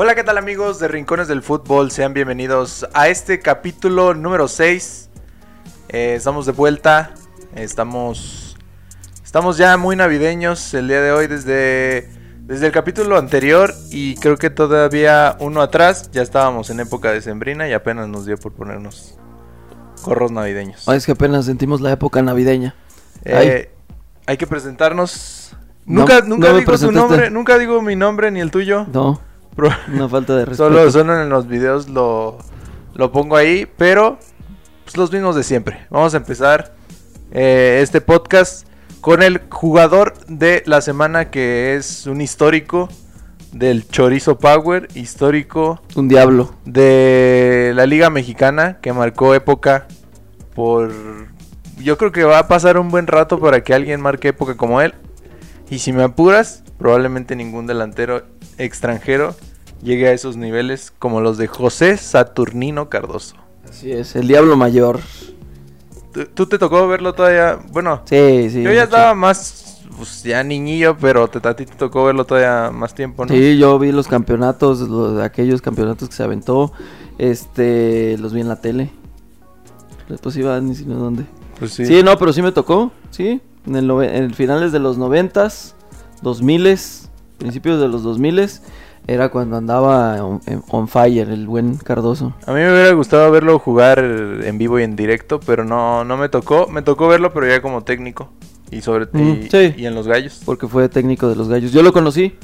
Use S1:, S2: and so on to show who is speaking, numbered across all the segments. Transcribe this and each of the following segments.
S1: Hola, ¿qué tal amigos de Rincones del Fútbol? Sean bienvenidos a este capítulo número 6. Eh, estamos de vuelta, estamos, estamos ya muy navideños el día de hoy desde, desde el capítulo anterior y creo que todavía uno atrás, ya estábamos en época decembrina y apenas nos dio por ponernos corros navideños.
S2: Ay, es que apenas sentimos la época navideña.
S1: Eh, hay que presentarnos. Nunca,
S2: No-
S1: nunca
S2: no me
S1: digo tu
S2: presentaste.
S1: nombre, nunca digo mi nombre ni el tuyo.
S2: No,
S1: Pro-
S2: una falta de respeto.
S1: Solo, solo en los videos lo, lo pongo ahí, pero pues, los mismos de siempre. Vamos a empezar eh, este podcast con el jugador de la semana que es un histórico del Chorizo Power, histórico
S2: Un diablo.
S1: de la Liga Mexicana que marcó época por... Yo creo que va a pasar un buen rato para que alguien marque época como él. Y si me apuras, probablemente ningún delantero extranjero llegue a esos niveles como los de José Saturnino Cardoso.
S2: Así es, el diablo mayor.
S1: ¿Tú, tú te tocó verlo todavía? Bueno,
S2: Sí, sí.
S1: yo ya
S2: mucho.
S1: estaba más... pues, ya niñillo, pero te, a ti te tocó verlo todavía más tiempo, ¿no?
S2: Sí, yo vi los campeonatos, los- aquellos campeonatos que se aventó. Este, los vi en la tele. Pues, Pues iba ni sino dónde.
S1: Pues sí.
S2: Sí. no, pero sí me tocó. Sí, en el, nove- en finales de los noventas, dos miles, principios de los dos miles, era cuando andaba on, en- on fire el buen Cardoso.
S1: A mí me hubiera gustado verlo jugar en vivo y en directo, pero no, no me tocó. Me tocó verlo, pero ya como técnico. Y sobre
S2: Mm,
S1: y,
S2: sí. Pues,
S1: y en los gallos.
S2: porque fue técnico de los gallos. Yo lo conocí.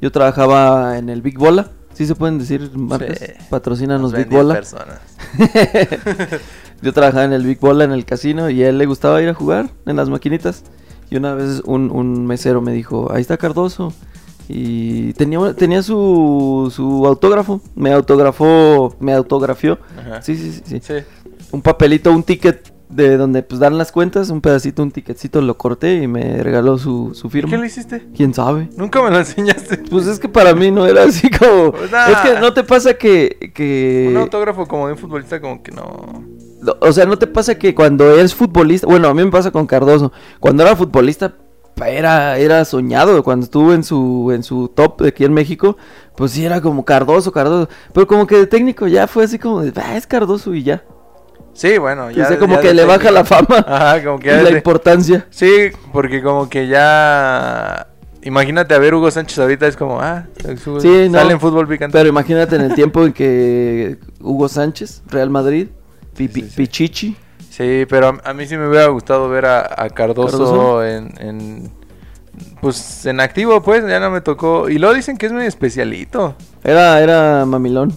S2: Yo trabajaba en el Big Bola. Sí se pueden decir marcas.
S1: Sí.
S2: Patrocínanos
S1: Ven
S2: Big
S1: 10
S2: Bola.
S1: personas.
S2: Yo trabajaba en el Big Bola en el casino y a él le gustaba ir a jugar en las maquinitas. Y una vez un, un mesero me dijo, ahí está Cardoso. Y tenía, tenía su, su autógrafo. Me autografó, me autografió.
S1: Ajá.
S2: Sí, sí, sí, sí.
S1: Sí.
S2: Un papelito, un ticket de donde pues dan las cuentas. Un pedacito, un ticketcito lo corté y me regaló su, su firma.
S1: ¿Qué le hiciste?
S2: ¿Quién sabe?
S1: Nunca me lo enseñaste.
S2: Pues es que para mí no era así como.
S1: Pues nada.
S2: Es que no te pasa que. que-
S1: Un autógrafo como de un futbolista, como que no.
S2: no, o sea, no te pasa que cuando eres futbolista. Bueno, a mí me pasa con Cardoso. Cuando era futbolista. pa- Era, era soñado cuando estuvo en su en su top de aquí en México, pues sí era como Cardoso, Cardoso, pero como que de técnico ya fue así como de, "Ah, es Cardoso y ya.
S1: Sí, bueno, ya.
S2: o sea, como
S1: ya
S2: que le
S1: desde-
S2: baja la fama
S1: Ajá, como
S2: y
S1: que ya.
S2: la
S1: desde-
S2: importancia.
S1: Sí, porque como que ya. Imagínate a ver Hugo Sánchez ahorita, es como, ah, Hugo-
S2: Sí, no.
S1: sale en fútbol picante.
S2: Pero imagínate en el tiempo en que Hugo Sánchez, Real Madrid, Pi-
S1: Sí, sí, sí.
S2: Pichichi,
S1: Sí, pero a, a mí sí me hubiera gustado ver a, a Cardoso,
S2: ¿Cardoso?
S1: En, en- Pues en activo, pues, ya no me tocó. Y luego dicen que es muy especialito.
S2: Era, era mamilón.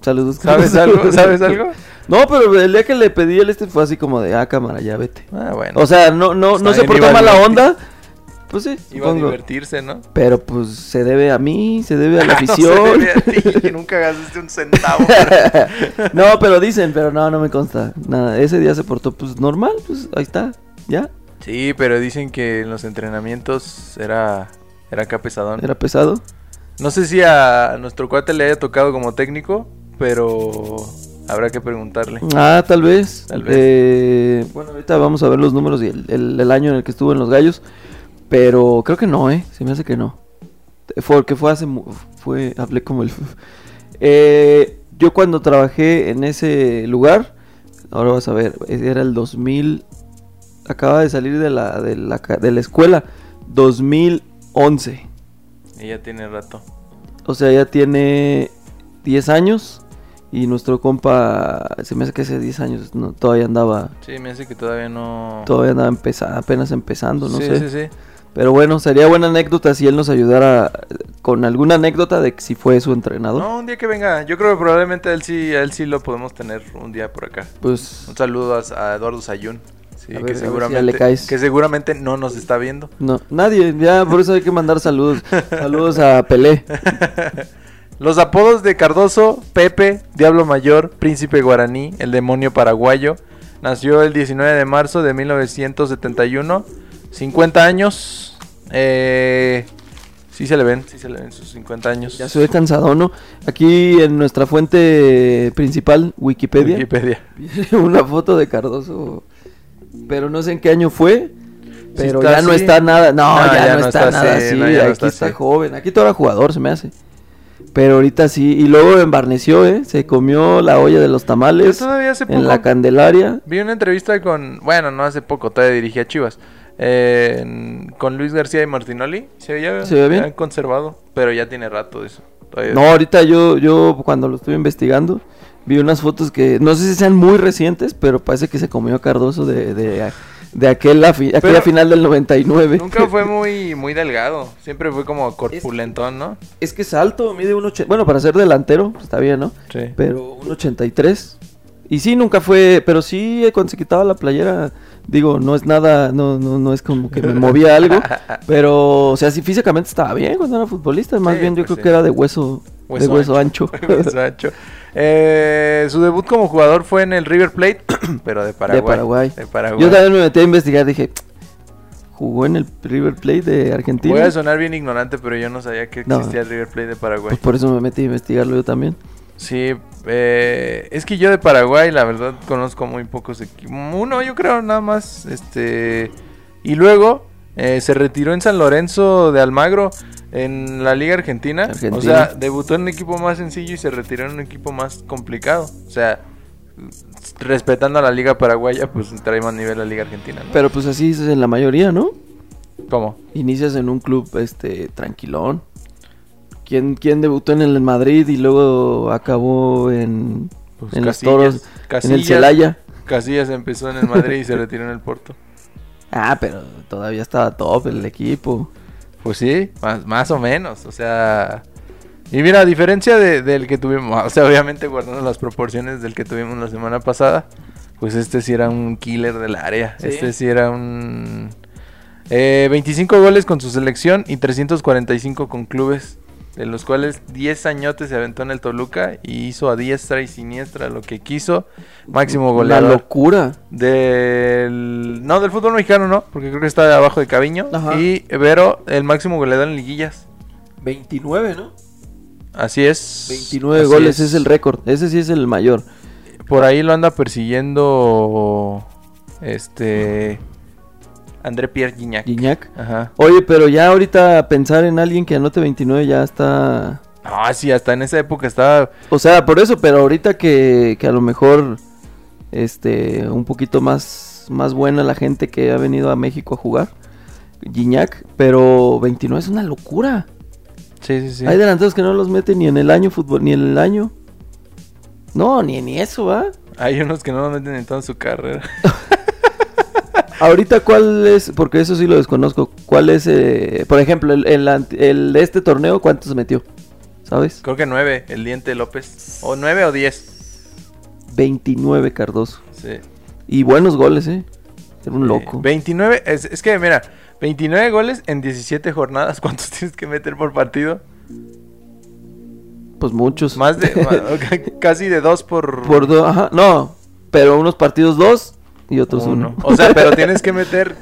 S2: Saludos.
S1: ¿Sabes algo? ¿Sabes algo?
S2: No, pero el día que le pedí el este fue así como de, ah, cámara, ya vete.
S1: Ah, bueno.
S2: O sea, no, no,
S1: Está
S2: no se
S1: bien, iba
S2: portó
S1: a
S2: mala
S1: divertir-
S2: onda. Pues sí,
S1: Iba a
S2: supongo.
S1: divertirse, ¿no?
S2: Pero pues se debe a mí, se debe a la
S1: No se
S2: afición.
S1: debe a ti, que nunca gastaste un centavo. pero-
S2: no, pero dicen, pero no, no me consta. Nada, ese día se portó pues normal, pues ahí está, ya.
S1: sí, pero dicen que en los entrenamientos era... Era acá pesadón.
S2: Era pesado.
S1: No sé si a nuestro cuate le haya tocado como técnico, pero habrá que preguntarle.
S2: Ah, tal vez.
S1: Tal vez.
S2: Eh, bueno, ahorita vamos a ver los números y el, el- el año en el que estuvo en Los Gallos. Pero creo que no, ¿eh? Se me hace que no. Fue, porque fue hace... mu- Fue... Hablé como el... Eh, yo cuando trabajé en ese lugar... Ahora vas a ver. Era el 2000... Acaba de salir de la, de la, ca- de la escuela. 2011.
S1: Y ya tiene rato.
S2: O sea, ya tiene 10 años. Y nuestro compa, se me hace que hace 10 años no, todavía andaba.
S1: Sí, me hace que todavía no...
S2: Todavía andaba empeza- apenas empezando, no
S1: sí,
S2: sé.
S1: sí, sí.
S2: Pero bueno, sería buena anécdota si él nos ayudara eh, con alguna anécdota de que si fue su entrenador.
S1: No, un día que venga. Yo creo que probablemente a él sí, a él sí lo podemos tener un día por acá.
S2: Pues
S1: Un saludo a, a Eduardo Sayun. Sí,
S2: A ver, a
S1: que
S2: ver si ya
S1: seguramente
S2: le caes.
S1: que seguramente no nos está viendo.
S2: no, nadie, ya por eso hay que mandar saludos. saludos a Pelé.
S1: Los apodos de Cardoso, Pepe, Diablo Mayor, Príncipe Guaraní, el demonio paraguayo. Nació el 19 de marzo de 1971. 50 años. Eh, sí se le ven, sí se le ven sus 50 años.
S2: Ya se ve cansado, ¿no? Aquí en nuestra fuente principal, Wikipedia,
S1: Wikipedia.
S2: una foto de Cardoso. Pero no sé en qué año fue. Pero
S1: está
S2: ya no
S1: así.
S2: está nada, no,
S1: No,
S2: ya, no está, nada así.
S1: no, ya no
S2: aquí
S1: está
S2: está
S1: así.
S2: joven, aquí todo era jugador, se me hace. Pero ahorita sí, y luego embarneció, ¿eh? Se comió la olla de los tamales
S1: Yo todavía hace poco
S2: en la Candelaria.
S1: vi una entrevista con, bueno, no hace poco, todavía dirigí a Chivas, eh, en- con Luis García y Martinoli. Se veía
S2: ¿Se ve bien?
S1: ya conservado, pero ya tiene rato de eso. Todavía-
S2: No, ahorita yo, yo cuando lo estuve investigando, vi unas fotos que no sé si sean muy recientes, pero parece que se comió a Cardoso de, de, de aquel afi- aquella
S1: Pero-
S2: final del 99.
S1: Nunca fue muy, muy delgado, siempre fue como corpulentón, ¿no?
S2: Es que es alto, mide un ocho- Bueno, para ser delantero, pues, está bien, ¿no?
S1: Sí.
S2: Pero un 83. Y sí, nunca fue. Pero sí, eh, cuando se quitaba la playera, digo, no es nada. No, no, no es como que me movía algo. Pero, o sea, sí, físicamente estaba bien cuando era futbolista. Más
S1: Sí,
S2: bien, yo
S1: pues
S2: creo
S1: sí.
S2: que era de hueso.
S1: Hueso
S2: de hueso ancho.
S1: Hueso ancho. Eh, su debut como jugador fue en el River Plate, pero de Paraguay.
S2: De Paraguay.
S1: De Paraguay.
S2: Yo también me metí a investigar. Dije, jugó en el River Plate de Argentina.
S1: Voy a sonar bien ignorante, pero yo no sabía que
S2: No.
S1: existía el River Plate de Paraguay.
S2: Pues por eso me metí a investigarlo yo también.
S1: Sí, eh, es que yo de Paraguay, la verdad, conozco muy pocos equipos. Uno, yo creo, nada más. Este. Y luego eh, se retiró en San Lorenzo de Almagro en la Liga Argentina.
S2: Argentina.
S1: O sea, debutó en un equipo más sencillo y se retiró en un equipo más complicado. O sea, respetando a la Liga Paraguaya, pues trae más nivel la Liga Argentina. ¿no?
S2: Pero pues así es en la mayoría, ¿no?
S1: ¿Cómo?
S2: Inicias en un club este tranquilón. ¿Quién, quién debutó en el Madrid y luego acabó en,
S1: Pues
S2: en los
S1: Casillas,
S2: Toros, en el
S1: Casillas.
S2: Celaya?
S1: Casillas empezó en el Madrid y se retiró en el Porto.
S2: Ah, pero todavía estaba top el equipo.
S1: Pues sí, más, más o menos, o sea... Y mira, a diferencia de- del que tuvimos, o sea, obviamente guardando las proporciones del que tuvimos la semana pasada, pues este sí era un killer del área,
S2: Sí.
S1: este sí era un... eh, 25 goles con su selección y 345 con clubes, de los cuales 10 añotes se aventó en el Toluca y hizo a diestra y siniestra lo que quiso, máximo
S2: La
S1: goleador.
S2: locura.
S1: Del. No, del fútbol mexicano, no. Porque creo que está de abajo de Caviño.
S2: Ajá.
S1: Y Vero, el máximo goleador en liguillas.
S2: 29, ¿no?
S1: Así es.
S2: 29
S1: Así
S2: goles es. el récord. Ese sí es el mayor.
S1: Por ahí lo anda persiguiendo. Este. André Pierre Gignac.
S2: Guiñac.
S1: Ajá.
S2: Oye, pero ya ahorita pensar en alguien que anote 29 ya está...
S1: No, Ah, sí, hasta en esa época estaba.
S2: O sea, por eso, pero ahorita que, que a lo mejor este un poquito más, más buena la gente que ha venido a México a jugar, Gignac, pero 29 es una locura.
S1: Sí, sí, sí.
S2: Hay delanteros que no los meten ni en el año fútbol, ni en el año. No, ni en eso, ¿va?
S1: Hay unos que no lo meten en toda su carrera.
S2: Ahorita cuál es, porque eso sí lo desconozco, cuál es, eh, por ejemplo, el, el ant- el de este torneo, ¿cuánto se metió? ¿Sabes?
S1: Creo que nueve, el diente López. O nueve o diez.
S2: 29 Cardoso.
S1: Sí.
S2: Y buenos goles, ¿eh? Era un
S1: Eh,
S2: loco.
S1: 29, es, es que mira, 29 goles en 17 jornadas. ¿Cuántos tienes que meter por partido?
S2: Pues muchos.
S1: Más de, ma- ca- casi de dos por,
S2: Por dos, ajá, no, pero unos partidos dos y otros uno.
S1: uno. O sea, pero tienes que meter,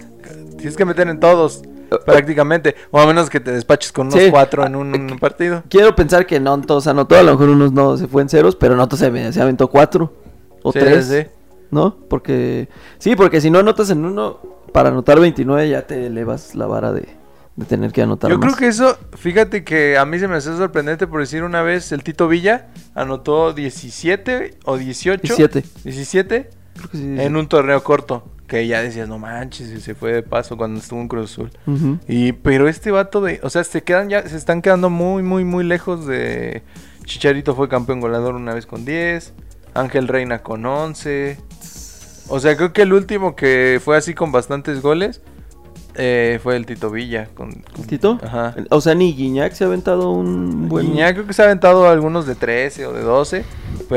S1: tienes que meter en todos, prácticamente. O a menos que te despaches con unos
S2: Sí. Ah,
S1: cuatro en un partido.
S2: Quiero pensar que no todos anotó, a lo mejor unos no se fue en ceros, pero no todos se, ave- se aventó cuatro o
S1: Sí,
S2: tres,
S1: sí, sí.
S2: ¿no? Porque, sí, porque si no anotas en uno, para anotar 29 ya te elevas la vara de, de tener que anotar
S1: Yo
S2: más.
S1: creo que eso, fíjate que a mí se me hace sorprendente por decir una vez, el Tito Villa anotó 17 o 18.
S2: 17.
S1: 17
S2: Creo que sí, sí.
S1: en un torneo corto. Que ya decías, no manches, y se fue de paso cuando estuvo en Cruz Azul.
S2: Ujú.
S1: Y, pero este vato de. O sea, se quedan ya. Se están quedando muy, muy, muy lejos de. Chicharito fue campeón goleador una vez con 10. Ángel Reina con 11. O sea, creo que el último que fue así con bastantes goles. eh, fue el Tito Villa. Con, con-
S2: ¿Tito?
S1: Ajá.
S2: O sea, ni Guiñac se ha aventado un buen...
S1: Guiñac creo que se ha aventado algunos de 13 o de 12.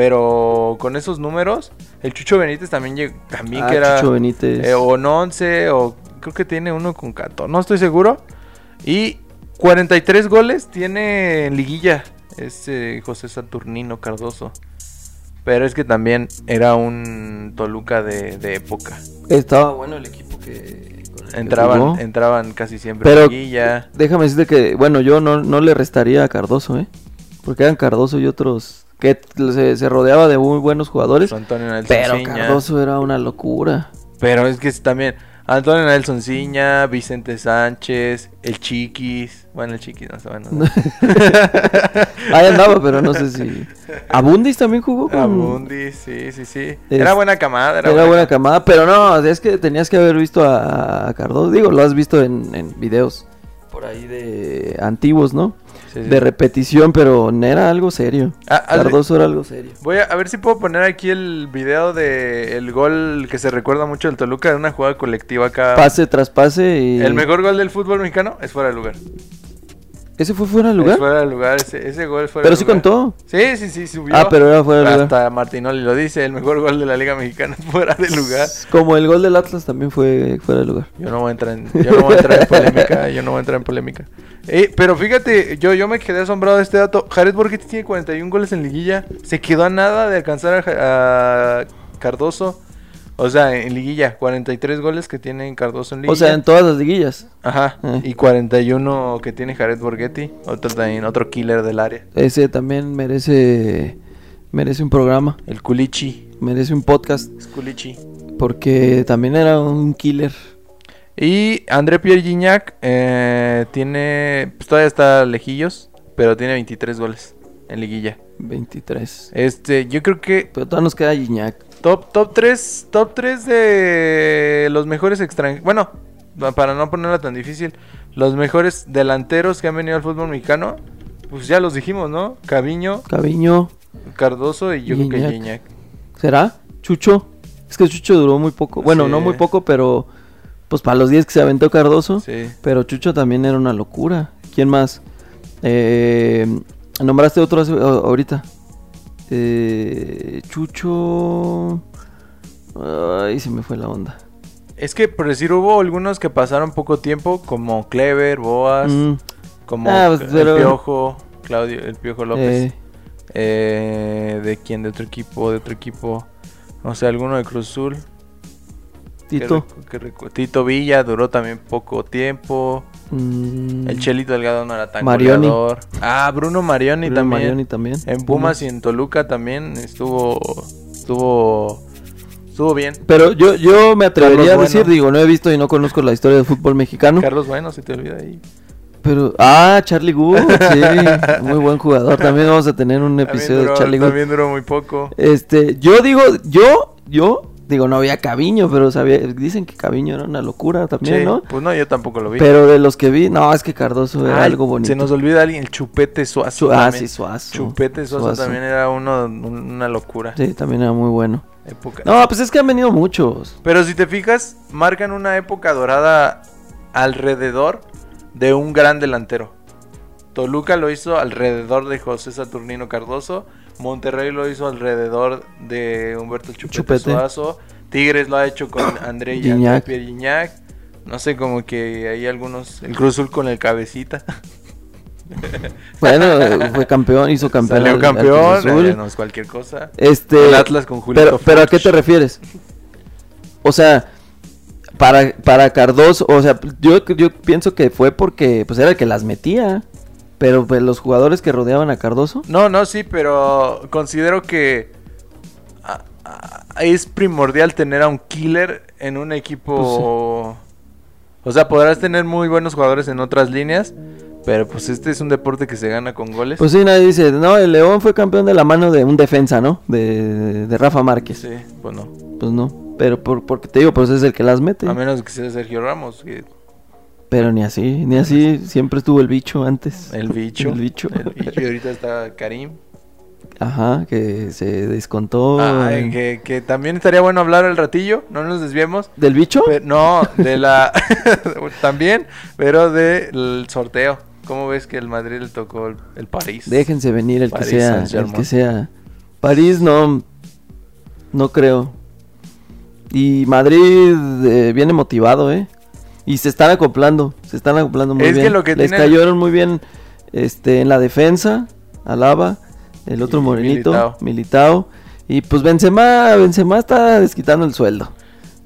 S1: Pero con esos números. El Chucho Benítez también llegó. También
S2: Ah,
S1: que era.
S2: Chucho Benítez.
S1: Eh, o en 11, o creo que tiene uno con 14, no estoy seguro. Y 43 goles tiene en liguilla este José Saturnino Cardoso. Pero es que también era un Toluca de, de época.
S2: Estaba bueno el equipo que... con el que jugó.
S1: Entraban, entraban casi siempre en
S2: Pero
S1: liguilla.
S2: déjame decirte que, bueno, yo no, no le restaría a Cardoso, ¿eh? Porque eran Cardoso y otros que se, se rodeaba de muy buenos jugadores.
S1: Antonio Nelson
S2: Pero
S1: Ciña.
S2: Cardoso era una locura.
S1: Pero es que es también. Antonio Nelson Ciña, Vicente Sánchez, el Chiquis. Bueno, el Chiquis no se va
S2: Ahí andaba, pero no sé si. Abundis también jugó con.
S1: Abundi, sí, sí, sí. Era buena camada.
S2: Era, buena camada, pero no, es que tenías que haber visto a, a Cardoso. Digo, lo has visto en, en videos por ahí de antiguos, ¿no?
S1: Sí, sí.
S2: De repetición, pero no era algo serio.
S1: Ah, ah,
S2: Cardoso era algo serio.
S1: Voy a, a ver si puedo poner aquí el video de el gol que se recuerda mucho del Toluca de una jugada colectiva acá.
S2: Pase tras pase y.
S1: El mejor gol del fútbol mexicano es fuera de lugar.
S2: ¿Ese fue fuera del lugar?
S1: Es fuera de lugar, ese, ese gol es fuera
S2: Pero
S1: de
S2: sí
S1: lugar.
S2: contó.
S1: Sí, sí, sí, subió.
S2: Ah, pero era fuera del lugar.
S1: Hasta Martinoli lo dice, el mejor gol de la Liga Mexicana es fuera de lugar.
S2: Como el gol del Atlas también fue fuera de lugar.
S1: Yo no voy a entrar en, yo no voy a entrar en polémica, yo no voy a entrar en polémica. Eh, pero fíjate, yo, yo me quedé asombrado de este dato. Jared Borghetti tiene 41 goles en liguilla. Se quedó a nada de alcanzar a, Ja- a Cardoso. O sea, en liguilla, 43 goles que tiene Cardoso en liguilla.
S2: O sea, en todas las liguillas.
S1: Ajá,
S2: Eh.
S1: y 41 que tiene Jared Borghetti, otro también, otro killer del área.
S2: Ese también merece. Merece un programa.
S1: El Culichi,
S2: Merece un podcast.
S1: es Culichi.
S2: Porque también era un killer.
S1: Y André Pierre Gignac eh, tiene, pues todavía está lejillos, pero tiene 23 goles en liguilla.
S2: 23.
S1: Este, yo creo que
S2: Pero todavía nos queda Gignac.
S1: top, top 3, top 3 de los mejores extranjeros. Bueno, pa- para no ponerla tan difícil, los mejores delanteros que han venido al fútbol mexicano, pues ya los dijimos, ¿no? Caviño,
S2: Caviño.
S1: Cardoso y yo creo que Gignac.
S2: Gignac. ¿Será? Chucho. Es que Chucho duró muy poco. Bueno,
S1: Sí.
S2: no muy poco, pero pues para los 10 que se aventó Cardoso.
S1: Sí.
S2: Pero Chucho también era una locura. ¿Quién más? Eh, nombraste otro hace- a- ahorita. Eh, Chucho. Ay, se me fue la onda.
S1: Es que por decir hubo algunos que pasaron poco tiempo, como Clever, Boas,
S2: Mm,
S1: como
S2: Ah, pues, pero-
S1: el Piojo, Claudio, el Piojo López.
S2: eh,
S1: Eh, ¿De quién? ¿De otro equipo? ¿De otro equipo? No sé, alguno de Cruz Azul. que
S2: Tito.
S1: recu- que recu- Tito Villa duró también poco tiempo.
S2: Mm,
S1: El Chelito Delgado no era tan
S2: Marioni.
S1: goleador. Ah, Bruno Marioni
S2: Bruno
S1: también.
S2: Marioni también.
S1: En Pumas y en Toluca también estuvo. Estuvo. Estuvo bien.
S2: Pero yo, yo me atrevería a
S1: Carlos
S2: decir,
S1: Bueno.
S2: digo, no he visto y no conozco la historia del fútbol mexicano.
S1: Carlos Bueno, se te olvida ahí.
S2: Pero, ah, Charlie Good, sí, muy buen jugador. También vamos a tener un episodio
S1: también, duró,
S2: de Charlie Good.
S1: también duró muy poco.
S2: Este, yo digo, yo, yo digo, no había Caviño, pero sabía, dicen que Caviño era una locura también,
S1: Sí,
S2: ¿no?
S1: Pues no, yo tampoco lo vi.
S2: Pero de los que vi, no, es que Cardoso era
S1: Ah,
S2: algo bonito.
S1: Se nos olvida alguien, el Chupete Suazo.
S2: Su- ah,
S1: también.
S2: sí, Suazo.
S1: Chupete Suazo,
S2: Suazo.
S1: también era uno, un- una locura.
S2: Sí, también era muy bueno.
S1: Época.
S2: No, pues es que han venido muchos.
S1: Pero si te fijas, marcan una época dorada alrededor de un gran delantero. Toluca lo hizo alrededor de José Saturnino Cardoso. Monterrey lo hizo alrededor de Humberto el Chupete,
S2: Chupete.
S1: Suazo. Tigres lo ha hecho con André y
S2: Gignac.
S1: André Pierre Gignac. No sé, como que hay algunos. El Cruz Azul con el cabecita.
S2: Bueno, fue campeón, hizo campeón.
S1: Salió
S2: al- al Cruz
S1: campeón.
S2: Azul.
S1: eh, no es cualquier cosa.
S2: Este,
S1: El Atlas con Julio
S2: pero,
S1: Furch.
S2: pero ¿a qué te refieres? O sea, para, para Cardoso, o sea, yo, yo pienso que fue porque pues era el que las metía, pero pues, los jugadores que rodeaban a Cardoso,
S1: No, no, sí, pero considero que a- a- es primordial tener a un killer en un
S2: Pues
S1: equipo. O sea, podrás tener muy buenos jugadores en otras líneas, pero pues este es un deporte que se gana con goles.
S2: pues sí, nadie dice, no, el León fue campeón de la mano de un defensa, ¿no? De, de Rafa Márquez.
S1: sí, pues no.
S2: Pues no, pero por, porque te digo, pues es el que las mete.
S1: A menos que sea Sergio Ramos, que-
S2: Pero ni así, ni así, siempre estuvo el bicho antes.
S1: el bicho.
S2: El bicho.
S1: El bicho, Y ahorita está Karim.
S2: Ajá, que se descontó.
S1: Ay,
S2: eh,
S1: que, que también estaría bueno hablar al ratillo, no nos desviemos.
S2: ¿Del bicho?
S1: Pe- no, de la. también, pero del sorteo. ¿Cómo ves que el Madrid le tocó el, el París?
S2: Déjense venir el que
S1: París
S2: sea, el
S1: Saint-Germain.
S2: que sea. París no, no creo. Y Madrid eh, viene motivado, ¿eh? Y se están acoplando, se están acoplando muy
S1: Es que
S2: bien.
S1: lo que
S2: Les
S1: tiene-
S2: cayeron muy bien este, en la defensa, Alaba, el otro
S1: Y
S2: morenito,
S1: Militao.
S2: Militao. Y pues Benzema, Benzema está desquitando el sueldo,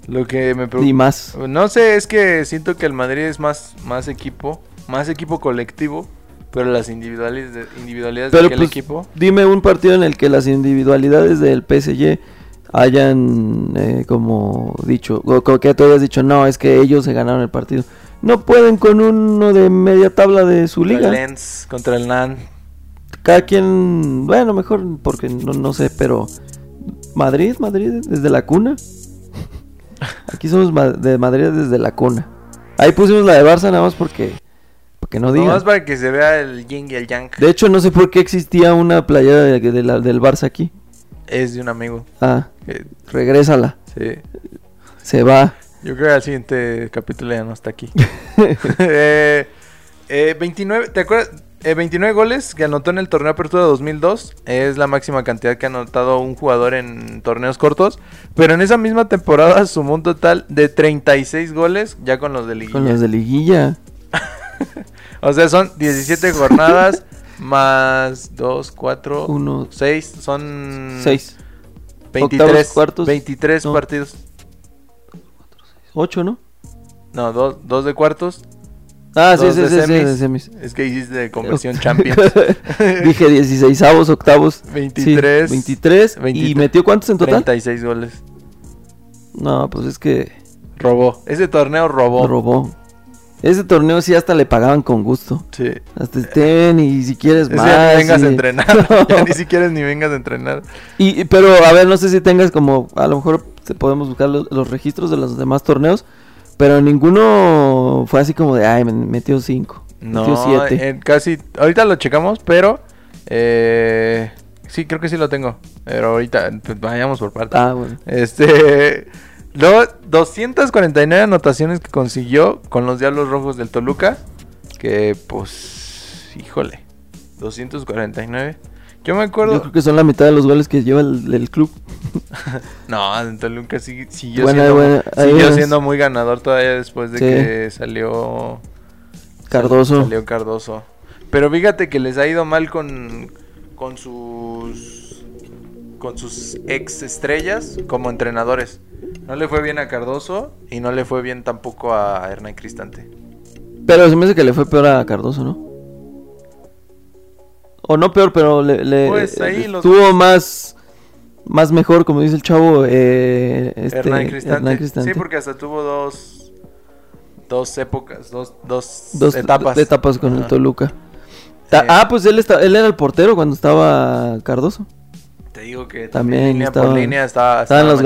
S1: Lo que me
S2: y
S1: preocupa.
S2: más.
S1: No sé, es que siento que el Madrid es más, más equipo, más equipo colectivo, pero las individualidades de, individualidades de
S2: Pero
S1: aquel
S2: pues,
S1: equipo.
S2: dime un partido en el que las individualidades del PSG hayan eh, como dicho, o como que tú hayas dicho, no, es que ellos se ganaron el partido. No pueden con uno de media tabla de su
S1: Contra
S2: liga.
S1: el Lens, contra el Nan.
S2: Cada quien, bueno, mejor porque no, no sé, pero Madrid, Madrid desde la cuna. Aquí somos ma- de Madrid desde la cuna. Ahí pusimos la de Barça nada más porque, porque no digan.
S1: Nomás para que se vea el yin y el yang.
S2: De hecho, no sé por qué existía una playera de- de la- del Barça aquí.
S1: Es de un amigo.
S2: Ah,
S1: Eh,
S2: regrésala,
S1: sí.
S2: se va.
S1: Yo creo que al siguiente capítulo ya no está aquí. Eh, eh, 29, ¿te acuerdas? Eh, 29 goles que anotó en el torneo Apertura 2002. Es la máxima cantidad que ha anotado un jugador en torneos cortos. Pero en esa misma temporada sumó un total de 36 goles ya con los de Liguilla.
S2: Con los de liguilla.
S1: O sea, son 17 jornadas más 2, 4,
S2: Uno.
S1: 6. Son
S2: 6.
S1: 23,
S2: Octavos, cuartos.
S1: 23
S2: No.
S1: partidos.
S2: 8, ¿no?
S1: No, 2 de cuartos.
S2: Ah, sí,
S1: Dos
S2: sí,
S1: de
S2: sí, sí,
S1: semis.
S2: de semis.
S1: Es que hiciste de conversión Champions.
S2: Dije 16 avos, octavos.
S1: 23.
S2: Sí, 23. ¿Y
S1: 23.
S2: metió cuántos en total?
S1: 36 goles.
S2: No, pues es que
S1: Robó. Ese torneo robó.
S2: robó. Ese torneo sí hasta le pagaban con gusto.
S1: Sí.
S2: Hasta ten y si quieres
S1: Ese
S2: más.
S1: ya ni vengas
S2: y-
S1: a entrenar. Ya ni siquiera ni vengas a entrenar.
S2: Y, y- pero, a ver, no sé si tengas como, a lo mejor te podemos buscar los, los registros de los demás torneos, pero ninguno fue así como de, ay, me metió 5, metió
S1: No, eh,
S2: 7.
S1: en casi. Ahorita lo checamos, pero. eh, sí, creo que sí lo tengo. Pero ahorita pues, vayamos por partes.
S2: Ah, bueno.
S1: Este. Luego, 249 anotaciones que consiguió con los Diablos Rojos del Toluca. Que, pues. Híjole. 249. Yo me acuerdo.
S2: Yo creo que son la mitad de los goles que lleva el, el club.
S1: No, en Toluca sí, siguió,
S2: Bueno,
S1: siendo,
S2: bueno, ahí
S1: siguió
S2: es.
S1: siendo muy ganador todavía después de
S2: Sí.
S1: que salió
S2: Cardoso.
S1: Salió Cardoso. Pero fíjate que les ha ido mal con, con sus con sus ex estrellas como entrenadores. No le fue bien a Cardoso y no le fue bien tampoco a Hernán Cristante.
S2: Pero se me hace que le fue peor a Cardoso, ¿no? O no peor, pero le, le-
S1: Pues ahí los-
S2: estuvo más, más mejor, como dice el chavo, eh, este,
S1: Hernán, Cristante.
S2: Hernán Cristante.
S1: Sí, porque hasta tuvo dos dos épocas, dos, dos,
S2: Dos
S1: etapas.
S2: de- etapas con el
S1: Ajá.
S2: Toluca. Ta-
S1: Sí.
S2: Ah, pues él, esta- él era el portero cuando estaba Cardoso.
S1: Te digo que
S2: También
S1: línea
S2: estaban-
S1: por línea estaba,
S2: Estaban los
S1: machín.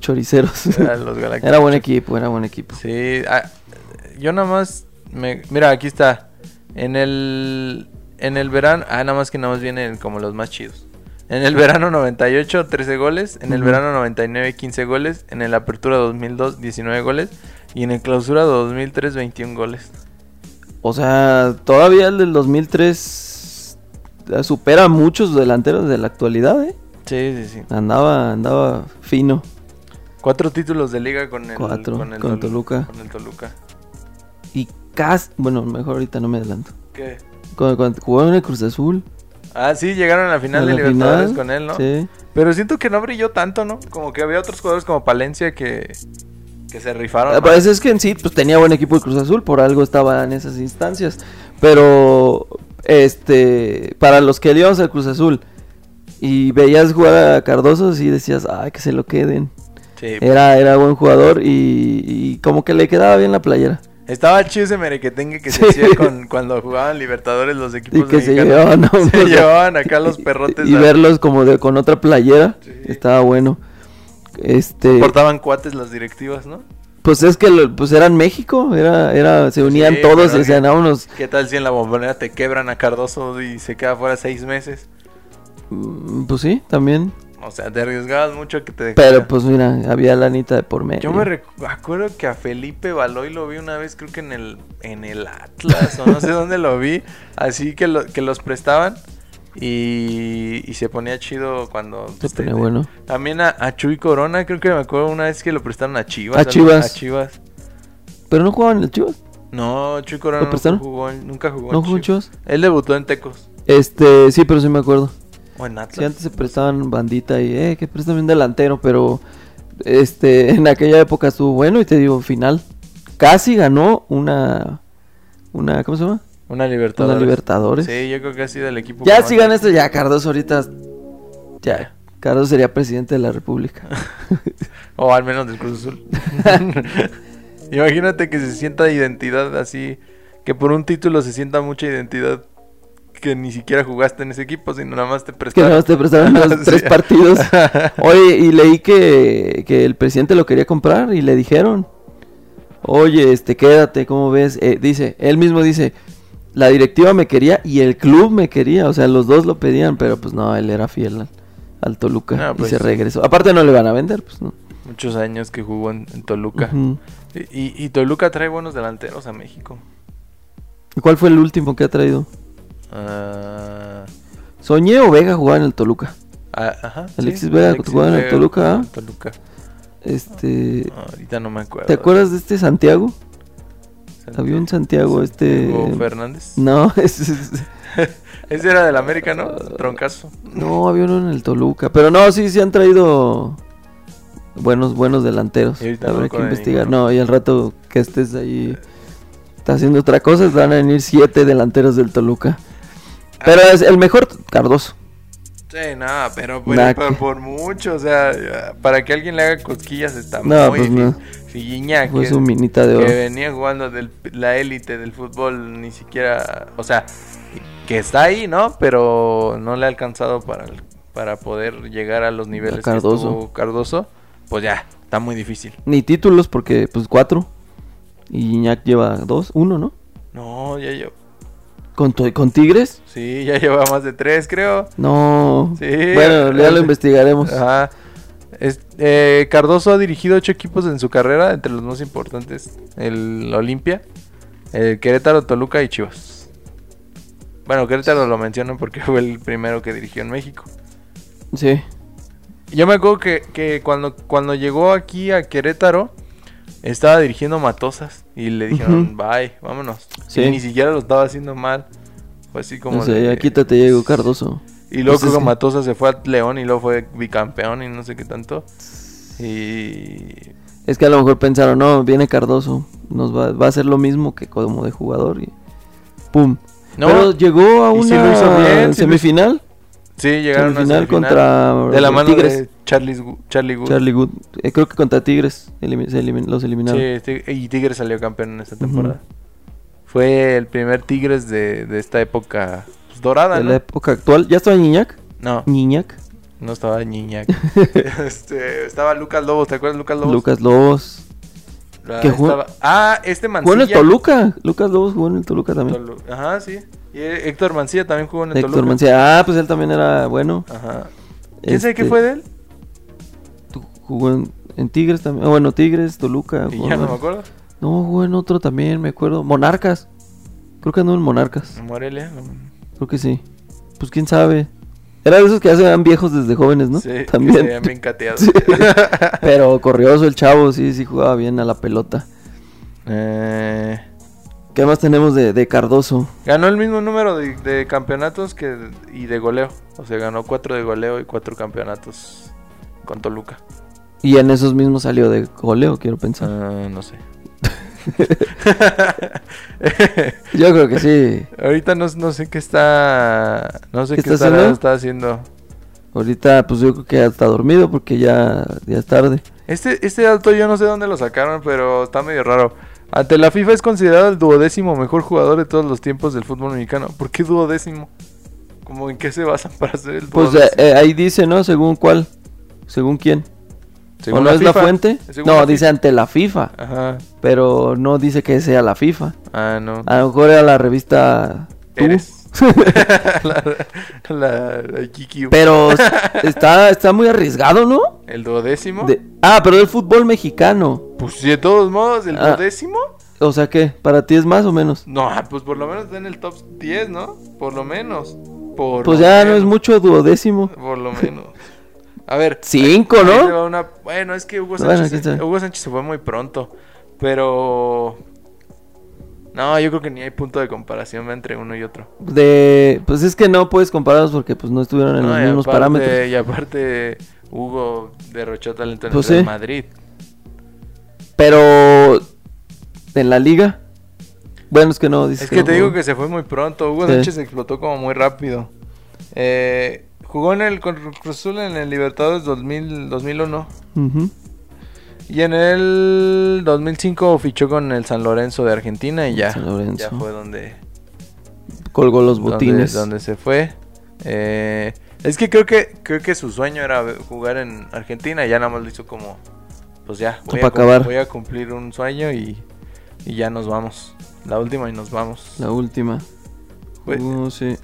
S2: Choriceros.
S1: Eran los Galácticos.
S2: Era buen equipo, era buen equipo.
S1: Sí, ah, yo nada más me- mira, aquí está en el en el verano, ah nada más que nada más vienen como los más chidos. En el verano 98 13 goles, en el
S2: Ujú.
S1: verano 99 15 goles, en el Apertura 2002 19 goles y en el Clausura 2003 21 goles.
S2: O sea, todavía el del 2003 eh, supera a muchos delanteros de la actualidad, ¿eh?
S1: Sí, sí, sí.
S2: Andaba, andaba fino.
S1: Cuatro títulos de liga con el
S2: Cuatro,
S1: el
S2: con
S1: Tolu-
S2: Toluca.
S1: con el Toluca.
S2: Y casi. Bueno, mejor ahorita no me adelanto.
S1: ¿Qué?
S2: Cuando, cuando jugó en el Cruz Azul.
S1: Ah, sí, llegaron a la final
S2: en
S1: de
S2: la
S1: Libertadores
S2: final,
S1: con él, ¿no?
S2: Sí.
S1: Pero siento que no brilló tanto, ¿no? Como que había otros jugadores como Palencia que, que se rifaron.
S2: Ah,
S1: ¿no?
S2: Pues es que en sí, pues tenía buen equipo el Cruz Azul, por algo estaba en esas instancias. Pero, este, para los que le íbamos al Cruz Azul y veías jugar a Cardoso, sí decías, ay, que se lo queden.
S1: Sí.
S2: Era, era buen jugador y, y como que le quedaba bien la playera.
S1: Estaba chido ese merequetengue que se
S2: Sí.
S1: hacía con, cuando jugaban Libertadores los equipos
S2: Y que se
S1: mexicanos.
S2: llevaban, a un-
S1: pues, Se llevaban acá los perrotes.
S2: Y,
S1: a-
S2: verlos como de, con otra playera,
S1: Sí.
S2: estaba bueno. Este,
S1: Portaban cuates las directivas, ¿no?
S2: pues es que lo- pues eran México, era, era, se unían
S1: Sí,
S2: todos,
S1: pero
S2: se
S1: que-
S2: ganaban unos
S1: ¿Qué tal si en la bombonera te quebran a Cardoso y se queda fuera seis meses?
S2: Mm, Pues sí, también.
S1: O sea, te arriesgabas mucho a que te dejara.
S2: Pero pues mira, había lanita de por medio.
S1: Yo me recu- acuerdo que a Felipe Baloy lo vi una vez, creo que en el, en el Atlas o no sé dónde lo vi. Así que, lo- que los prestaban y, y se ponía chido cuando...
S2: Se
S1: pues, te-
S2: pone
S1: te-
S2: bueno.
S1: También a, a Chuy Corona, creo que me acuerdo una vez que lo prestaron a Chivas.
S2: A
S1: algo-
S2: Chivas.
S1: A Chivas.
S2: Pero no jugaban en el Chivas.
S1: No, Chuy Corona
S2: ¿Lo
S1: nunca
S2: prestaron?
S1: jugó, en- nunca jugó
S2: No
S1: en
S2: jugó en
S1: Chivas.
S2: Chivas.
S1: Él debutó en Tecos
S2: Este, sí, pero sí me acuerdo.
S1: o en Atlas.
S2: Sí, antes se prestaban bandita y, eh, que préstame un delantero, pero este, en aquella época estuvo bueno y te digo, final. Casi ganó una, una, ¿cómo se llama?
S1: Una
S2: Una
S1: Libertadores.
S2: Libertadores.
S1: Sí, yo creo que ha sido el equipo. que
S2: Ya este
S1: más-
S2: si gana esto, ya Cardoso ahorita, ya, Carlos sería presidente de la República.
S1: O al menos del Cruz Azul. Imagínate que se sienta identidad así. Que por un título se sienta mucha identidad que ni siquiera jugaste en ese equipo, sino nada más te
S2: que
S1: prestaron.
S2: nada más te prestaron los
S1: Sí.
S2: tres partidos. Oye, y leí que, que el presidente lo quería comprar y le dijeron, oye, este, quédate, ¿cómo ves? Eh, dice, él mismo dice, la directiva me quería y el club me quería, o sea, los dos lo pedían, pero pues no, él era fiel al, al Toluca
S1: No, pues,
S2: y se
S1: sí.
S2: regresó. Aparte no le van a vender, pues no.
S1: Muchos años que jugó en, en Toluca.
S2: Ujú.
S1: y, y- y Toluca trae buenos delanteros a México.
S2: ¿Y ¿Cuál fue el último que ha traído?
S1: Ah,
S2: Soñé o Vega jugaba en el Toluca.
S1: ah, ajá,
S2: Alexis Vega, jugaba en el
S1: Vega,
S2: Toluca,
S1: jugaba en
S2: ¿ah?
S1: Toluca.
S2: Este,
S1: No, ahorita no me acuerdo.
S2: ¿te acuerdas de este Santiago? Había un Santiago, este...
S1: Santiago Fernández.
S2: No, es- es,
S1: Ese era del América, ¿no? Troncazo.
S2: No, había uno en el Toluca. Pero no, sí, sí han traído buenos, buenos delanteros.
S1: Y ahorita no me
S2: Habrá que
S1: acuerdo de
S2: investigar.
S1: ninguno.
S2: No, y al rato que estés ahí está haciendo otra cosa, van a venir siete delanteros del Toluca. Pero es el mejor Cardoso.
S1: Sí, nada, pero, pues,
S2: Nah,
S1: por,
S2: que-
S1: por mucho, o sea, para que alguien le haga cosquillas está
S2: No,
S1: muy
S2: pues,
S1: difícil.
S2: no.
S1: Figuiña,
S2: Fue
S1: que,
S2: su minita de
S1: que
S2: oro.
S1: venía jugando de la élite del fútbol, ni siquiera, o sea, que está ahí, ¿no? Pero no le ha alcanzado para, el- para poder llegar a los niveles que
S2: Cardoso.
S1: estuvo Cardoso, pues ya, está muy difícil.
S2: Ni títulos porque, pues, cuatro. Y Iñak lleva dos, uno, ¿no?
S1: No, ya llevo,
S2: Con, to- con Tigres.
S1: sí, ya lleva más de tres, creo.
S2: No.
S1: Sí.
S2: Bueno, ya lo investigaremos.
S1: Ajá. Es- eh, Cardoso ha dirigido ocho equipos en su carrera, entre los más importantes, el Olimpia, el Querétaro, Toluca y Chivas. Bueno, Querétaro lo menciono porque fue el primero que dirigió en México.
S2: Sí.
S1: Yo me acuerdo que, que cuando, cuando llegó aquí a Querétaro, estaba dirigiendo Matosas y le dijeron, bye, vámonos.
S2: Sí.
S1: Y ni siquiera lo estaba haciendo mal. Fue así como...
S2: No sé,
S1: de
S2: ya
S1: que-
S2: quítate, Diego Cardoso.
S1: y luego
S2: Pues es
S1: creo que
S2: que-
S1: Matosas se fue a León y luego fue bicampeón y no sé qué tanto. Y.
S2: Es que a lo mejor pensaron, no, viene Cardoso, nos va, va a hacer lo mismo que como de jugador y pum.
S1: No,
S2: Pero llegó a
S1: y
S2: una
S1: sí lo hizo bien, sí lo hizo-
S2: semifinal,
S1: sí, llegaron a
S2: semifinal
S1: semifinal
S2: contra
S1: De la mano
S2: Tigres.
S1: de Charlie's Gu- Charlie Good.
S2: Charlie Good, eh, creo que contra Tigres elimi- se elimin- los eliminaron.
S1: Sí, Tig- y Tigres salió campeón en esta temporada. Fue el primer Tigres de, de esta época pues, dorada,
S2: de
S1: ¿no?
S2: la época actual, ya estaba Niñac,
S1: No,
S2: Niñac,
S1: no estaba Niña. este, estaba Lucas Lobos, ¿te acuerdas de Lucas Lobos?
S2: Lucas Lobos.
S1: La-
S2: que jugó-
S1: estaba- Ah, este
S2: Jugó en
S1: Mancilla.
S2: el Toluca, Lucas Lobos jugó en el Toluca también.
S1: Tolu- Ajá, sí. Y eh, Héctor Mancilla también jugó en el
S2: Héctor
S1: Toluca.
S2: Mancilla, ah, pues él también era bueno.
S1: Ajá. ¿Quién sabe qué
S2: Este,
S1: fue de él?
S2: Jugó en, en Tigres también, ah, bueno, Tigres, Toluca.
S1: Y
S2: jugó
S1: ya
S2: en
S1: no me
S2: varios.
S1: acuerdo.
S2: No, jugó en otro también, me acuerdo. Monarcas. Creo que anduvo en Monarcas.
S1: Morelia.
S2: Creo que sí. Pues quién sabe. Era de esos que ya se veían viejos desde jóvenes, ¿no?
S1: Sí, también. Se
S2: también.
S1: habían bien cateados.
S2: Sí. Pero corrioso el chavo, sí, sí jugaba bien a la pelota.
S1: Eh,
S2: ¿Qué más tenemos de, de Cardoso?
S1: ganó el mismo número de, de campeonatos que y de goleo. O sea, ganó cuatro de goleo y cuatro campeonatos con Toluca.
S2: Y en esos mismos salió de goleo, quiero pensar.
S1: Ah, no sé.
S2: Yo creo que sí.
S1: Ahorita no, no sé qué está. No sé qué,
S2: ¿Qué está
S1: estará-
S2: haciendo?
S1: está haciendo.
S2: Ahorita, pues yo creo que ya está dormido porque ya, ya es tarde.
S1: Este, este dato yo no sé dónde lo sacaron, pero está medio raro. Ante la FIFA es considerado el duodécimo mejor jugador de todos los tiempos del fútbol mexicano. ¿Por qué duodécimo? ¿Cómo en qué se basan para ser el
S2: Pues
S1: duodécimo?
S2: eh, eh, ahí dice, ¿no? Según cuál. Según quién.
S1: Según
S2: ¿O no es la
S1: FIFA.
S2: fuente?
S1: Según
S2: No,
S1: la
S2: dice ante la FIFA.
S1: FIFA. Ajá.
S2: Pero no dice que sea la FIFA.
S1: Ah, no.
S2: A lo mejor era la revista Tú.
S1: Eres. la, la, la Kiki.
S2: Pero s- está, está muy arriesgado, ¿no?
S1: ¿El duodécimo?
S2: De- ah, pero del fútbol mexicano.
S1: Pues de todos modos, ¿el
S2: Ah.
S1: duodécimo?
S2: O sea que, ¿para ti es más o menos?
S1: No, ah, pues por lo menos está en el top 10, ¿no? Por lo menos. Por
S2: Pues
S1: lo
S2: ya no es
S1: menos.
S2: mucho duodécimo.
S1: Por lo menos. A ver.
S2: Cinco,
S1: ahí- ahí te
S2: ¿no?
S1: va una- Bueno, es que Hugo
S2: Bueno,
S1: Sánchez,
S2: quién sabe.
S1: Hugo Sánchez se fue muy pronto. Pero. No, yo creo que ni hay punto de comparación entre uno y otro.
S2: De, pues es que no puedes compararlos porque pues no estuvieron en
S1: No,
S2: los
S1: y
S2: mismos
S1: aparte-
S2: parámetros.
S1: Y aparte, Hugo derrochó talento en
S2: Pues
S1: el Real
S2: sí.
S1: Madrid.
S2: Pero en la liga. Bueno, es que no, dices
S1: Es que te
S2: no.
S1: digo que se fue muy pronto. Hugo
S2: Sí.
S1: Sánchez explotó como muy rápido. Eh, Jugó en el con Cruz Azul en el Libertadores 2000, 2001.
S2: Ujú.
S1: Y en el 2005 fichó con el San Lorenzo de Argentina y ya.
S2: San Lorenzo.
S1: Ya fue donde,
S2: Colgó los
S1: donde-
S2: botines.
S1: donde se fue. Eh, es que creo que creo que su sueño era jugar en Argentina y ya nada más lo hizo como pues ya voy,
S2: Pa'
S1: a, cum-
S2: acabar.
S1: voy a cumplir un sueño y, y ya nos vamos. La última y nos vamos.
S2: La última.
S1: Fue-
S2: Uh, sí.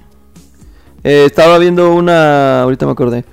S2: Eh, estaba viendo una. Ahorita me acordé.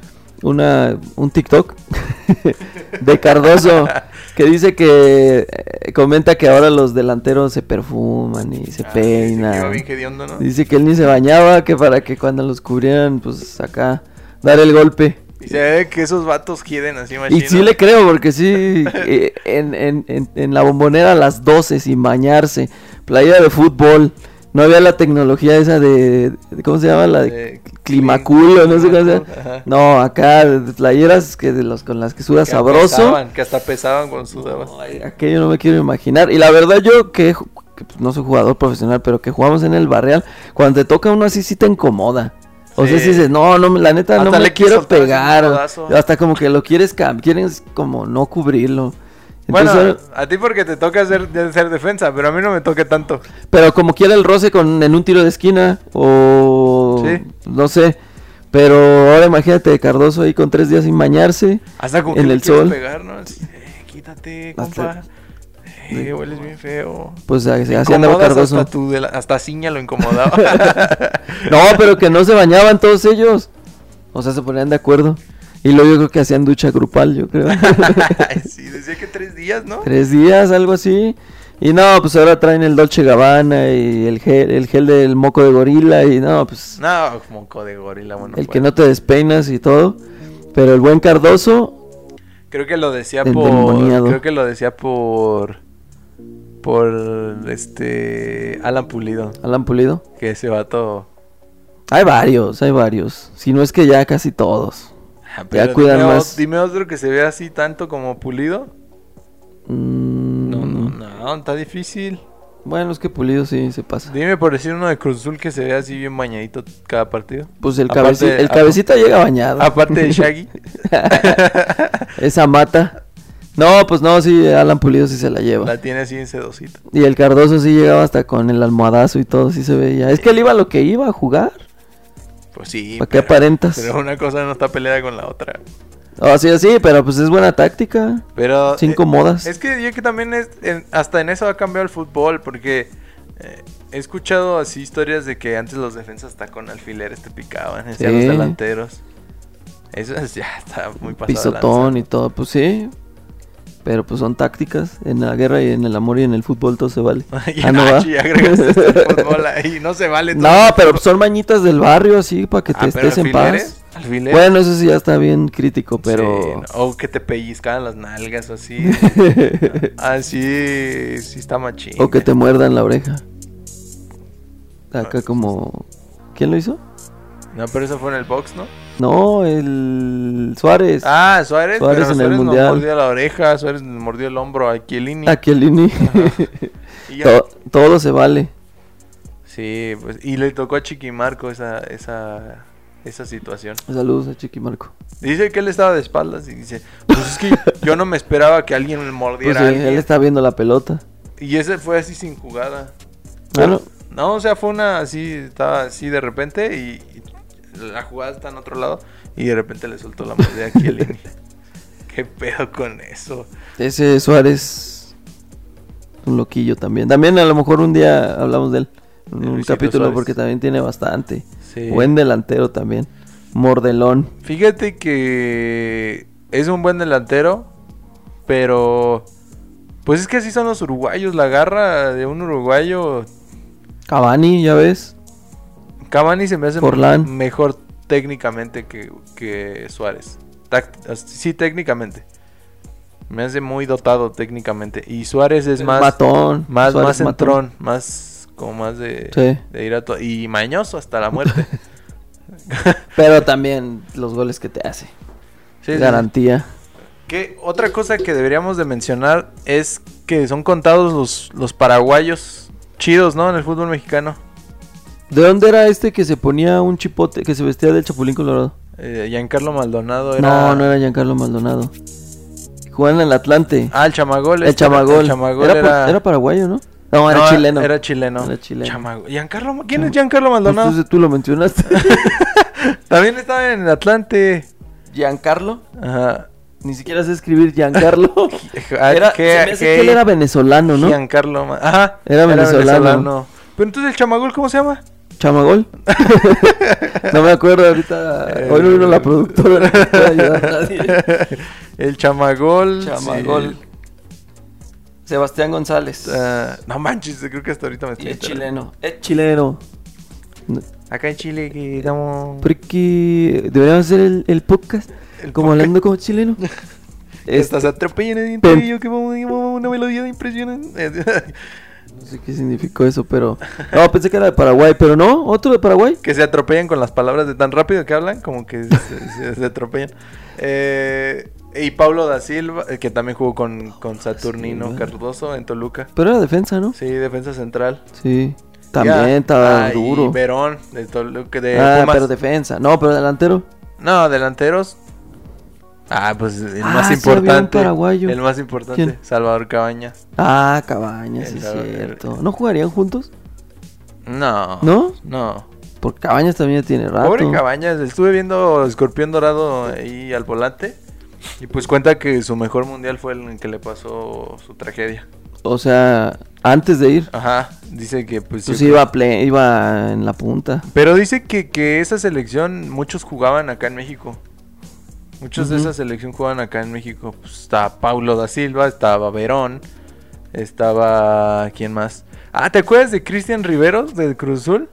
S2: Una, un TikTok de Cardoso que dice que eh, comenta que ahora los delanteros se perfuman y se
S1: Ah, dice que iba
S2: peinan.
S1: bien hediondo, ¿no?
S2: Dice que él ni se bañaba, que para que cuando los cubrieran, pues acá, dar el golpe.
S1: Y se ve que esos vatos quieren así
S2: Y
S1: machino.
S2: sí le creo, porque sí, eh, en, en- en- en la bombonera a las 12 sin bañarse, playa de fútbol, no había la tecnología esa de, de- ¿cómo se llama? La de
S1: Eh,
S2: climaculo, no sé qué sea.
S1: Ajá.
S2: No, acá, de- de playeras que de los, con las que sudas
S1: Que
S2: sabroso.
S1: pesaban, que hasta pesaban cuando sudabas.
S2: Ay, aquello no me quiero imaginar. Y la verdad yo que, he ju- que, pues, no soy jugador profesional, pero que jugamos en el barreal, cuando te toca uno así sí te incomoda. O sea,
S1: Sí.
S2: si dices, no, no, me- la neta
S1: Hasta le
S2: no le
S1: quieres
S2: quiero
S1: soltar así un
S2: pegar.
S1: codazo.
S2: Hasta como que lo quieres cam- quieres como no cubrirlo.
S1: Bueno,
S2: Entonces,
S1: a ti porque te toca ser, ser defensa, pero a mí no me toque tanto.
S2: pero como quiera el roce con en un tiro de esquina o
S1: Sí.
S2: no sé. Pero ahora imagínate Cardoso ahí con tres días sin bañarse.
S1: Hasta con
S2: En
S1: que le
S2: el
S1: quieres
S2: sol.
S1: pegar, ¿no? Así, eh, quítate,
S2: Hasta-
S1: compa. Eh, hueles bien feo.
S2: Pues a- así andaba
S1: Incomodas
S2: Cardoso.
S1: hasta, tu de la- hasta Ciña lo incomodaba.
S2: No, pero que no se bañaban todos ellos. O sea, se ponían de acuerdo. Y luego yo creo que hacían ducha grupal, yo creo.
S1: sí, decía que tres días, ¿no?
S2: Tres días, algo así. Y no, pues ahora traen el Dolce Gabbana y el gel, el gel del moco de gorila y no, pues
S1: No, moco de gorila, bueno.
S2: el
S1: pues.
S2: que no te despeinas y todo. Pero el buen Cardoso,
S1: Creo que lo decía
S2: Del
S1: por.
S2: demoniado.
S1: Creo que lo decía por. Por este. Alan Pulido.
S2: Alan Pulido.
S1: Que ese vato.
S2: Hay varios, hay varios. Si no es que ya casi todos.
S1: Ah, pero
S2: cuidan
S1: dime,
S2: más.
S1: o- Dime otro que se vea así tanto como Pulido.
S2: Mm,
S1: No, no, no, está difícil.
S2: Bueno, es que Pulido sí se pasa.
S1: Dime por decir uno de Cruz Azul que se vea así bien bañadito cada partido.
S2: Pues el,
S1: Aparte-
S2: cabeci- el
S1: apa-
S2: cabecita llega bañado.
S1: Aparte de Shaggy.
S2: Esa mata. No, pues no, sí, Alan Pulido sí se la lleva.
S1: la tiene así en sedosito.
S2: Y el Cardoso sí llegaba hasta con el almohadazo y todo, sí se veía. Es que él iba a lo que iba a jugar.
S1: Pues sí.
S2: ¿Para qué aparentas?
S1: Pero una cosa no está peleada con la otra.
S2: O sea, sí, pero pues es buena táctica.
S1: Pero.
S2: Se
S1: eh,
S2: incomodas.
S1: Es que yo que también es- en- hasta en eso ha cambiado el fútbol, porque eh, he escuchado así historias de que antes los defensas hasta con alfileres te picaban, hacia los
S2: Sí.
S1: delanteros. Eso es- ya está muy pasado. de
S2: Pisotón
S1: lanza.
S2: y todo, pues sí. Pero pues son tácticas. En la guerra y en el amor y en el fútbol todo se vale.
S1: Y
S2: Ah, no,
S1: ah,
S2: ¿va?
S1: sí, agregaste este fútbol ahí, no se vale. todo.
S2: No, pero pues, son mañitas del barrio, así, para que
S1: Ah,
S2: te
S1: pero
S2: estés en
S1: alfileres,
S2: paz.
S1: alfileres,
S2: Bueno, eso sí ya está bien crítico,
S1: sí,
S2: pero...
S1: no, O que te pellizcaban las nalgas o así. así, sí está machín.
S2: O que te muerdan la oreja.
S1: Ah.
S2: Acá como... ¿Quién lo hizo?
S1: No, pero eso fue en el box, ¿no?
S2: No, el Suárez.
S1: Ah, Suárez,
S2: Suárez
S1: pero
S2: en el
S1: Suárez nos
S2: Mundial. Ah,
S1: mordió la oreja, Suárez nos mordió el hombro a Chiellini.
S2: Aquilini.
S1: Y ya.
S2: todo, todo se vale.
S1: Sí, pues, y le tocó a Chiquimarco esa, esa, esa situación.
S2: Saludos a Chiqui Marco.
S1: Dice que él estaba de espaldas y dice, pues es que yo no me esperaba que alguien me
S2: Pues
S1: mordiera. a
S2: él,
S1: alguien".
S2: él está viendo la pelota.
S1: Y ese fue así sin jugada.
S2: Bueno,
S1: No, o sea, fue una así, estaba así de repente y, y la jugada está en otro lado y de repente le soltó la mordida a Chiellini. ¿Qué pedo con eso?
S2: ese Suárez. Un loquillo también. También a lo mejor un día hablamos de él. En
S1: De
S2: un
S1: Luisito
S2: capítulo
S1: Suárez.
S2: porque también tiene bastante.
S1: Sí.
S2: Buen delantero también. Mordelón.
S1: Fíjate que es un buen delantero, pero pues es que así son los uruguayos, la garra de un uruguayo.
S2: Cavani, ya ves.
S1: Cavani se me hace
S2: Forlán.
S1: mejor técnicamente que, que Suárez. Tact- as- sí, técnicamente. Me hace muy dotado técnicamente. Y Suárez es más
S2: Eh, matón.
S1: más más
S2: Suárez matón.
S1: centrón, más como más de,
S2: Sí.
S1: de ir a to- y mañoso hasta la muerte.
S2: Pero también los goles que te hace.
S1: Sí, sí, sí.
S2: Garantía.
S1: Que otra cosa que deberíamos de mencionar es que son contados los, los paraguayos chidos, ¿no? En el fútbol mexicano.
S2: ¿De dónde era este que se ponía un chipote, que se vestía del Chapulín Colorado?
S1: Eh, Giancarlo Maldonado era.
S2: No, no era Giancarlo Maldonado. Jugaba en el Atlante.
S1: Ah, el chamagol.
S2: el
S1: este,
S2: Chamagol.
S1: El chamagol
S2: era,
S1: era.
S2: por- era paraguayo, ¿no? No, era
S1: No,
S2: chileno.
S1: Era chileno.
S2: Era chileno.
S1: Chamagol. Giancarlo- ¿Quién
S2: Cham- Pues,
S1: es Giancarlo Maldonado?
S2: Entonces tú lo mencionaste.
S1: También estaba en el Atlante.
S2: Giancarlo.
S1: Ajá.
S2: Ni siquiera sé escribir Giancarlo.
S1: Ah,
S2: Era-
S1: ¿qué-
S2: se me hace
S1: qué-
S2: que él era venezolano, ¿no?
S1: Giancarlo. Ma- Ajá.
S2: Era venezolano.
S1: Pero entonces el chamagol, ¿cómo se llama?
S2: ¿Chamagol? no me acuerdo
S1: Eh,
S2: ahorita. Hoy no vino la productora. No puede ayudar a nadie.
S1: el chamagol.
S2: Chamagol.
S1: sí.
S2: Sebastián González.
S1: Ah, no manches, creo que hasta ahorita me
S2: y
S1: estoy.
S2: es
S1: enterando.
S2: chileno. Es chileno.
S1: Acá en Chile que estamos.
S2: Porque deberíamos hacer el, el podcast.
S1: El
S2: como
S1: podcast.
S2: hablando como chileno.
S1: Estas
S2: Este,
S1: atropellan en el
S2: Pen-
S1: cabello, que vamos, vamos, una melodía impresionante.
S2: no sé qué significó eso, pero. No, pensé que era de Paraguay, pero no, otro de Paraguay.
S1: que se atropellan con las palabras de tan rápido que hablan, como que se, se- se atropellan. Eh, y Pablo da Silva, eh, que también jugó con, con Saturnino
S2: Silva.
S1: Cardoso en Toluca.
S2: Pero era defensa, ¿no?
S1: Sí, defensa central.
S2: Sí. También
S1: Ya.
S2: estaba
S1: Ah, y
S2: duro.
S1: Verón, de Toluca, de
S2: ah,
S1: Pumas.
S2: pero defensa. No, pero delantero.
S1: No, delanteros. Ah, pues el
S2: Ah,
S1: más
S2: sí, había un
S1: importante.
S2: paraguayo.
S1: El más importante,
S2: ¿Quién?
S1: Salvador Cabañas.
S2: Ah, Cabañas, sí,
S1: El-
S2: es
S1: el-
S2: cierto. ¿No jugarían juntos?
S1: No.
S2: ¿No?
S1: No.
S2: Porque Cabañas también ya tiene rato.
S1: Ah. Pobre Cabañas, estuve viendo Escorpión Dorado ahí al volante. Y pues cuenta que su mejor mundial fue el en que le pasó su tragedia.
S2: O sea, antes de ir.
S1: Ajá, dice que pues...
S2: Pues
S1: yo-
S2: iba, a ple- iba en la punta.
S1: Pero dice que, que esa selección, muchos jugaban acá en México. Muchos de
S2: Ujú.
S1: esa selección jugaban acá en México. Pues, estaba Paulo da Silva, estaba Verón, estaba... ¿Quién más? Ah, ¿te acuerdas de Cristian Riveros del Cruzul?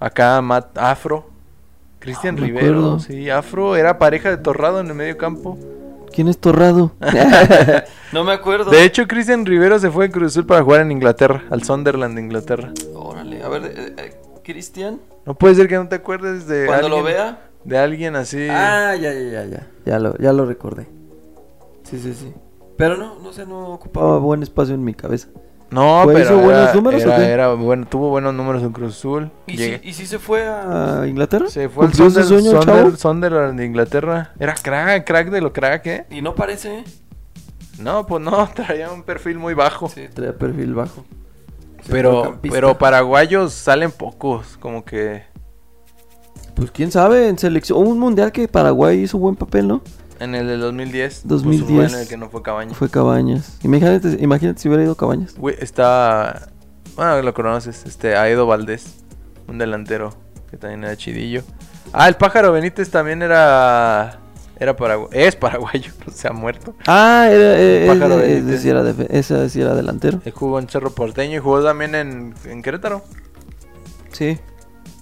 S1: Acá Matt Afro. Cristian
S2: No Ah, me acuerdo.
S1: Riveros, sí, Afro era pareja de Torrado en el medio campo.
S2: ¿Quién es Torrado? no me acuerdo.
S1: De hecho, Cristian Riveros se fue de Cruzul para jugar en Inglaterra, al Sunderland de Inglaterra.
S2: Órale, a ver, eh, Cristian,
S1: No puede ser que no te acuerdes eh, de alguien,
S2: vea.
S1: de alguien así.
S2: Ah, ya, ya, ya, ya. Ya lo, ya lo recordé. Sí, sí, sí. Pero no, no sé, no ocupaba buen espacio en mi cabeza.
S1: No,
S2: Pues,
S1: pero
S2: ¿hizo buenos
S1: era-
S2: números o
S1: era-
S2: qué?
S1: era bueno, tuvo buenos números en Cruz Azul. Llegué-
S2: se fue a Inglaterra?
S1: Se fue al
S2: ¿Cumplió su
S1: Sonder-
S2: sueño el
S1: Sonder-
S2: chavo?
S1: Sunderland de Inglaterra. Era crack, crack de lo crack, ¿eh?
S3: Y no parece, ¿eh?
S1: No, pues no, traía un perfil muy bajo.
S3: Sí.
S2: Traía perfil bajo.
S1: Oh. pero,
S3: Centrocampista.
S1: pero paraguayos salen pocos, como que
S2: Pues quién sabe, en selección. Hubo Un mundial que Paraguay hizo buen papel, ¿no?
S1: en el de 2010. pues,
S2: 2010.
S1: fue en el que no fue Cabaña.
S2: Fue Cabañas. Imagínate, imagínate si hubiera ido Cabañas.
S1: Güey, está. Bueno, lo conoces, este, Aedo Valdés, un delantero que también era chidillo. Ah, el pájaro Benítez también era. Era paraguayo. Es paraguayo, se ha muerto.
S2: Ah, era, eh,
S1: Pájaro
S2: ese-
S1: Benítez.
S2: ese sí era, defe- ese sí era delantero.
S1: Él jugó en Cerro Porteño y jugó también en, en Querétaro
S2: Sí.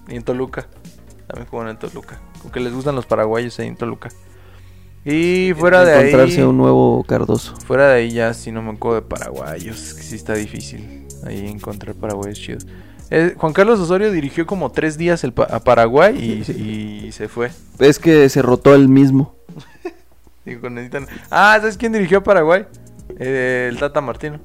S1: y en Toluca. También jugó en Toluca. Como que les gustan los paraguayos ahí en Toluca. Y fuera de
S2: encontrarse
S1: ahí.
S2: un nuevo Cardoso.
S1: Fuera de ahí ya sí no me acuerdo de paraguayos. Que sí está difícil ahí encontrar paraguayos chidos. Eh, Juan Carlos Osorio dirigió como tres días el pa- a Paraguay y, y se fue.
S2: Es que se rotó el mismo.
S1: Digo, "Con- necesitan... Ah, ¿sabes quién dirigió a Paraguay? Eh, el Tata Martino.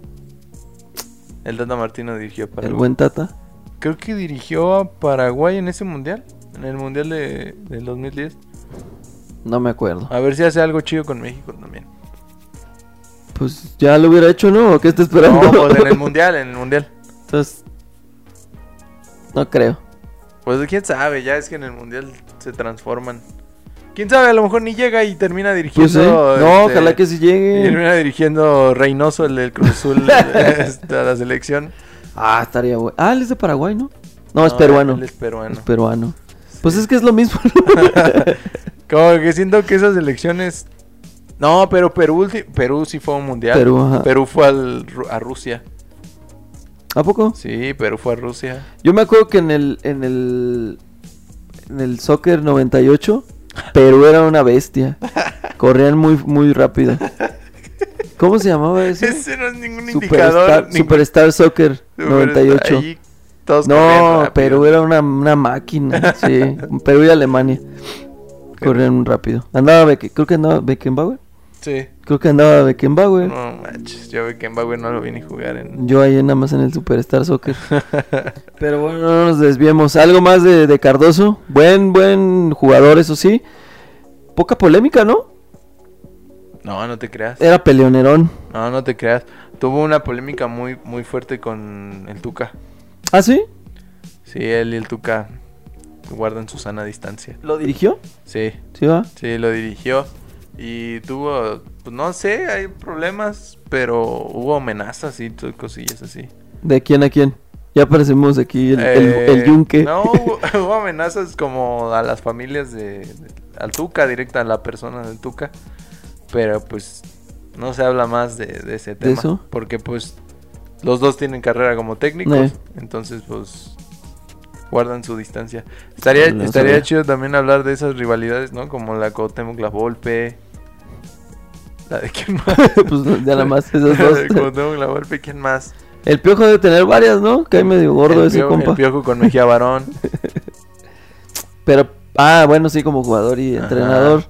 S1: El Tata Martino dirigió a Paraguay.
S2: El buen Tata.
S1: Creo que dirigió a Paraguay en ese mundial. En el mundial de, del 2010.
S2: No me acuerdo.
S1: A ver si hace algo chido con México también.
S2: Pues ya lo hubiera hecho, ¿no? ¿O ¿Qué está esperando?
S1: No, pues en el mundial, en el mundial.
S2: Entonces. No creo.
S1: Pues quién sabe, ya es que en el mundial se transforman. Quién sabe, a lo mejor ni llega y termina
S2: Pues,
S1: dirigiendo.
S2: ¿eh? No,
S1: este,
S2: ojalá que sí llegue.
S1: Termina dirigiendo Reynoso, el del Cruz Azul, este, a la selección.
S2: Ah, estaría bueno. Ah, él es de Paraguay, ¿no? No, es
S1: No,
S2: peruano.
S1: él es peruano.
S2: Es peruano. Pues es que es lo mismo.
S1: Como que siento que esas elecciones. No, pero Perú, ulti- Perú sí fue a un mundial.
S2: Perú, ajá.
S1: Perú fue al Ru- a Rusia.
S2: ¿A poco?
S1: Sí, Perú fue a Rusia.
S2: Yo me acuerdo que en el en el en el soccer 98 Perú era una bestia. Corrían muy muy rápido. ¿Cómo se llamaba ese?
S1: Ese no es ningún
S2: Superstar,
S1: indicador. ningún-
S2: Superstar Soccer
S1: Super-
S2: 98.
S1: ahí todos corrían
S2: No,
S1: rápido.
S2: Perú era una, una máquina, sí. Perú y Alemania corrían rápido. Andaba Beck- creo que andaba Beckenbauer
S1: Sí.
S2: Creo que andaba Beckenbauer.
S1: No manches, yo a Beckenbauer no lo vi ni jugar en.
S2: Yo ahí nada más en el Superstar Soccer. Pero bueno, no nos desviemos. Algo más de, de Cardoso. Buen, buen jugador, eso sí. Poca polémica, ¿no?
S1: No, no te creas.
S2: Era peleonerón.
S1: No, no te creas. Tuvo una polémica muy, muy fuerte con el Tuca.
S2: ¿Ah, sí?
S1: Sí, él y el Tuca guardan su sana distancia.
S2: ¿Lo dirigió?
S1: Sí,
S2: Sí, va.
S1: sí, lo dirigió. Y tuvo, pues no sé, hay problemas, pero hubo amenazas y tu- cosillas así.
S2: ¿De quién a quién? Ya aparecemos aquí el, el-
S1: Eh,
S2: el yunque.
S1: No, hubo, hubo amenazas como a las familias de, de- al Tuca, directa a la persona del Tuca. Pero pues no se habla más de, de ese tema.
S2: eso?
S1: Porque pues los dos tienen carrera como técnicos.
S2: Eh.
S1: Entonces pues guardan su distancia. Estaría,
S2: No
S1: estaría
S2: sabía.
S1: chido también hablar de esas rivalidades, ¿no? Como la Cuauhtémoc, la Volpe. La de quién más.
S2: pues ya nada más esas dos.
S1: Cuauhtémoc, la Volpe, ¿quién más?
S2: El piojo debe tener varias, ¿no? Cae medio gordo
S1: El
S2: ese
S1: Piojo-
S2: compa.
S1: El piojo con Mejía Barón.
S2: Pero, ah, bueno, sí, como jugador y
S1: Ajá.
S2: entrenador.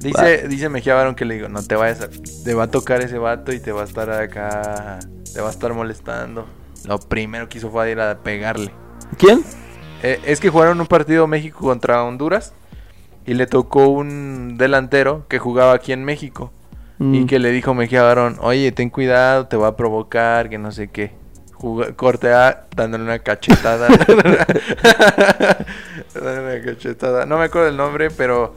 S1: Dice, dice Mejía Barón que le digo, no te vayas a... Te va a tocar ese vato y te va a estar acá... Te va a estar molestando. Lo primero que hizo fue ir a pegarle.
S2: ¿Quién?
S1: Eh, es que jugaron un partido México contra Honduras. Y le tocó un delantero que jugaba aquí en México. Y
S2: Mm.
S1: que le dijo Mejía Barón, oye, ten cuidado, te va a provocar, que no sé qué. Juga- corte A, dándole una cachetada. dándole una cachetada. No me acuerdo el nombre, pero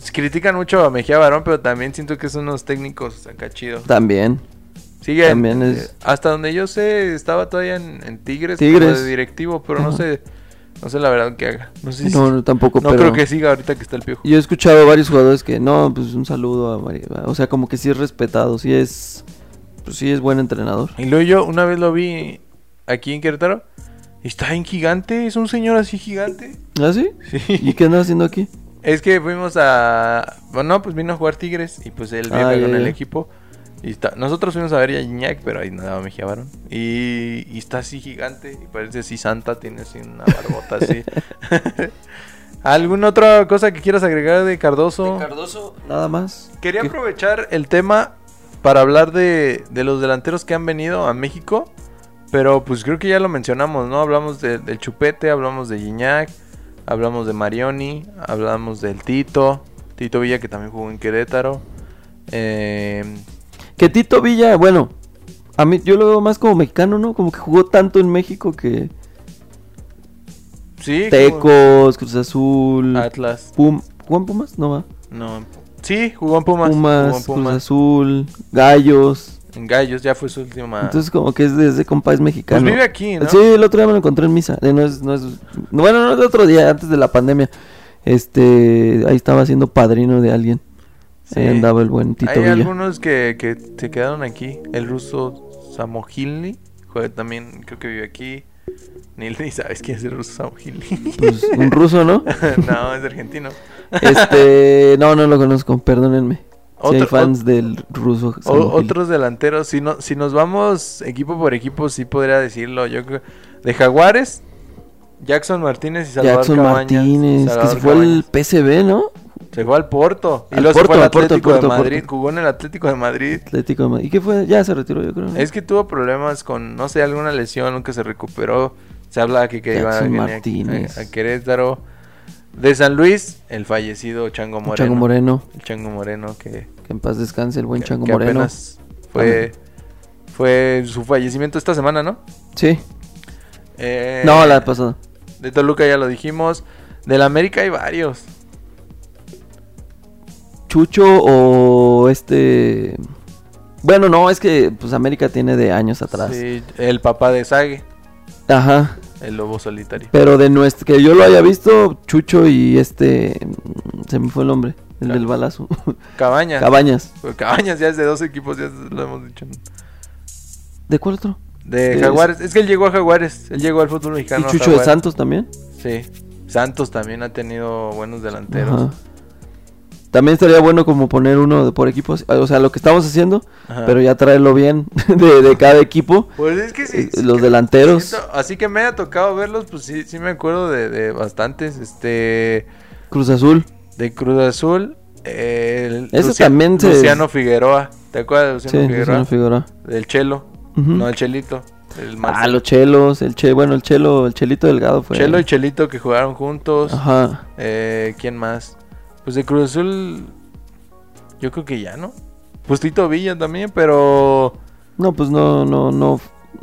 S1: s- critican mucho a Mejía Barón, pero también siento que son unos técnicos acá chidos.
S2: También.
S1: Sigue,
S2: también es-
S1: eh, hasta donde yo sé, estaba todavía en, en Tigres, como
S2: Tigres.
S1: de directivo, pero no
S2: Ajá.
S1: sé, no sé la verdad que haga. No sé si-
S2: No, no, tampoco,
S1: no
S2: pero...
S1: creo que siga ahorita que está el piojo.
S2: Yo he escuchado a varios jugadores que, no, pues un saludo a Mari- O sea, como que sí es respetado, sí es... Pues sí es buen entrenador.
S1: Y luego yo una vez lo vi aquí en Querétaro. y Está bien gigante, es un señor así gigante.
S2: ¿Ah, sí? ¿Y
S1: Sí.
S2: qué anda haciendo aquí?
S1: Es que fuimos a. Bueno, no, pues vino a jugar Tigres y pues él vive
S2: Ah, ya,
S1: con el
S2: ya.
S1: equipo. Y está... Nosotros fuimos a ver a Iñak, pero ahí nada, me llevaron. Y... y está así gigante y parece así santa, tiene así una barbota así. ¿Alguna otra cosa que quieras agregar de Cardoso?
S2: Cardoso, nada más.
S1: Quería
S2: ¿Qué?
S1: aprovechar el tema para hablar de, de los delanteros que han venido a México. Pero pues creo que ya lo mencionamos, ¿no? Hablamos de- del Chupete, hablamos de Gignac, hablamos de Marioni, hablamos del Tito, Tito Villa que también jugó en Querétaro. Eh,
S2: Que Tito Villa, bueno, a mí yo lo veo más como mexicano, ¿no? Como que jugó tanto en México que
S1: sí, jugó
S2: Tecos, Cruz Azul,
S1: en Atlas.
S2: Pum, ¿jugó en Pumas? No va.
S1: No, en Pu- sí, jugó en Pumas.
S2: Pumas,
S1: jugó en
S2: Cruz
S1: Pumas.
S2: Azul, Gallos.
S1: En Gallos, ya fue su última.
S2: Entonces como que es de ese compa es
S1: pues
S2: mexicano.
S1: vive aquí, ¿no?
S2: Sí, el otro día me lo encontré en misa. Eh, no es, no es, no, bueno, no es el otro día, antes de la pandemia. Este, ahí estaba siendo padrino de alguien.
S1: Sí.
S2: Ahí andaba el buen Tito
S1: Hay
S2: Villa.
S1: algunos que, que se quedaron aquí. El ruso Samohilny, juega también, creo que vive aquí. Ni, ni sabes quién es el ruso Samohilny.
S2: Pues, un ruso, ¿no?
S1: no, es argentino.
S2: Este, no, no lo conozco, perdónenme. Si hay
S1: Otro-
S2: fans del ruso.
S1: o-
S2: Samuel Hill.
S1: otros delanteros, si, no, si nos vamos equipo por equipo, sí podría decirlo. Yo creo de Jaguares, Jackson Martínez y Salvador
S2: Jackson
S1: Cabañas.
S2: Martínez, que
S1: Salvador
S2: se fue
S1: Cabañas.
S2: al PSV, ¿no?
S1: Se fue al Porto. Y
S2: Al
S1: luego se fue
S2: Porto,
S1: al
S2: al Porto,
S1: Atlético
S2: al
S1: de
S2: Porto, al
S1: Madrid.
S2: Porto.
S1: Jugó en el Atlético de Madrid.
S2: Atlético de Madrid. ¿Y qué fue? Ya se retiró, yo creo. ¿no?
S1: Es que tuvo problemas con, no sé, alguna lesión, nunca se recuperó. Se habla que, que iba a,
S2: Jackson
S1: venir a-
S2: Martínez.
S1: a- a Querétaro. De San Luis, el fallecido Chango Moreno.
S2: Chango Moreno.
S1: El Chango Moreno que,
S2: Que en paz descanse el buen
S1: que-
S2: Chango
S1: que
S2: Moreno.
S1: apenas fue, fue su fallecimiento esta semana, ¿no?
S2: Sí.
S1: Eh,
S2: No, la pasada.
S1: De Toluca ya lo dijimos. Del América hay varios.
S2: Chucho o este. Bueno, no, es que pues América tiene de años atrás.
S1: Sí, el papá de Sague,
S2: Ajá.
S1: el lobo solitario.
S2: Pero de nuestro. Que yo lo haya visto, Chucho y este. mm, Se me fue el nombre. El
S1: Claro.
S2: del balazo.
S1: Cabañas.
S2: Cabañas.
S1: Pero Cabañas ya es de dos equipos, ya lo hemos dicho.
S2: ¿De cuál otro?
S1: De
S2: Es-
S1: Jaguares. Es que él llegó a Jaguares. Él llegó al fútbol mexicano.
S2: Y
S1: a
S2: Chucho de
S1: Jaguares.
S2: Santos también.
S1: Sí. Santos también ha tenido buenos
S2: Ajá.
S1: delanteros.
S2: También estaría bueno como poner uno de por equipos. ah, O sea, lo que estamos haciendo,
S1: Ajá.
S2: pero ya traerlo bien de, de cada equipo.
S1: Pues es que sí.
S2: Eh,
S1: sí
S2: los
S1: que-
S2: delanteros.
S1: siento- así que me ha tocado verlos, pues sí, sí me acuerdo de, de bastantes. Este.
S2: Cruz Azul.
S1: De Cruz Azul. El
S2: Eso
S1: Lucia-
S2: también se-
S1: Luciano Figueroa. ¿Te acuerdas de Luciano
S2: Sí,
S1: Figueroa?
S2: Luciano Figueroa.
S1: Del Chelo.
S2: Ujú.
S1: No, el Chelito. El
S2: Ah,
S1: Marcelo.
S2: los chelos, el che, bueno, el chelo, el chelito delgado fue.
S1: Chelo y Chelito que jugaron juntos.
S2: Ajá.
S1: Eh, ¿Quién más? Pues de Cruz Azul. Yo creo que ya, ¿no? Pues Tito Villa también, pero.
S2: No, pues no, no, no,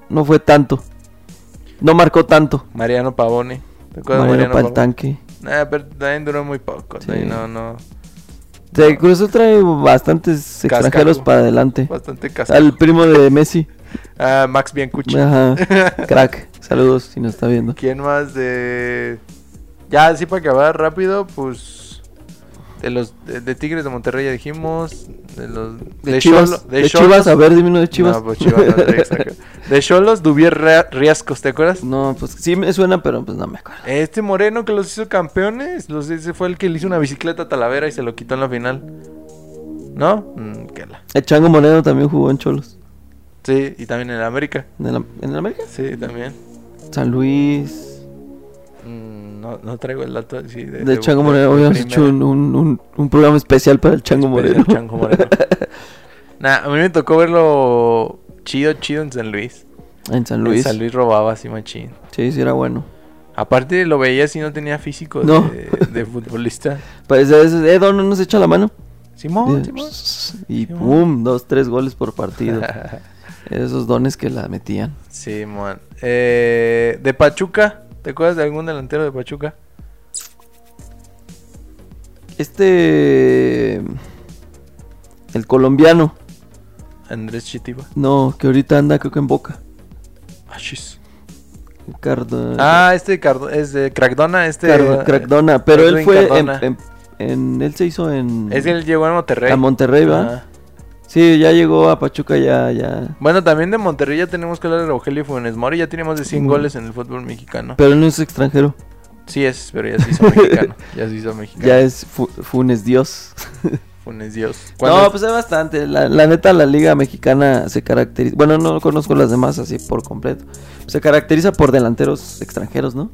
S2: no fue tanto. No marcó tanto.
S1: Mariano Pavone. ¿Te acuerdas de
S2: Mariano
S1: Mariano
S2: para el
S1: Pavone?
S2: tanque.
S1: Nah, pero también duró muy poco.
S2: Sí.
S1: también No, no.
S2: O sea, Cruz Azul trae bastantes extranjeros para adelante.
S1: Bastante casado.
S2: Al primo de Messi.
S1: Ah, Max Biancucci.
S2: Ajá. Crack. Saludos si nos está viendo.
S1: ¿Quién más de.? Ya, así para acabar rápido, pues. De los de, de Tigres de Monterrey ya dijimos. De los.
S2: De, Chivas.
S1: Xolo-
S2: de,
S1: Xolos-
S2: Chivas, a ver, dime uno de Chivas.
S1: No, pues Chivas no, de extranjero. De Cholos, Dubier Ra- Riascos, ¿te acuerdas?
S2: No, pues sí me suena, pero pues no me acuerdo.
S1: Este Moreno que los hizo campeones, los, ese fue el que le hizo una bicicleta a Talavera y se lo quitó en la final. ¿No? Mm, que la-
S2: El Chango Moreno también jugó en Cholos.
S1: Sí, y también en América.
S2: ¿En el, en el América?
S1: Sí, también.
S2: San Luis.
S1: Mm, no, no traigo el dato así de,
S2: Del Chango Moreno.
S1: de
S2: Habíamos
S1: primera.
S2: hecho un, un- un- un programa especial para el Chango
S1: Especial
S2: Moreno.
S1: Chango Moreno. Nah, a mí me tocó verlo chido, chido en San Luis.
S2: en San
S1: En
S2: Luis.
S1: San Luis robaba así machín.
S2: Sí, sí, era bueno.
S1: Aparte lo veía así, no tenía físico de-
S2: No.
S1: de, futbolista.
S2: Parece a veces, eh, Don, ¿no nos echa la mano?
S1: Simón,
S2: Eh,
S1: Simón.
S2: Y
S1: Simón.
S2: pum, dos, tres goles por partido. Esos dones que la metían.
S1: Simón. Eh, de Pachuca, ¿te acuerdas de algún delantero de Pachuca?
S2: Este. El colombiano.
S1: Andrés Chitiba.
S2: No, que ahorita anda, creo que en Boca.
S1: Ah, shis.
S2: Cardo-
S1: Ah, este Cardo- es de Crackdona, este.
S2: Cardo- Crackdona. Pero él
S1: Edwin
S2: fue. En,
S1: Cardona.
S2: en- en- él se hizo en.
S1: Es que él llegó a Monterrey.
S2: a Monterrey, ¿verdad?
S1: Ah.
S2: Sí, ya llegó a Pachuca, ya, ya.
S1: Bueno, también de Monterrey ya tenemos que hablar de Rogelio Funes Mori. Ya tiene más de 100
S2: Mm.
S1: goles en el fútbol mexicano.
S2: Pero él no es extranjero.
S1: Sí es, pero ya se hizo mexicano. ya se hizo mexicano.
S2: Ya es fu- Funes Dios.
S1: Funes Dios. ¿Cuándo
S2: No,
S1: es?
S2: pues hay bastante. La, la neta, la liga mexicana se caracteriza. Bueno, no conozco las demás así por completo. Se caracteriza por delanteros extranjeros, ¿no?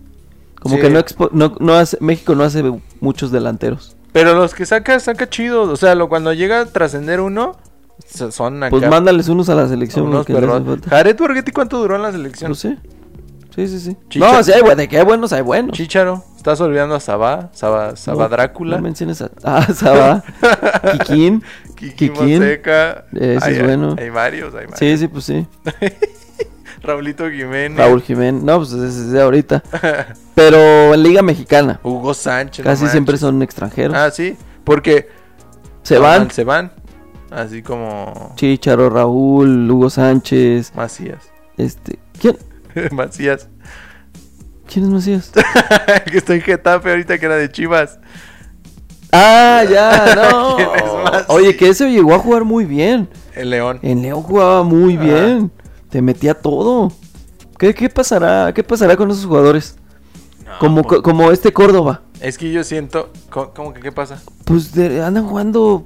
S2: Como
S1: Sí.
S2: que no, expo- no, no hace, México no hace muchos delanteros.
S1: Pero los que saca, saca chido. O sea, lo, cuando llega a trascender uno, so- son acá.
S2: Pues mándales unos a la selección.
S1: unos
S2: lo que les hace
S1: perros.
S2: falta. Pues
S1: Jared Borghetti, ¿cuánto duró en la selección?
S2: No sé. Sí, sí, sí.
S1: Chicha-
S2: No, sí, hay, bu- de que hay buenos, hay buenos.
S1: Chicharo, estás olvidando a Sabá, Sabá, Sabá
S2: No,
S1: Drácula.
S2: No menciones a. Ah, Sabá. Kikín.
S1: Kiki
S2: Kikín.
S1: Fonseca.
S2: Ese es
S1: Ay, ay,
S2: bueno.
S1: Hay varios, hay varios.
S2: Sí, sí, pues sí.
S1: Raulito Jiménez.
S2: Raúl Jiménez. No, pues ese es de ahorita. Pero en Liga Mexicana.
S1: Hugo Sánchez.
S2: Casi
S1: no
S2: siempre
S1: manches.
S2: son extranjeros.
S1: Ah, sí, porque
S2: se van.
S1: Se van. Así como
S2: Chicharo, Raúl, Hugo Sánchez,
S1: Macías.
S2: este... ¿Quién?
S1: Macías.
S2: ¿Quién es Macías?
S1: que está en Getafe ahorita que era de Chivas.
S2: ¡Ah, ya! ¡No!
S1: ¿Quién es Macías?
S2: Oye, que ese llegó a jugar muy bien.
S1: El León.
S2: En León jugaba muy
S1: Ajá.
S2: bien. Te metía todo. ¿Qué, qué pasará? ¿Qué pasará con esos jugadores?
S1: No,
S2: Como,
S1: pues,
S2: co- como este Córdoba.
S1: Es que yo siento. co- ¿Cómo que qué pasa?
S2: Pues de- andan jugando...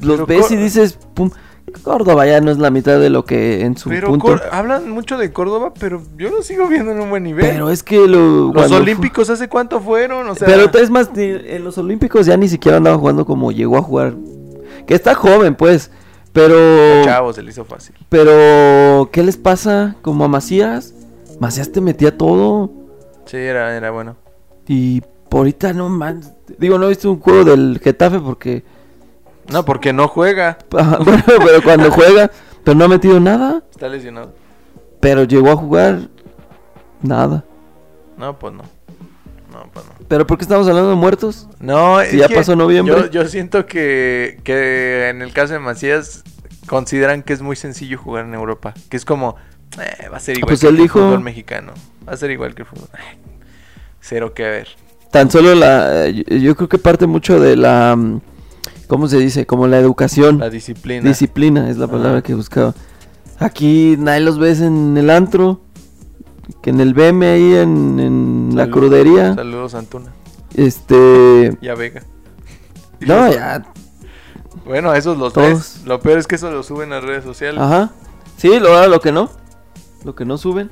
S2: Los
S1: Pero
S2: ves
S1: Cor-
S2: y dices... Pum, Córdoba ya no es la mitad de lo que en su
S1: Pero
S2: punto.
S1: Cor- hablan mucho de Córdoba, pero yo lo sigo viendo en un buen nivel.
S2: Pero es que lo,
S1: Los
S2: cuando fu-
S1: olímpicos hace cuánto fueron, o sea,
S2: Pero es más, ni- en los Olímpicos ya ni siquiera andaba jugando como llegó a jugar. Que está joven, pues. Pero.
S1: chavo se le hizo fácil.
S2: Pero. ¿Qué les pasa? Como a Macías. Macías te metía todo.
S1: Sí, era, era bueno.
S2: Y por ahorita no man. Digo, no he visto un juego del Getafe porque.
S1: No, porque no juega,
S2: Ajá, bueno, pero cuando juega. Pero no ha metido nada.
S1: está lesionado.
S2: Pero llegó a jugar. Nada.
S1: No, pues no. No, pues no.
S2: ¿Pero por qué estamos hablando de muertos?
S1: No,
S2: Si ya pasó noviembre.
S1: Yo, yo siento que, que en el caso de Macías consideran que es muy sencillo jugar en Europa, que es como eh, va a ser igual
S2: pues
S1: que
S2: él
S1: el
S2: dijo-
S1: fútbol mexicano, va a ser igual que el fútbol. Ay, cero que ver.
S2: Tan solo la. Yo, yo creo que parte mucho de la. mm, ¿Cómo se dice? Como la educación.
S1: La disciplina.
S2: Disciplina es la
S1: Ajá.
S2: palabra que buscaba. Aquí nadie los ves en el antro, que en el BM ahí en, en la
S1: Saludos-
S2: crudería.
S1: Saludos Antuna
S2: Este.
S1: y a Vega.
S2: No, ya.
S1: Bueno, a esos los
S2: Todos.
S1: tres. Lo peor es que eso lo suben a redes sociales.
S2: Ajá. Sí, lo, lo que no. Lo que no suben.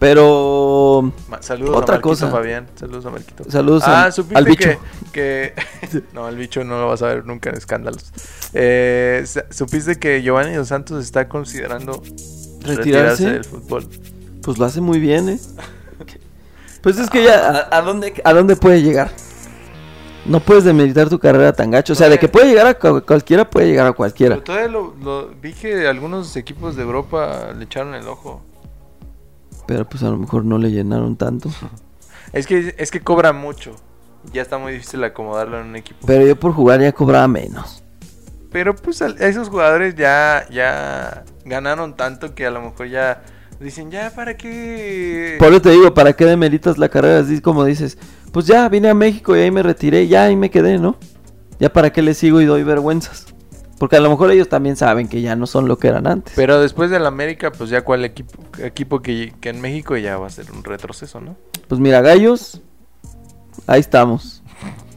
S2: Pero.
S1: Ma- Saludos
S2: Otra
S1: a Marquito
S2: cosa.
S1: Fabián. Saludos a Marquito.
S2: Saludos
S1: ah,
S2: al-
S1: supiste
S2: al bicho.
S1: Que, que- No, el bicho no lo vas a ver nunca en escándalos. Eh, sa- supiste que Giovanni Dos Santos está considerando
S2: ¿Retirarse?
S1: retirarse del fútbol.
S2: Pues lo hace muy bien, ¿eh? Pues es que ya, ¿a, a dónde, ¿a dónde puede llegar? No puedes demeritar tu carrera tan gacho. O sea, de que puede llegar a cu- cualquiera, puede llegar a cualquiera.
S1: Pero todavía lo, lo- vi que algunos equipos de Europa le echaron el ojo.
S2: Pero pues a lo mejor no le llenaron tanto.
S1: Es que, es que cobra mucho. Ya está muy difícil acomodarlo en un equipo.
S2: Pero yo por jugar ya cobraba menos.
S1: Pero pues al- esos jugadores ya, ya ganaron tanto que a lo mejor ya dicen, ya para qué.
S2: Por eso te digo, ¿para qué demeritas la carrera? Así como dices, pues ya vine a México y ahí me retiré, ya ahí me quedé, ¿no? Ya para qué le sigo y doy vergüenzas. Porque a lo mejor ellos también saben que ya no son lo que eran antes.
S1: Pero después del América, pues ya cuál equipo, equipo que, que en México ya va a ser un retroceso, ¿no?
S2: Pues mira, gallos, ahí estamos.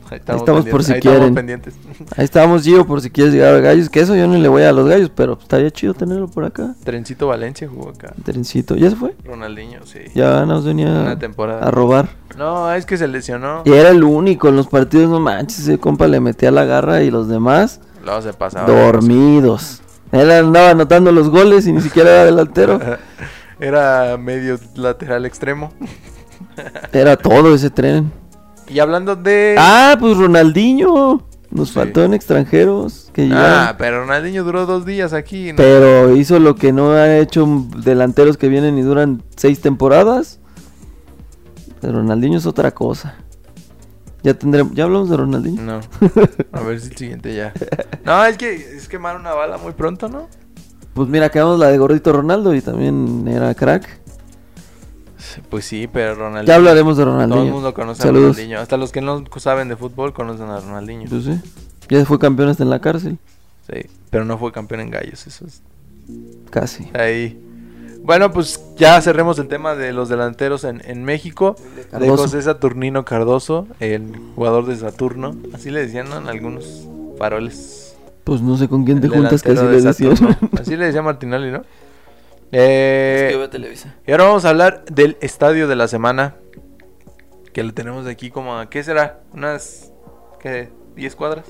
S1: Ahí
S2: estamos
S1: pendientes-
S2: por si
S1: ahí estamos
S2: quieren.
S1: pendientes.
S2: Ahí estamos, Gio, por si quieres llegar a gallos. Que eso yo no le voy a los gallos, pero estaría chido tenerlo por acá.
S1: Trencito Valencia jugó acá.
S2: Terencito, ¿ya se fue?
S1: Ronaldinho, sí.
S2: Ya nos venía
S1: Una temporada.
S2: a robar.
S1: No, es que se lesionó.
S2: Y era el único en los partidos, no manches, ese compa le metía la garra y los demás
S1: Luego se pasaba.
S2: dormidos. Él andaba anotando los goles y ni siquiera era delantero.
S1: Era medio lateral extremo.
S2: Era todo ese tren.
S1: Y hablando de.
S2: Ah, pues Ronaldinho. Nos
S1: Sí.
S2: faltó en extranjeros. Que
S1: Ah,
S2: ya...
S1: pero Ronaldinho duró dos días aquí. ¿no?
S2: Pero hizo lo que no han hecho delanteros que vienen y duran seis temporadas. Pero Ronaldinho es otra cosa. Ya tendremos, ya hablamos de Ronaldinho.
S1: No. A ver si el siguiente ya. No, es que es quemar una bala muy pronto, ¿no?
S2: Pues mira, acabamos la de Gordito Ronaldo y también era crack.
S1: Pues sí, pero Ronaldinho.
S2: Ya hablaremos de Ronaldinho.
S1: Todo el mundo conoce
S2: Saludos. Pues
S1: a Ronaldinho. Hasta los que no saben de fútbol conocen a Ronaldinho.
S2: Yo sé. Ya fue campeón hasta en la cárcel.
S1: Sí, pero no fue campeón en Gallos, eso es.
S2: Casi.
S1: Ahí. Bueno, pues ya cerremos el tema de los delanteros en, en México. De
S2: Cardoso.
S1: José Saturnino Cardoso, el jugador de Saturno. Así le decían ¿no? en algunos faroles.
S2: Pues no sé con quién te
S1: El
S2: juntas que así
S1: delantero
S2: le
S1: de
S2: decían.
S1: Saturno. Así le decía Martinelli, ¿no? Eh,
S2: Televisa.
S1: y ahora vamos a hablar del estadio de la semana. Que lo tenemos de aquí como a, ¿qué será? Unas, ¿qué? ¿10 cuadras?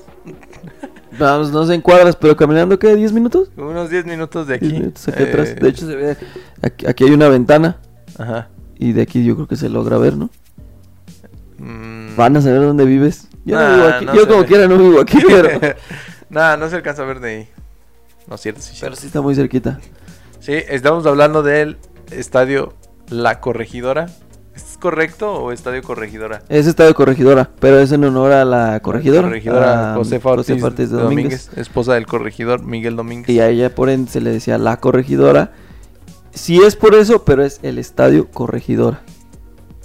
S2: Vamos, no sé en cuadras, pero caminando, ¿qué? ¿10 minutos?
S1: Como unos 10 minutos de aquí.
S2: 10 minutos aquí
S1: Eh,
S2: atrás. De hecho, se ve. Aquí, aquí hay una ventana.
S1: Ajá.
S2: Y de aquí yo creo que se logra ver, ¿no?
S1: Mm.
S2: Van a saber dónde vives. Yo no
S1: Nah,
S2: vivo aquí.
S1: Ah, no
S2: yo
S1: se
S2: como
S1: ve.
S2: quiera no vivo aquí, pero,
S1: Nada, no se alcanza a ver de ahí. No es cierto, sí.
S2: pero
S1: cierto.
S2: sí está muy cerquita.
S1: Sí, estamos hablando del estadio La Corregidora. ¿Es correcto o estadio Corregidora?
S2: Es estadio corregidora, pero es en honor a la corregidora.
S1: Corregidora
S2: a
S1: Josefa Ortiz,
S2: ah, Ortiz de
S1: de
S2: Domínguez.
S1: Domínguez, esposa del corregidor Miguel Domínguez.
S2: Y a ella por ende se le decía la corregidora. Sí es por eso, pero es el estadio corregidora.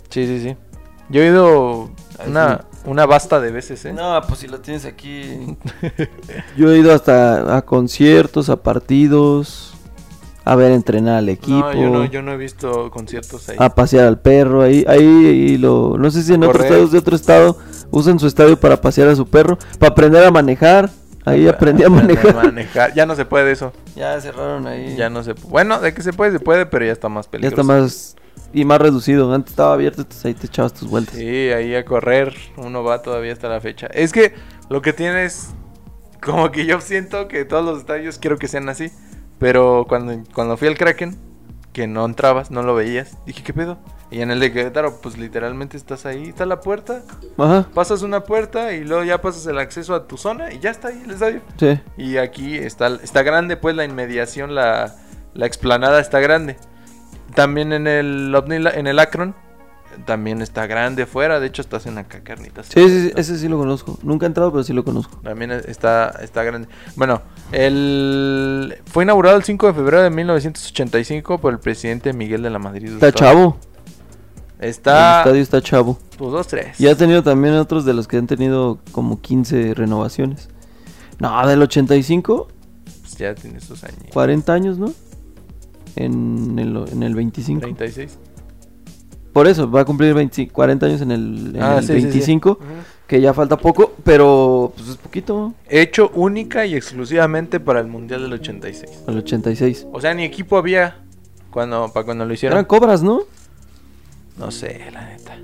S1: Sí, sí, sí. Yo he ido
S2: Ay,
S1: una, una basta de veces, ¿eh?
S2: No, pues si lo tienes aquí. Yo he ido hasta a conciertos, a partidos, a ver entrenar al equipo. Ah,
S1: No, yo no, yo no he visto conciertos ahí.
S2: a pasear al perro ahí ahí y lo no sé si en otros
S1: Correr.
S2: estados de otro estado usan su estadio para pasear a su perro para aprender a manejar ahí aprendí a
S1: Aprendí
S2: manejar
S1: manejar. Ya no se puede eso.
S2: ya cerraron ahí
S1: Ya no se pu- Bueno, de que se puede, se puede, pero ya está más
S2: ya
S1: peligroso.
S2: está más y más reducido antes estaba abierto entonces ahí te echabas tus vueltas
S1: Sí, ahí a correr. Uno va todavía hasta la fecha. Es que lo que tienes. Como que yo siento que todos los estadios quiero que sean así. Pero cuando, cuando fui al Kraken, que no entrabas, no lo veías, dije, ¿qué pedo? Y en el de Querétaro, pues literalmente estás ahí, está la puerta,
S2: ajá
S1: pasas una puerta y luego ya pasas el acceso a tu zona y ya está ahí el estadio.
S2: sí
S1: Y aquí está, está grande, pues la inmediación, la, la explanada está grande. También en el Omnila- en el Akron, también está grande fuera. De hecho, estás en acá carnitas.
S2: sí, sí, sí, ese sí lo conozco nunca he entrado pero sí lo conozco
S1: También está, está grande. Bueno, el, fue inaugurado el 5 de febrero de 1985 por el presidente Miguel de la Madrid.
S2: está chavo el
S1: Está.
S2: estadio está chavo
S1: Pues dos, tres.
S2: Y ha tenido también otros de los que han tenido como 15 renovaciones. No, del 85,
S1: Pues ya tiene sus años.
S2: 40 años, ¿no? En el, en el 25.
S1: 36.
S2: Por eso, va a cumplir 25 40 años en el, en
S1: Ah,
S2: el
S1: sí, sí, sí.
S2: 25,
S1: Ujú.
S2: que ya falta poco, pero pues es poquito,
S1: Hecho única y exclusivamente para el Mundial del 86.
S2: al 86.
S1: O sea, ni equipo había cuando, para cuando lo hicieron.
S2: Eran cobras, ¿no?
S1: No sé, la neta.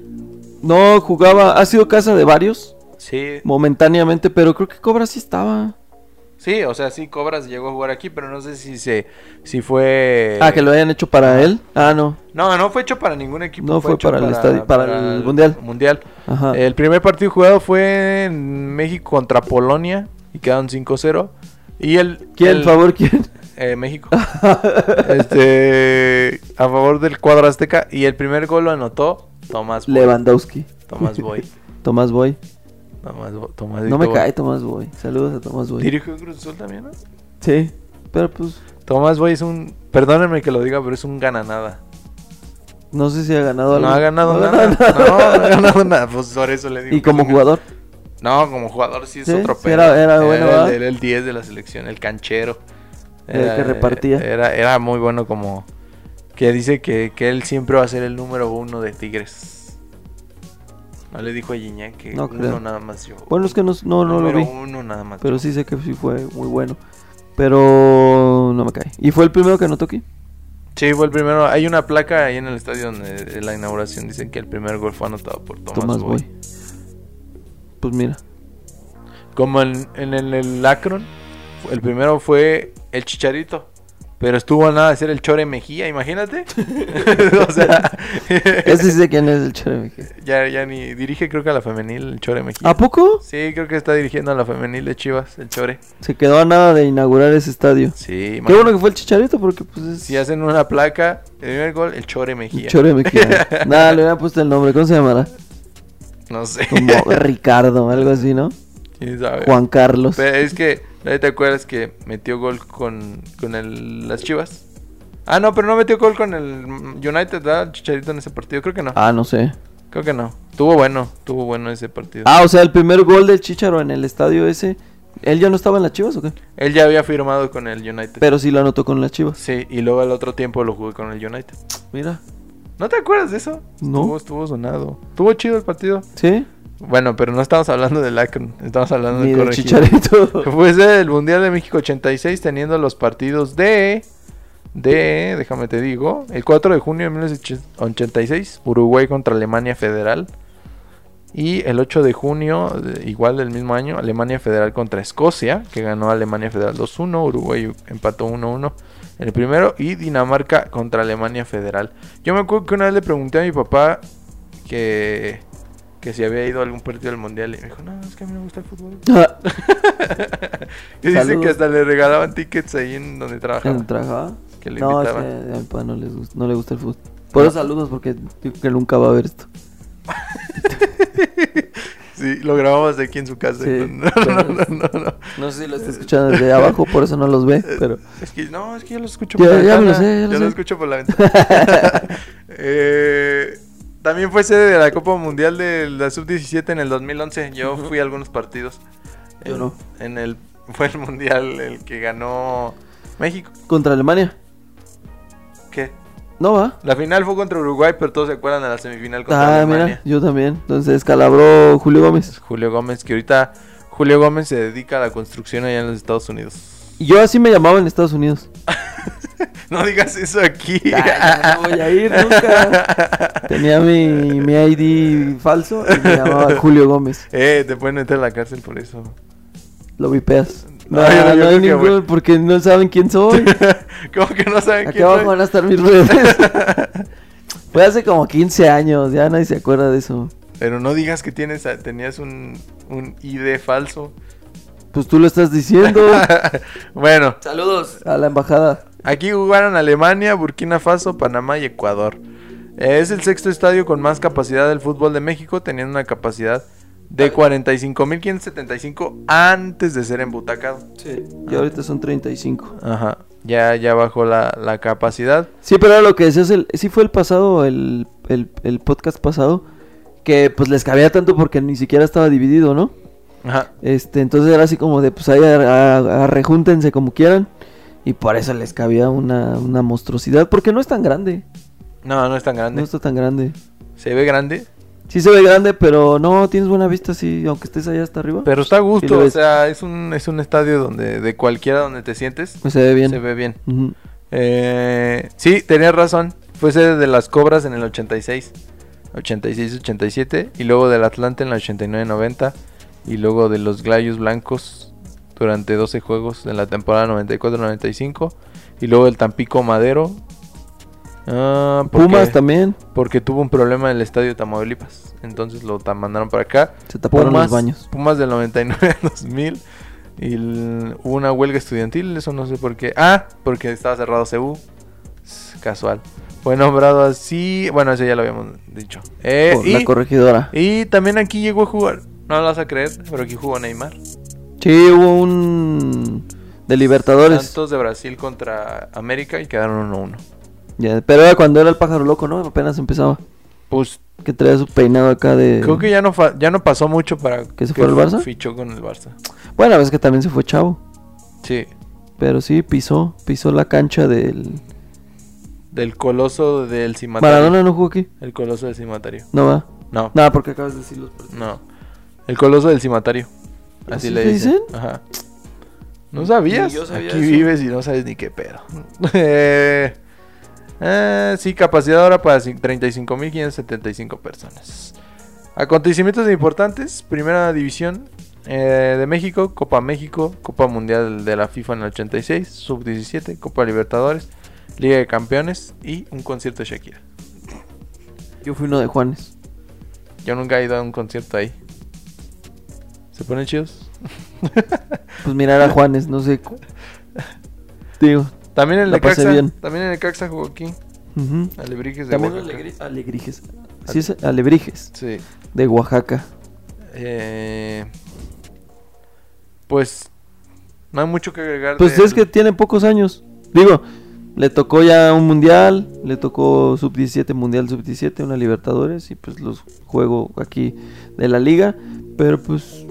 S2: No, jugaba. Ha sido casa de varios.
S1: Sí,
S2: Momentáneamente, pero creo que Cobra sí estaba.
S1: sí, o sea, sí, Cobras llegó a jugar aquí, pero no sé si se, si fue...
S2: Ah, que lo hayan hecho para él. Ah, no.
S1: No, no fue hecho para ningún equipo.
S2: No fue
S1: hecho
S2: para el estadio- para el Mundial.
S1: Mundial.
S2: Ajá.
S1: El primer partido jugado fue en México contra Polonia y quedaron 5-0. Y el...
S2: ¿Quién,
S1: el-
S2: por favor, quién?
S1: eh, México. este, a favor del cuadro azteca. Y el primer gol lo anotó Tomás Boy.
S2: Lewandowski.
S1: Tomás Boy.
S2: Tomás Boy.
S1: Tomás Bo- Tomás
S2: No me
S1: Boy.
S2: cae Tomás Boy. Saludos a Tomás Boy.
S1: Dirigió Cruz Azul también, ¿no?
S2: Sí, pero pues
S1: Tomás Boy es un... Perdónenme que lo diga, pero es un gananada.
S2: no sé si ha ganado algo.
S1: No ha ganado
S2: No ha
S1: nada.
S2: ganado nada.
S1: No, no ha ganado nada. Pues por eso le digo.
S2: Y
S1: que es
S2: como
S1: un-
S2: jugador.
S1: No, como jugador sí es
S2: Sí,
S1: otro
S2: sí,
S1: pedo.
S2: era- era bueno,
S1: el-
S2: ¿verdad?
S1: Era el 10 de la selección, el canchero.
S2: El que repartía.
S1: Era, era muy bueno como... Que dice que, que él siempre va a ser el número uno de Tigres. No le dijo a Gignac que
S2: No
S1: uno
S2: creo.
S1: nada más yo.
S2: Bueno, es que no, no, no lo
S1: Número
S2: vi.
S1: uno nada más.
S2: Pero sí sé que sí fue muy bueno. Pero no me cae. ¿Y fue el primero que anotó aquí?
S1: Sí, fue el primero. Hay una placa ahí en el estadio donde en la inauguración dice que el primer gol fue anotado por Tomás,
S2: Tomás
S1: Boy.
S2: Boy. Pues mira.
S1: Como en, en el, el Akron, el primero fue el Chicharito. Pero estuvo a nada de ser el Chore Mejía, imagínate. o sea,
S2: Ese sí sé quién es el Chore Mejía.
S1: ya, ya ni dirige, creo que a la femenil, el Chore Mejía.
S2: ¿A poco?
S1: Sí, creo que está dirigiendo a la femenil de Chivas, el Chore.
S2: Se quedó a nada de inaugurar ese estadio.
S1: Sí,
S2: Qué bueno
S1: imagínate.
S2: que fue el Chicharito porque pues es...
S1: Si hacen una placa, el primer gol, el Chore
S2: el
S1: Mejía.
S2: Chore Mejía. Nada, le hubiera puesto el nombre. ¿Cómo se llamará?
S1: No sé.
S2: Como Ricardo, algo así, ¿no?
S1: ¿Quién sabe?
S2: Juan Carlos.
S1: Pero es que, ¿no ¿te acuerdas que metió gol con, con el- las Chivas? Ah, no, pero no metió gol con el United, ¿verdad? Chicharito en ese partido, creo que no.
S2: Ah, no sé.
S1: Creo que no. Tuvo bueno, tuvo bueno ese partido.
S2: Ah, o sea, el primer gol del Chicharo en el estadio ese, ¿él ya no estaba en las Chivas o qué?
S1: Él ya había firmado con el United.
S2: Pero sí lo anotó con las Chivas.
S1: Sí, y luego al otro tiempo lo jugué con el United.
S2: Mira.
S1: ¿No te acuerdas de eso?
S2: No.
S1: Estuvo, estuvo sonado. Estuvo chido el partido.
S2: ¿Sí?
S1: Bueno, pero no estamos hablando del Akron, estamos hablando
S2: Ni
S1: del
S2: del
S1: Corregidor.
S2: Chicharito.
S1: Fue del Mundial de México 86 teniendo los partidos de... De, déjame te digo, el 4 de junio de 1986, Uruguay contra Alemania Federal. Y el 8 de junio, de- igual del mismo año, Alemania Federal contra Escocia, que ganó Alemania Federal 2-1, Uruguay empató 1-1 el primero, y Dinamarca contra Alemania Federal. Yo me acuerdo que una vez le pregunté a mi papá que, que si había ido a algún partido del Mundial, y me dijo, no, es que a mí no me gusta el fútbol.
S2: Ah,
S1: Y dice
S2: Saludos.
S1: que hasta le regalaban tickets ahí en donde trabajaba.
S2: ¿en trabajaba?
S1: Que le
S2: No, es que
S1: invitaban.
S2: a mi papá no, les gusta, no le gusta el fútbol. Por eso saludos, porque digo que nunca va a ver esto.
S1: Sí, lo grabamos de aquí en su casa.
S2: Sí,
S1: No, no,
S2: pero-
S1: no, no, no.
S2: No sé si lo está escuchando desde abajo, por eso no los ve, pero...
S1: Es que no, es que yo lo escucho
S2: Ya-
S1: por la
S2: ya me
S1: ventana.
S2: lo sé, ya lo
S1: yo
S2: sé.
S1: lo escucho por la ventana. Eh, también fue sede de la Copa Mundial de la Sub-17 en el 2011. Yo fui a algunos partidos.
S2: Yo
S1: En-
S2: no.
S1: En el, fue el Mundial el que ganó México.
S2: Contra Alemania.
S1: ¿Qué?
S2: No va.
S1: La final fue contra Uruguay, pero todos se acuerdan de la semifinal contra
S2: Ah,
S1: Alemania.
S2: mira, yo también. Entonces calabró Julio Gómez.
S1: Julio Gómez, que ahorita Julio Gómez se dedica a la construcción allá en los Estados Unidos.
S2: Y yo así me llamaba en Estados Unidos.
S1: No digas eso aquí.
S2: Ay, ya no voy a ir nunca. Tenía mi, mi ID falso y me llamaba Julio Gómez.
S1: Eh, te pueden meter a la cárcel por eso.
S2: Lo vipeas.
S1: No,
S2: No,
S1: yo- yo
S2: no,
S1: creo
S2: hay
S1: que
S2: ningún,
S1: voy.
S2: porque no saben quién soy.
S1: ¿Cómo que no saben
S2: Aquí
S1: quién
S2: abajo
S1: soy?
S2: van a estar mis redes. Fue hace como 15 años, ya nadie se acuerda de eso.
S1: Pero no digas que tienes, a- tenías un, un ID falso.
S2: Pues tú lo estás diciendo.
S1: bueno,
S2: Saludos. A la embajada.
S1: aquí jugaron Alemania, Burkina Faso, Panamá y Ecuador. Eh, Es el sexto estadio con más capacidad del fútbol de México, teniendo una capacidad de 45.575 antes de ser embutacado.
S2: Sí. Y ahorita son 35.
S1: Ajá. Ya, ya bajó la, la capacidad.
S2: Sí, pero era lo que decías, el, sí fue el pasado, el, el, el podcast pasado, que pues les cabía tanto porque ni siquiera estaba dividido, ¿no?
S1: Ajá.
S2: Este, entonces era así como de, pues ahí a- a- arrejúntense como quieran. Y por eso les cabía una, una monstruosidad, porque no es tan grande,
S1: No, no es tan grande.
S2: no está tan grande.
S1: Se ve grande,
S2: Sí se ve grande, pero no, tienes buena vista sí, aunque estés allá hasta arriba.
S1: pero está a gusto.
S2: Sí lo
S1: o
S2: ves.
S1: sea, es un, es un estadio donde de cualquiera donde te sientes
S2: Pues se ve bien.
S1: se ve bien.
S2: Ujú.
S1: Eh, sí, tenías razón. Fue sede de las Cobras en el 86. 86-87. Y luego del Atlante en la 89-90. Y luego de los Glayos Blancos durante 12 juegos en la temporada 94-95. Y luego del Tampico Madero. Ah, porque-
S2: Pumas también.
S1: Porque tuvo un problema en el estadio de Tamaulipas. Entonces lo ta- mandaron para acá.
S2: Se taparon los baños.
S1: Pumas del 99 al 2000. Y el- hubo una huelga estudiantil, eso no sé por qué. Ah, porque estaba cerrado CU. Es Casual. Fue nombrado así. Bueno, eso ya lo habíamos dicho. Eh,
S2: Por la
S1: y,
S2: corregidora.
S1: y también aquí llegó a jugar. No lo vas a creer, pero aquí jugó Neymar.
S2: Sí, hubo un. De Libertadores.
S1: Santos de Brasil contra América y quedaron 1-1.
S2: Ya, pero era cuando era el pájaro loco, ¿no? Apenas empezaba.
S1: Pues
S2: Que traía su peinado acá de.
S1: creo que ya no, fa- ya no pasó mucho para
S2: ¿Que se fuera al Barça?
S1: Fichó con el Barça.
S2: Bueno, es que también se fue chavo.
S1: Sí.
S2: Pero sí, pisó. Pisó la cancha del.
S1: Del coloso del Cimatario.
S2: Maradona no jugó aquí.
S1: El coloso del Cimatario.
S2: No va.
S1: No,
S2: Nada, porque acabas de decir los partidos.
S1: no. El coloso del Cimatario. Así,
S2: ¿Así
S1: le
S2: le
S1: dicen.
S2: dicen?
S1: Ajá. No sabías.
S2: Ni yo sabía
S1: Aquí
S2: eso.
S1: vives y no sabes ni qué pedo. Eh, eh, sí, capacidad ahora para cin- 35.575 personas. Acontecimientos importantes. Primera división eh, de México, Copa México, Copa Mundial de la FIFA en el 86, Sub-17, Copa Libertadores, Liga de Campeones y un concierto de Shakira.
S2: Yo fui uno de Juanes.
S1: Yo nunca he ido a un concierto ahí. ¿Se ponen chidos?
S2: Pues mirar a Juanes, no sé. cu- Digo.
S1: También el
S2: La pasé
S1: Necaxa.
S2: bien.
S1: También el Necaxa jugó aquí.
S2: ujú.
S1: Alebrijes de
S2: También
S1: Oaxaca.
S2: Alegri- Alegrijes. Sí, es Alebrijes.
S1: Sí.
S2: De Oaxaca.
S1: Eh, pues no hay mucho que agregar.
S2: Pues
S1: del-
S2: es que tiene pocos años. Digo, le tocó ya un mundial, le tocó sub-17, mundial sub-17, una Libertadores y pues los juego aquí de la liga. Pero pues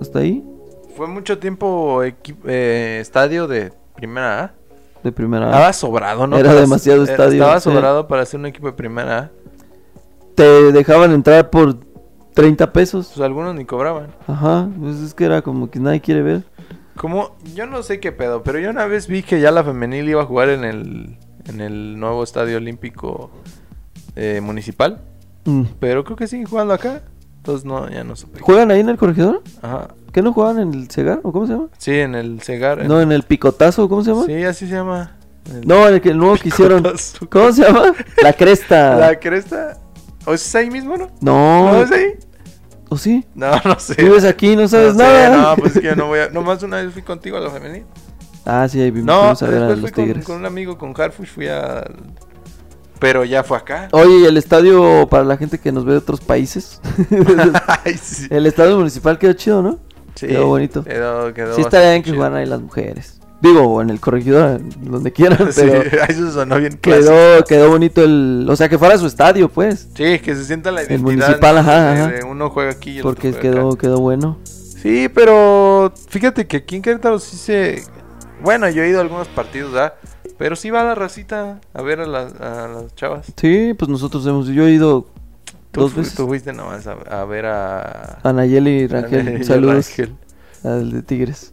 S2: hasta ahí,
S1: fue mucho tiempo equi- eh, estadio de primera A.
S2: de primera. A.
S1: Estaba sobrado, ¿no?
S2: Ah. Era
S1: Para-
S2: demasiado
S1: eh,
S2: estadio,
S1: Estaba
S2: sí.
S1: sobrado para ser un equipo de primera A.
S2: Te dejaban entrar por 30 pesos.
S1: Pues algunos ni cobraban.
S2: Ajá, pues es que era como que nadie quiere ver.
S1: Como, yo no sé qué pedo, pero yo una vez vi que ya la femenil iba a jugar en el, en el nuevo estadio olímpico eh, municipal.
S2: Mm.
S1: Pero creo que siguen jugando acá. Entonces no, ya no supe.
S2: ¿Juegan ahí en el corregidor?
S1: Ajá.
S2: ¿Qué no jugaban en el Cegar? ¿O cómo se llama?
S1: Sí, en el Cegar. en-
S2: No, en el Picotazo, ¿cómo se llama?
S1: Eh. Sí, así se llama. El-
S2: No, en el, que, el nuevo que hicieron.
S1: Picotazo.
S2: ¿Cómo se llama? La Cresta.
S1: La cresta. ¿O es ahí mismo, no?
S2: No,
S1: ¿No es ahí?
S2: ¿o sí?
S1: No, no sé.
S2: Vives aquí, no sabes
S1: No sé,
S2: nada.
S1: no, pues es que yo no voy a. Nomás una vez fui contigo a la femenil.
S2: Ah, sí, ahí vimos
S1: No,
S2: a ver a
S1: después
S2: los
S1: fui con,
S2: Tigres.
S1: con un amigo con Harfush. Fui a. Pero ya fue acá.
S2: Oye, ¿y el estadio para la gente que nos ve de otros países?
S1: Ay, sí.
S2: el estadio municipal quedó chido, ¿no?
S1: Sí,
S2: quedó bonito.
S1: Quedó, quedó
S2: sí, estaría
S1: bastante
S2: bien que
S1: chido.
S2: jugaran ahí las mujeres. Digo, o en el corregidor, en donde quieran,
S1: Sí,
S2: pero
S1: ay, eso sonó bien clásico.
S2: quedó, quedó bonito el. O sea, que fuera su estadio, pues.
S1: Sí, que se sienta la identidad.
S2: municipal, ajá,
S1: de-
S2: ajá.
S1: de Uno juega aquí y el
S2: Porque
S1: otro juega acá.
S2: quedó, quedó bueno.
S1: Sí, pero fíjate que aquí en Querétaro sí se... Bueno, yo he ido a algunos partidos, ¿verdad? Pero sí va la racita a ver a, las- a las chavas.
S2: Sí, pues nosotros hemos. Yo he ido
S1: Tú,
S2: dos
S1: fu-
S2: veces.
S1: Tú fuiste nomás a, a ver a...
S2: a Nayeli y Rangel.
S1: Rangel y
S2: saludos
S1: Rangel.
S2: al de Tigres.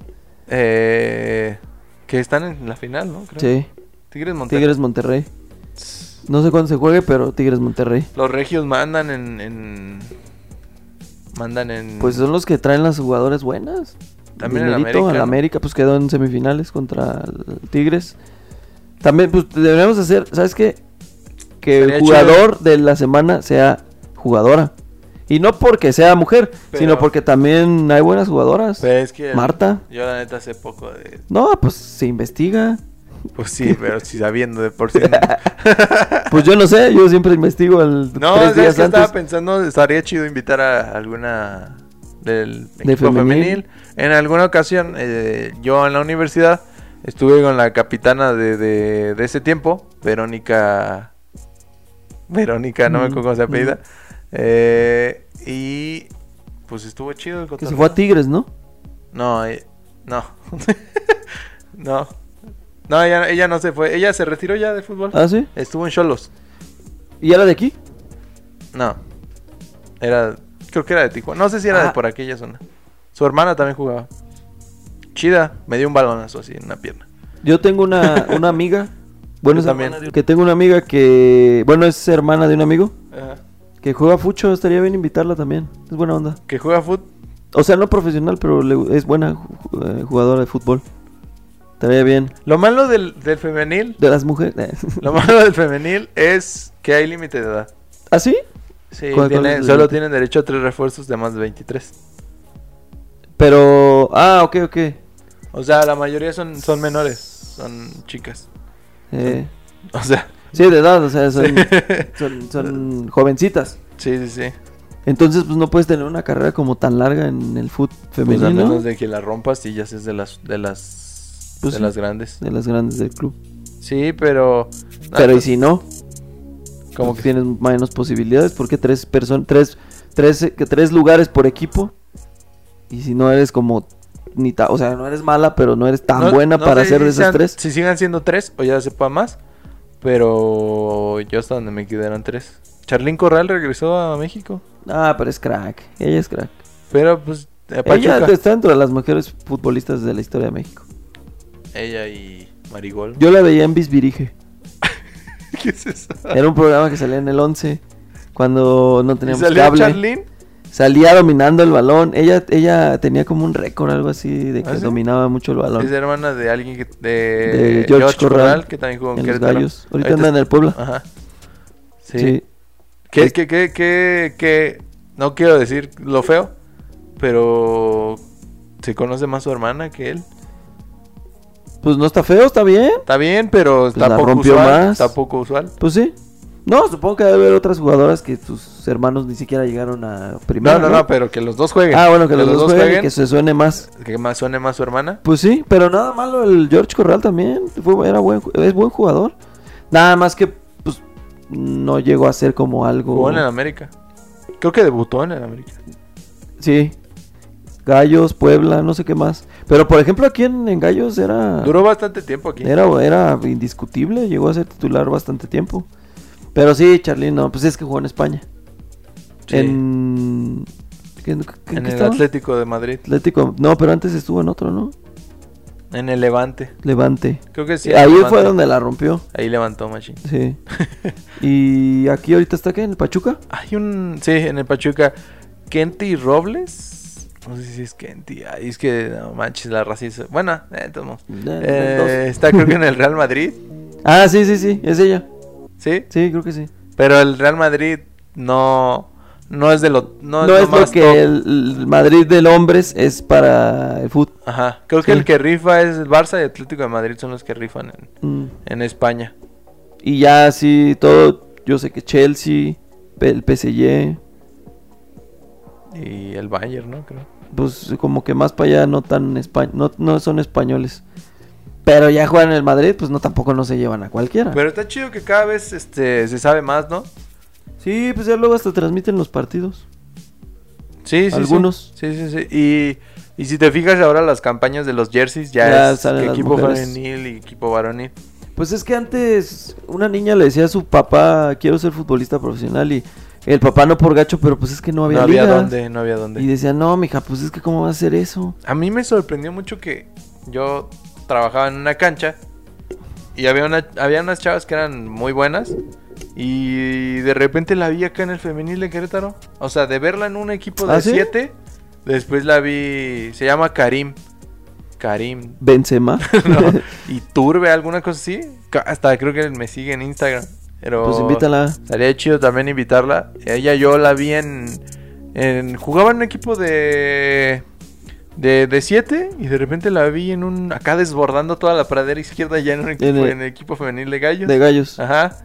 S1: Eh, que están en la final, ¿no? Creo.
S2: Sí,
S1: Tigres Monterrey.
S2: Tigres Monterrey. No sé cuándo se juegue, pero Tigres Monterrey.
S1: Los regios mandan en... en- Mandan en...
S2: Pues son los que traen las jugadoras buenas.
S1: También el
S2: Dinerito,
S1: América,
S2: al
S1: ¿no?
S2: América, pues quedó en semifinales contra el Tigres. También, pues deberíamos hacer, ¿sabes qué? Que
S1: Estaría
S2: el jugador de la semana sea jugadora. Y no porque sea mujer,
S1: Pero-
S2: sino porque también hay buenas jugadoras.
S1: Pero es que...
S2: Marta.
S1: Yo la neta sé poco de...
S2: No, pues se investiga.
S1: Pues sí, pero sí sabiendo de por sí.
S2: Pues yo no sé, yo siempre investigo el
S1: No,
S2: tres
S1: ¿sabes
S2: días
S1: qué
S2: antes.
S1: estaba pensando? Estaría chido invitar a alguna del
S2: De
S1: equipo femenil.
S2: femenil.
S1: En alguna ocasión, eh, yo en la universidad estuve con la capitana de, de- de ese tiempo, Verónica. Verónica, no me acuerdo cómo se
S2: Mm,
S1: apellida. Eh, y pues estuvo chido el
S2: Que
S1: cotorreo.
S2: se fue a Tigres, ¿no?
S1: No, eh, no. no. No, ella, ella no se fue. Ella se retiró ya de fútbol.
S2: Ah, sí.
S1: Estuvo en Cholos.
S2: ¿Y era de aquí?
S1: No. Era. Creo que era de Tijuana. No sé si era de
S2: Ah.
S1: por aquella zona. Su hermana también jugaba. Chida. Me dio un balonazo así en la pierna.
S2: Yo tengo una, una amiga. Bueno,
S1: Yo
S2: es
S1: también.
S2: hermana de- Que tengo una amiga que. Bueno, es hermana de un amigo. Que juega Fucho, estaría bien invitarla también. Es buena onda.
S1: Que juega fut.
S2: O sea, no profesional, pero le- es buena ju- eh, jugadora de fútbol. Estaría bien.
S1: Lo malo del, del femenil.
S2: De las mujeres.
S1: Lo malo del femenil es que hay límite de edad.
S2: ¿Ah, sí?
S1: Sí,
S2: ¿Cuál- cuál
S1: tiene-
S2: es el
S1: solo
S2: límite?
S1: tienen derecho a tres refuerzos de más de 23.
S2: Pero. Ah, ok, ok.
S1: O sea, la mayoría son, son menores, son chicas.
S2: Eh,
S1: O sea,
S2: sí, de edad, o sea, son,
S1: sí,
S2: son, son jovencitas.
S1: sí, sí.
S2: Entonces, pues no puedes tener una carrera como tan larga en el fútbol
S1: Pues a
S2: femenino.
S1: menos de que la rompas y ya seas de las, de las,
S2: Pues
S1: de
S2: sí.
S1: las grandes.
S2: de las grandes del club.
S1: Sí, pero.
S2: Pero
S1: Ah,
S2: y si no,
S1: Como
S2: como
S1: que
S2: que tienes menos posibilidades, porque tres personas, tres, tres, eh, que tres lugares por equipo. Y si no eres como ni ta- o sea, no eres mala, pero no eres tan
S1: No-
S2: buena
S1: no sé
S2: para hacer
S1: si
S2: de esas
S1: sean-
S2: tres.
S1: Si sigan siendo tres o ya sepa más. Pero yo hasta donde me quedé eran tres. Charlín Corral regresó a México.
S2: Ah, pero es crack. Ella es crack.
S1: Pero pues a
S2: Ella
S1: Pachuca.
S2: está dentro de las mejores futbolistas de la historia de México.
S1: Ella y Marigol.
S2: Yo la veía en Bisbirige.
S1: ¿Qué es eso?
S2: Era un programa que salía en el 11 cuando no
S1: ¿Y
S2: teníamos
S1: salió
S2: cable.
S1: Charlín?
S2: Salía dominando el balón. Ella ella tenía como un récord algo así de que
S1: ¿Ah, sí?
S2: dominaba mucho el balón.
S1: Es hermana de alguien que... De,
S2: De George Corral,
S1: que también jugó en,
S2: en los
S1: Querétaro.
S2: gallos. Ahorita, anda en el Puebla.
S1: Ajá. Sí.
S2: Sí.
S1: ¿Qué,
S2: Es-
S1: qué, qué, qué, qué? No quiero decir lo feo, pero... Se conoce más su hermana que él.
S2: Pues no está feo, está bien.
S1: Está bien, pero está
S2: Pues la
S1: poco
S2: rompió
S1: usual.
S2: más.
S1: Está poco usual.
S2: Pues sí. No, supongo que debe haber otras jugadoras que sus hermanos ni siquiera llegaron a primero.
S1: No, no, no, pero que los dos jueguen.
S2: Ah, bueno, que, los, dos jueguen, y que se suene más.
S1: que más suene más su hermana.
S2: Pues sí, pero nada malo el George Corral también. Fue, era buen, ju- es buen jugador. Nada más que pues no llegó a ser como algo.
S1: Jugó en el América. Creo que debutó en el América.
S2: Sí. Gallos, Puebla, no sé qué más. Pero por ejemplo aquí en, en Gallos era.
S1: Duró bastante tiempo aquí.
S2: Ah. Era, era indiscutible, llegó a ser titular bastante tiempo. Pero sí, Charlín, no, pues es que jugó en España.
S1: Sí.
S2: En. ¿qué- ¿En, qué
S1: en el
S2: estaba?
S1: Atlético de Madrid.
S2: Atlético. No, pero antes estuvo en otro, ¿no?
S1: En el Levante.
S2: Levante.
S1: Creo que sí. en
S2: Ahí
S1: Levante.
S2: fue donde la rompió.
S1: Ahí levantó Machín.
S2: Sí. y aquí ahorita está que en el Pachuca.
S1: Hay un. Sí, en el Pachuca. Kenty Robles. No sé si es Kenty. Ay, es que no manches la racista. Bueno, eh, tomo. Eh, está creo que en el Real Madrid.
S2: Ah, sí, sí, sí, es ella.
S1: Sí.
S2: Sí, creo que sí.
S1: Pero el Real Madrid no. No es de lo. No,
S2: No,
S1: es lo
S2: es lo
S1: más top.
S2: que el, el Madrid del hombres es para el fútbol.
S1: Ajá, creo que
S2: Sí.
S1: el que rifa es el Barça y Atlético de Madrid son los que rifan en, en España.
S2: mm. Y ya sí, todo, yo sé que Chelsea, P- el PSG,
S1: Y el Bayern, ¿no? Creo.
S2: pues como que más para allá no tan espa- no, no son españoles. Pero ya juegan en el Madrid, pues no tampoco no se llevan a cualquiera.
S1: Pero está chido que cada vez este, se sabe más, ¿no?
S2: sí, pues ya luego hasta transmiten los partidos.
S1: Sí, sí, sí.
S2: Algunos.
S1: Sí, sí, sí. Y, y si te fijas ahora las campañas de los jerseys, ya,
S2: Ya
S1: es
S2: salen
S1: que
S2: las
S1: equipo
S2: mujeres.
S1: femenil y equipo varonil.
S2: Pues es que antes una niña le decía a su papá, quiero ser futbolista profesional y el papá no por gacho, pero pues es que no había
S1: no había
S2: ligas.
S1: dónde, no había dónde.
S2: Y decía, no, mija, pues es que cómo va a ser eso.
S1: A mí me sorprendió mucho que yo trabajaba en una cancha y había, una, había unas chavas que eran muy buenas y de repente la vi acá en el femenil de Querétaro. O sea, de verla en un equipo de
S2: ¿Ah, sí?
S1: siete, después la vi, se llama Karim. Karim.
S2: Benzema.
S1: ¿no? y Turbe, alguna cosa así. Ca- Hasta creo que me sigue en Instagram. Pero
S2: pues invítala.
S1: Estaría chido también invitarla. Ella yo la vi en. en- jugaba en un equipo de. De, de siete y de repente la vi en un. Acá desbordando toda la pradera izquierda ya en un equipo, en
S2: En
S1: el,
S2: el-
S1: equipo femenil de gallos.
S2: De gallos.
S1: Ajá.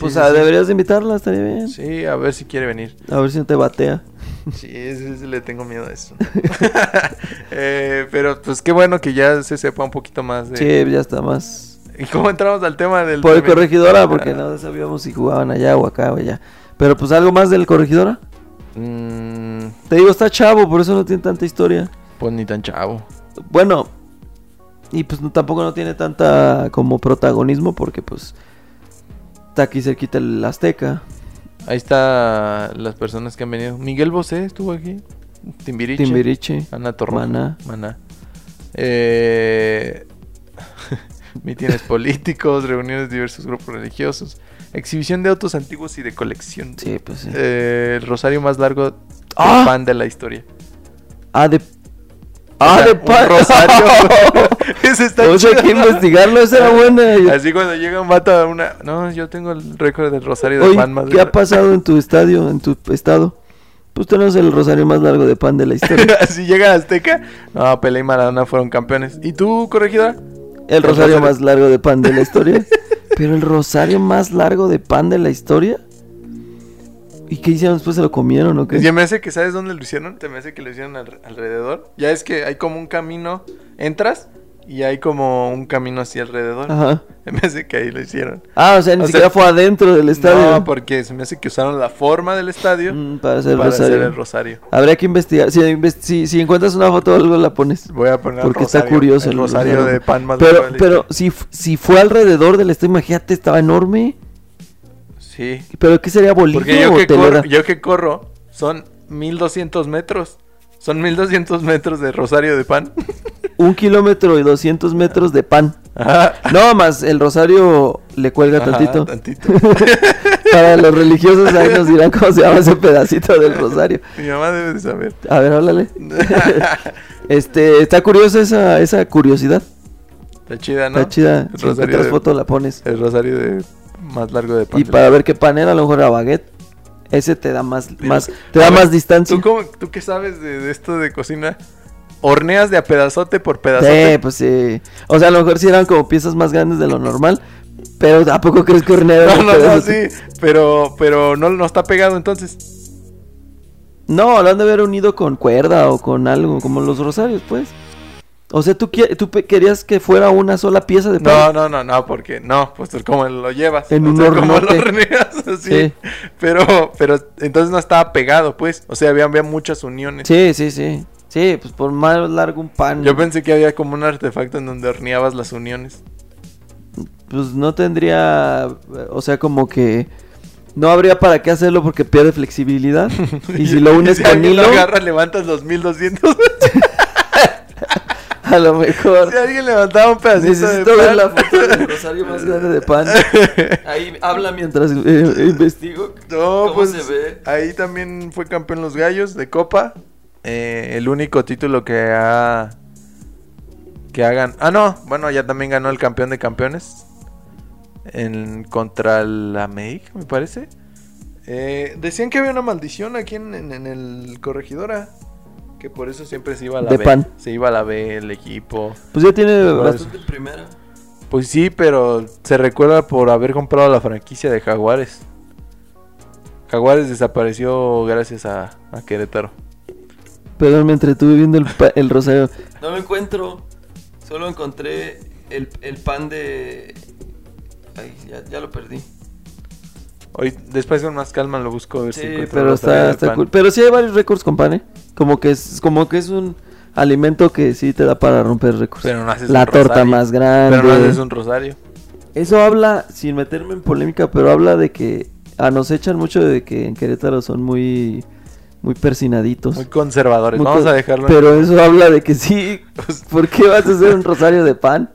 S2: pues
S1: Ah, Sí,
S2: ah,
S1: sí, sí.
S2: deberías de invitarla, estaría bien.
S1: Sí, a ver si quiere venir.
S2: A ver si no te batea.
S1: Sí, sí, sí, le tengo miedo a eso. Eh, pero pues qué bueno que ya se sepa un poquito más de.
S2: Sí, ya está más.
S1: ¿Y cómo entramos al tema Ah. del.
S2: Por el
S1: femenil?
S2: corregidora, porque no sabíamos si jugaban allá o acá o allá. Pero pues algo más del corregidora.
S1: Mm,
S2: Te digo, está chavo, por eso no tiene tanta historia.
S1: pues ni tan chavo.
S2: Bueno, y pues no, tampoco no tiene tanta como protagonismo, porque pues está aquí cerquita el Azteca.
S1: Ahí está las personas que han venido. Miguel Bosé estuvo aquí. Timbiriche.
S2: Timbiriche.
S1: Ana Torroja.
S2: Maná.
S1: Maná. Ah, Eh... Mítines políticos, reuniones de diversos grupos religiosos. Exhibición de autos antiguos y de colección.
S2: Sí, pues sí.
S1: Eh, el rosario más largo de
S2: ¡Ah!
S1: pan de la historia.
S2: Ah, de. Ah,
S1: O sea,
S2: de
S1: un
S2: pan.
S1: rosario. Ese está
S2: Eso pues, hay
S1: chido.
S2: que investigarlo, esa era buena. Yo-
S1: Así cuando llega un vato a una... No, yo tengo el récord del rosario de
S2: Oye,
S1: pan más
S2: ¿qué ha
S1: largo.
S2: pasado en tu estadio, en tu estado? Pues tenemos el rosario más largo de pan de la historia.
S1: Así llega Azteca. No, Pelé y Maradona fueron campeones. ¿Y tú, corregidora?
S2: El rosario
S1: rosario-
S2: más largo de pan de la historia. Pero el rosario más largo de pan de la historia. ¿Y qué hicieron después? ¿Se lo comieron o
S1: Ya
S2: qué?
S1: me hace que sabes dónde lo hicieron. Te me hace que lo hicieron al- alrededor. Ya es que hay como un camino. Entras y hay como un camino hacia alrededor.
S2: Ajá.
S1: Se me hace que ahí lo hicieron.
S2: Ah, o sea, ni
S1: O sea,
S2: siquiera fue adentro del estadio.
S1: No, porque se me hace que usaron la forma del estadio
S2: Mm, para hacer el
S1: para
S2: rosario.
S1: hacer el rosario.
S2: Habría que investigar. Si, inves- si, si encuentras una foto o algo, la pones.
S1: Voy a poner el
S2: Porque está
S1: rosario,
S2: curioso
S1: el
S2: el
S1: rosario
S2: rosario.
S1: de pan más
S2: Pero,
S1: largo de la
S2: pero si, f- si fue alrededor del estadio, imagínate, estaba enorme.
S1: historia. sí,
S2: ¿Pero qué sería bolillo
S1: porque yo
S2: o
S1: que,
S2: telera?
S1: corro, yo que corro son 1200 metros. Son 1200 metros de rosario de pan.
S2: Un kilómetro y 200 metros de pan.
S1: Ajá.
S2: No, más el rosario le cuelga
S1: Ajá,
S2: tantito.
S1: tantito.
S2: Para los religiosos ahí nos dirán cómo se llama ese pedacito del rosario.
S1: Mi mamá debe de saber.
S2: A ver, háblale. este, está curiosa esa, esa curiosidad.
S1: Está chida, Ah, ¿no?
S2: Está chida.
S1: El
S2: Si
S1: rosario,
S2: encuentras
S1: de,
S2: foto, la pones.
S1: el rosario de más largo de pan.
S2: Y para ver qué pan era, a lo mejor a baguette. Ese te da más,
S1: Pero-
S2: más, te
S1: A
S2: da
S1: ver,
S2: más distancia.
S1: ¿Tú, cómo- tú qué sabes de, de esto de cocina? ¿Horneas de a pedazote por
S2: Sí,
S1: pedazote?
S2: pues sí. O sea, a lo mejor sí eran como piezas más grandes de lo normal. Pero pues, ¿a poco crees que hornearon
S1: no,
S2: un
S1: no, no,
S2: pedazo?
S1: sí. Pero, pero no, no está pegado entonces.
S2: No, lo han de haber unido con cuerda o con algo, como los rosarios, pues. O sea, tú, quie- tú pe- querías que fuera una sola pieza de pan.
S1: No, no, no, no, porque no, pues tú cómo lo llevas.
S2: En
S1: O
S2: un
S1: sea, cómo
S2: hornote.
S1: lo horneas, así.
S2: Sí.
S1: Pero, pero entonces no estaba pegado, pues. O sea, había, había muchas uniones.
S2: Sí, sí, sí. Sí, pues por más largo un pan,
S1: Yo pensé que había como un artefacto en donde horneabas las uniones.
S2: pues no tendría, eh, o sea, como que no habría para qué hacerlo porque pierde flexibilidad. y si lo unes
S1: si
S2: con
S1: alguien lo
S2: hilo,
S1: agarras, levantas los 1200.
S2: a lo mejor
S1: si alguien levantaba un pedacito
S2: necesito
S1: de
S2: ver
S1: pan,
S2: la foto del rosario más grande de pan. Ahí habla mientras eh, investigo.
S1: No,
S2: ¿Cómo
S1: pues
S2: se ve?
S1: ahí también fue campeón los Gallos de Copa. Eh, el único título que ha que hagan. Ah, no, bueno, ya también ganó el campeón de campeones en contra el América, me parece. Eh, decían que había una maldición aquí en, en- en el Corregidora, que por eso siempre se iba a la
S2: De
S1: B.
S2: pan.
S1: Se iba a la B el equipo.
S2: Pues ya tiene
S1: Por
S2: bastante primera.
S1: Pues sí, pero se recuerda por haber comprado la franquicia de Jaguares. Jaguares desapareció gracias a, a Querétaro.
S2: Perdón, me entretuve viendo el, pa- el rosario. No lo encuentro. Solo encontré el, pan de. Ay, ya, lo perdí.
S1: Hoy, después con más calma lo busco a ver si
S2: Sí,
S1: encuentro
S2: pero
S1: la tarea
S2: está,
S1: de
S2: está
S1: pan.
S2: cool. Pero sí hay varios récords con pan, ¿eh? Como que es, como que es un alimento que sí te da para romper récords.
S1: Pero no haces
S2: La
S1: un
S2: torta
S1: rosario.
S2: más grande.
S1: Pero no haces un rosario.
S2: Eso habla, sin meterme en polémica, pero habla de que ah, nos echan mucho de que en Querétaro son muy, muy persinaditos.
S1: Muy conservadores.
S2: Pues Muy
S1: Vamos
S2: co-
S1: a dejarlo. en- Pues
S2: Pero eso habla de que sí. ¿Por qué vas a hacer un rosario de pan?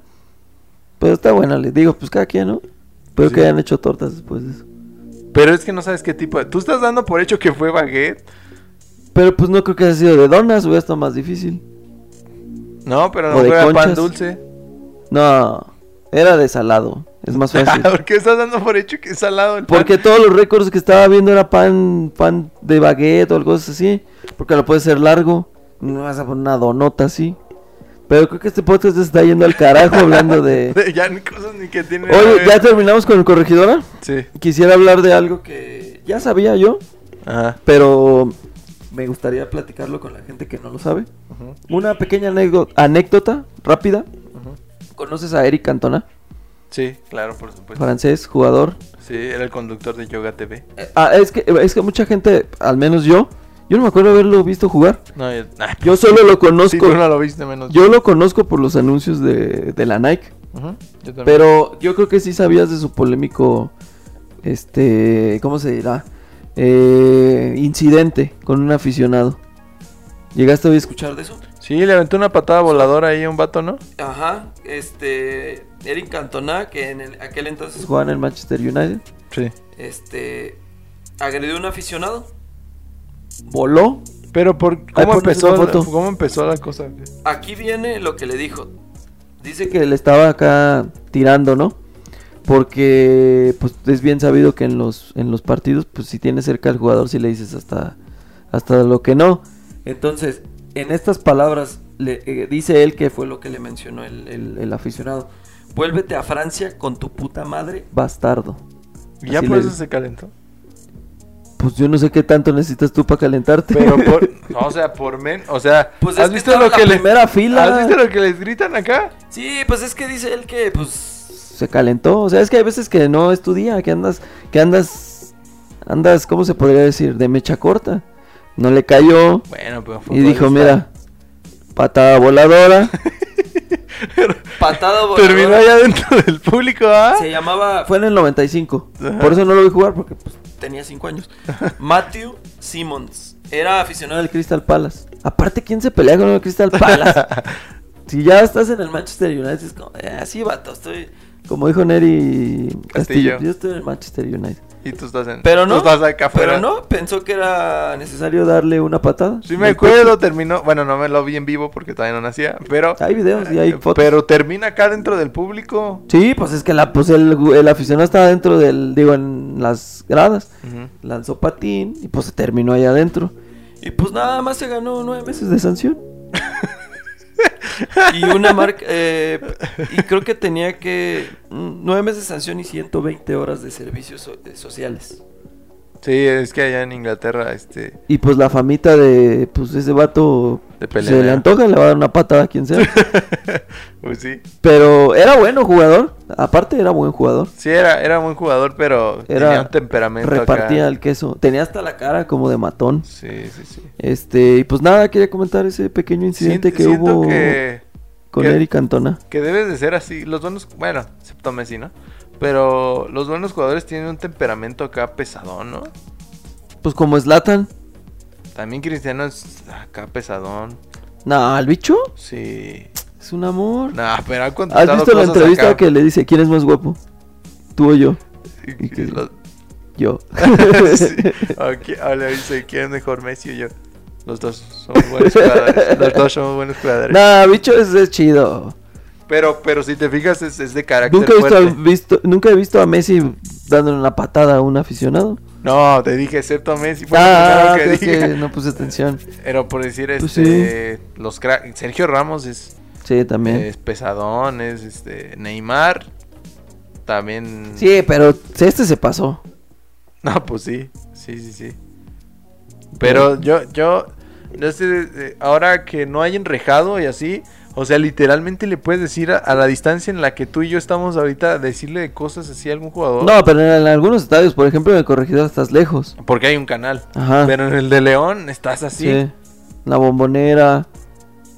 S2: Pero está bueno, les digo, pues cada quien, ¿no? Pero
S1: Sí.
S2: que hayan hecho tortas después de eso.
S1: Pero es que no sabes qué tipo de... Tú estás dando por hecho que fue baguette.
S2: Pero pues no creo que haya sido de donas, hubiera estado más difícil.
S1: No, pero
S2: O
S1: no
S2: de
S1: fue pan
S2: conchas.
S1: dulce.
S2: No, era de salado. Es más fácil.
S1: ¿Por qué estás dando por hecho que es salado el pan?
S2: Porque todos los récords que estaba viendo era pan, pan de baguette o algo así. Porque lo puede ser largo. No vas a poner una donota así. Pero creo que este podcast se está yendo al carajo hablando de.
S1: ya ni cosas ni que tiene...
S2: Oye, ¿ya terminamos con el corregidora?
S1: Sí.
S2: Quisiera hablar de algo que ya sabía yo,
S1: Ajá.
S2: pero me gustaría platicarlo con la gente que no lo sabe.
S1: Ujú,
S2: Una pequeña anécdota, anécdota rápida.
S1: ujú.
S2: ¿Conoces a Eric Cantona?
S1: Sí, claro, por supuesto.
S2: Francés, jugador.
S1: Sí, era el conductor de Yoga TV.
S2: Eh, ah, es, que, es que mucha gente, al menos yo, yo no me acuerdo haberlo visto jugar.
S1: No, yo, ah,
S2: Yo solo lo
S1: sí,
S2: conozco.
S1: tú no lo viste menos.
S2: Yo lo conozco por los anuncios de, de la Nike.
S1: Ujú, yo también.
S2: Pero yo creo que sí sabías de su polémico, este, ¿cómo se dirá? Eh, incidente con un aficionado. ¿Llegaste hoy a escuchar de eso?
S1: Sí, Sí, le aventó una patada voladora ahí a un vato, ¿no?
S3: Ajá, este, Eric Cantona, que en el- aquel entonces
S2: Jugaba en el Manchester United.
S1: Sí.
S3: este, agredió a un aficionado.
S2: Voló.
S1: Pero por
S2: Ay,
S1: cómo
S2: ponme
S1: empezó
S2: esa
S1: la,
S2: foto.
S1: cómo empezó la cosa. güey?
S3: Aquí viene lo que le dijo. Dice que
S2: Que le estaba acá tirando, ¿no? Porque pues es bien sabido que en los, en los partidos, pues si tienes cerca al jugador, si le dices hasta, hasta lo que no. Entonces, en estas palabras, le, eh, dice él que
S3: fue
S2: fue
S3: lo que le mencionó el,
S2: el,
S3: el
S2: el aficionado.
S3: Vuélvete a Francia con tu puta madre.
S2: Bastardo.
S1: Y ya
S2: Así
S1: por
S2: le
S1: eso
S2: digo.
S1: se calentó.
S2: Pues yo no sé qué tanto necesitas tú para calentarte.
S1: Pero por, o sea, por men, o sea,
S3: Pues es
S1: ¿has
S3: que
S1: visto
S3: estaba
S1: lo
S3: la
S1: que le
S2: primera fila.
S1: ¿Has visto lo que les gritan acá?
S3: Sí, pues es que dice él que, pues,
S2: se calentó. O sea, es que hay veces que no es tu día, que andas, que andas, andas, ¿cómo se podría decir? De mecha corta. No le cayó
S1: Bueno, pero
S2: y dijo, mira, patada voladora.
S3: patada
S1: terminó
S3: voladora.
S1: allá dentro del público, ¿ah?
S3: Se llamaba,
S2: Fue en el 95.
S1: Ajá.
S2: Por eso no lo vi jugar, porque pues,
S3: tenía cinco años. Matthew Simmons. Era
S2: era
S3: aficionado
S2: el
S3: del...
S2: Crystal Palace. Aparte, ¿quién se pelea con el Crystal Palace? si ya estás en el Manchester United, es como, eh,
S3: Así, vato, estoy...
S2: como dijo Neri Castillo,
S1: Castillo.
S2: yo estoy en el Manchester United.
S1: Y tú estás en
S3: Pero
S1: tú
S3: no,
S1: estás acá afuera.
S3: pero no, pensó que era
S2: ¿Es
S3: necesario.
S2: necesario darle una patada?
S1: Sí me
S2: Del
S1: acuerdo, terminó, bueno, no me lo vi en vivo porque todavía no nacía, pero eh,
S2: Hay videos y Ah, hay fotos.
S1: pero termina acá dentro del público.
S2: Sí, pues es que la, pues el, el aficionado estaba dentro del, digo, en las gradas. Lanzó patín y pues se terminó allá adentro.
S3: Y pues nada más se ganó nueve meses.
S2: Meses de sanción.
S3: Y una marca... eh, y creo que tenía que... mm, Nueve meses de sanción y 120 horas de servicios so- eh, sociales.
S1: Sí, es que allá en Inglaterra este
S2: Y pues la famita de, pues ese vato
S1: De
S2: pues, se
S1: peleonero.
S2: le antoja, le va a dar una patada a quien sea.
S1: pues sí.
S2: Pero era bueno jugador, aparte era buen jugador.
S1: Sí era era buen jugador, pero tenía
S2: Era-
S1: un temperamento acá.
S2: Repartía el queso. Tenía hasta la cara como de matón.
S1: Sí, sí, sí.
S2: Este, y pues nada, quería comentar ese pequeño incidente
S1: Sien-
S2: que
S1: siento
S2: hubo
S1: que
S2: con
S1: que-
S2: Eric Cantona.
S1: Que debes de ser así. Los buenos, bueno, excepto Messi, ¿no? Pero los buenos jugadores tienen un temperamento acá pesadón, ¿no?
S2: Pues como Slatan.
S1: También Cristiano es acá pesadón.
S2: Nah, el bicho
S1: Sí.
S2: es un amor.
S1: Nah, pero ha
S2: ¿Has
S1: contestado
S2: visto la
S1: cosas
S2: entrevista
S1: acá.
S2: que le dice quién es más guapo? ¿Tú o yo?
S1: Y que los-
S2: Yo.
S1: Sí. O qui- o le dice, ¿quién es mejor, Messi o yo? Los dos somos buenos jugadores. Los dos somos buenos jugadores.
S2: nah, bicho, ese es chido.
S1: Pero, pero si te fijas, es, es de carácter
S2: Nunca he visto, a,
S1: fuerte.
S2: visto- nunca he visto a Messi dándole una patada a un aficionado.
S1: No, te dije, excepto Messi. Fue
S2: Ah,
S1: lo primero
S2: creo
S1: que
S2: que
S1: dije.
S2: no puse atención.
S1: Pero por decir, este,
S2: Pues
S1: los cra- Sergio Ramos es...
S2: Sí, también.
S1: Es pesadón, es este. Neymar. También.
S2: Sí, pero este se pasó.
S1: No, pues sí. Sí, sí, sí. Pero yo, yo. No sé, eh, ahora que no hay enrejado y así. O sea, literalmente le puedes decir a, a la distancia en la que tú y yo estamos ahorita, decirle de cosas así a algún jugador.
S2: No, pero en, algunos estadios, por ejemplo, en el corregidor estás lejos.
S1: Porque hay un canal.
S2: Ajá.
S1: Pero en el de León estás así.
S2: Ah. sí. La bombonera.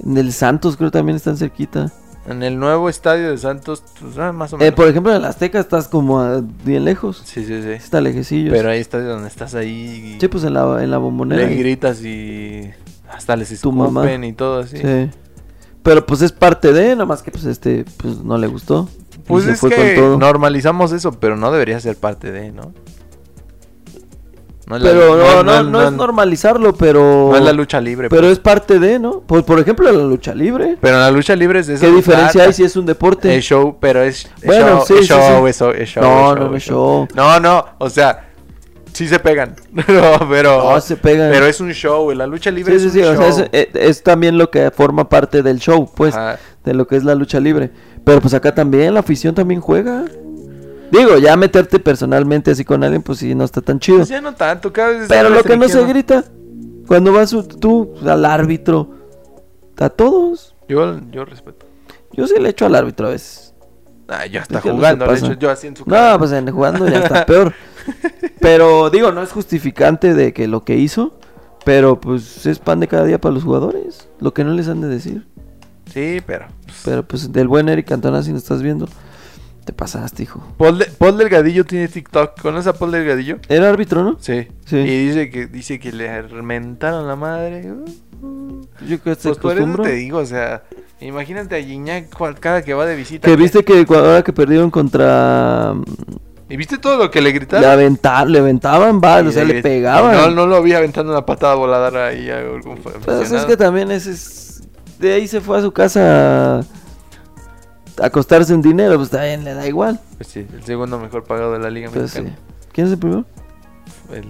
S2: En el Santos creo también están cerquita.
S1: En el nuevo estadio de Santos, pues, ah, más o
S2: Eh,
S1: menos.
S2: por ejemplo, en el Azteca estás como a- bien lejos.
S1: Sí, sí, sí.
S2: Está lejecillos.
S1: Pero hay estadios donde estás ahí. y
S2: Sí, pues en la, en la bombonera.
S1: Le gritas y hasta les
S2: Tu
S1: escupen
S2: mamá.
S1: y todo así.
S2: Sí. Pero pues es parte de, nada más que pues este, pues no le gustó. y
S1: Pues
S2: se
S1: es
S2: fue
S1: que
S2: con todo.
S1: normalizamos eso, pero no debería ser parte de, ¿no? No es la-
S2: pero no, no, no, es
S1: no-
S2: normalizarlo, pero.
S1: no es la lucha libre.
S2: Pero
S1: pues.
S2: es parte de, ¿no? Pues por ejemplo la lucha libre.
S1: Pero en la lucha libre es de
S2: ¿Qué diferencia hay si es un deporte?
S1: Es show, pero es, es
S2: Bueno,
S1: show,
S2: sí,
S1: es
S2: sí,
S1: show,
S2: sí.
S1: es show, es show,
S2: No,
S1: es
S2: no, no es show.
S1: No, no, o sea, sí se pegan, pero, pero,
S2: No, Ah, se pegan.
S1: pero es un show, la lucha libre
S2: Sí,
S1: es
S2: sí, sí,
S1: un
S2: o
S1: show.
S2: sea, es, es- es también lo que forma parte del show, pues,
S1: Ajá.
S2: de lo que es la lucha libre. Pero pues acá también, la afición también juega. Digo, ya meterte personalmente así con alguien, pues sí, no está tan chido.
S1: Pues ya no tanto, cada vez
S2: Pero
S1: están
S2: lo que no se
S1: restringiendo.
S2: grita, cuando vas u- tú al árbitro, a todos.
S1: Yo, yo respeto.
S2: Yo sí le echo al árbitro a veces.
S1: Ah, yo hasta
S2: Es que no
S1: jugando,
S2: se
S1: de
S2: pasa.
S1: hecho, yo así en su
S2: No, pues en jugando ya está peor. Pero digo, no es justificante de que lo que hizo, pero pues es pan de cada día para los jugadores, lo que no les han de decir.
S1: Sí, pero.
S2: Pero pues del buen Eric Cantona, si nos estás viendo, Te pasaste, hijo.
S1: Paul, de- Paul Delgadillo tiene TikTok. ¿Conoces a Paul Delgadillo?
S2: ¿Era árbitro, no?
S1: Sí.
S2: Sí.
S1: Y dice que, dice que le mentaron la madre. Uh, uh.
S2: Yo que te
S1: Pues por eso
S2: acostumbro.
S1: te digo, o sea, imagínate a Gignac cual- cada que va de visita.
S2: Que viste que cu- ahora que perdieron contra. mm,
S1: ¿Y viste todo lo que le
S2: Le,
S1: gritaron?
S2: aventa- le aventaban, va, o sea, le pegaban.
S1: No, no lo vi aventando una patada voladora ahí a algún fa-
S2: Pues es
S1: aficionado.
S2: que también ese es... De ahí se fue a su casa a acostarse en dinero, pues también le da igual.
S1: Pues sí, el segundo mejor pagado de la Liga
S2: Pues sí.
S1: Mexicana.
S2: ¿Quién es el primero?
S1: El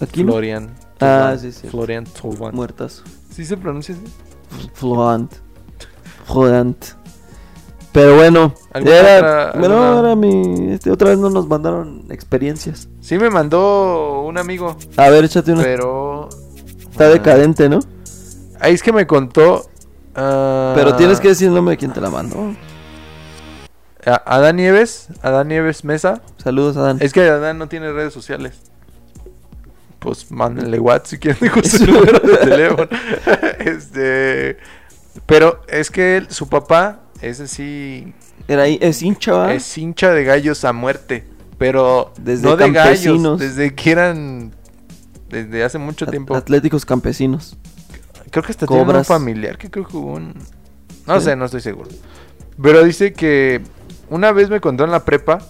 S2: Aquí.
S1: Florian.
S2: Ah,
S1: Thauvin.
S2: sí, sí.
S1: Florian Thauvin.
S2: Muertazo.
S1: ¿Sí se pronuncia así?
S2: Florant. Jodant. Pero bueno,
S1: ¿Alguna
S2: era,
S1: otra-
S2: bueno,
S1: alguna-
S2: era mi... este, otra vez no nos mandaron experiencias.
S1: Sí me mandó un amigo,
S2: A ver, échate una...
S1: pero... Ah,
S2: Está decadente, ¿no?
S1: Ahí es que me contó... ah,
S2: Pero tienes que decir el nombre de quien te la mandó.
S1: a- Adán Nieves, Adán Nieves Mesa.
S2: Saludos, Adán.
S1: Es que Adán no tiene redes sociales. Pues mándenle WhatsApp si quieren, dijo su número de teléfono. este. Pero es que él- su papá, ese sí,
S2: Era ahí, es hincha, ¿va?
S1: es hincha de gallos a muerte. Pero
S2: ¿Ah? Desde
S1: no de gallos,
S2: campesinos.
S1: desde que eran. Desde hace mucho
S2: At-
S1: tiempo.
S2: Atléticos Campesinos.
S1: Creo que hasta tiene un
S2: Cobras.
S1: familiar que creo que hubo un. No
S2: Sí.
S1: sé, no estoy seguro. Pero dice que una vez me contó en la prepa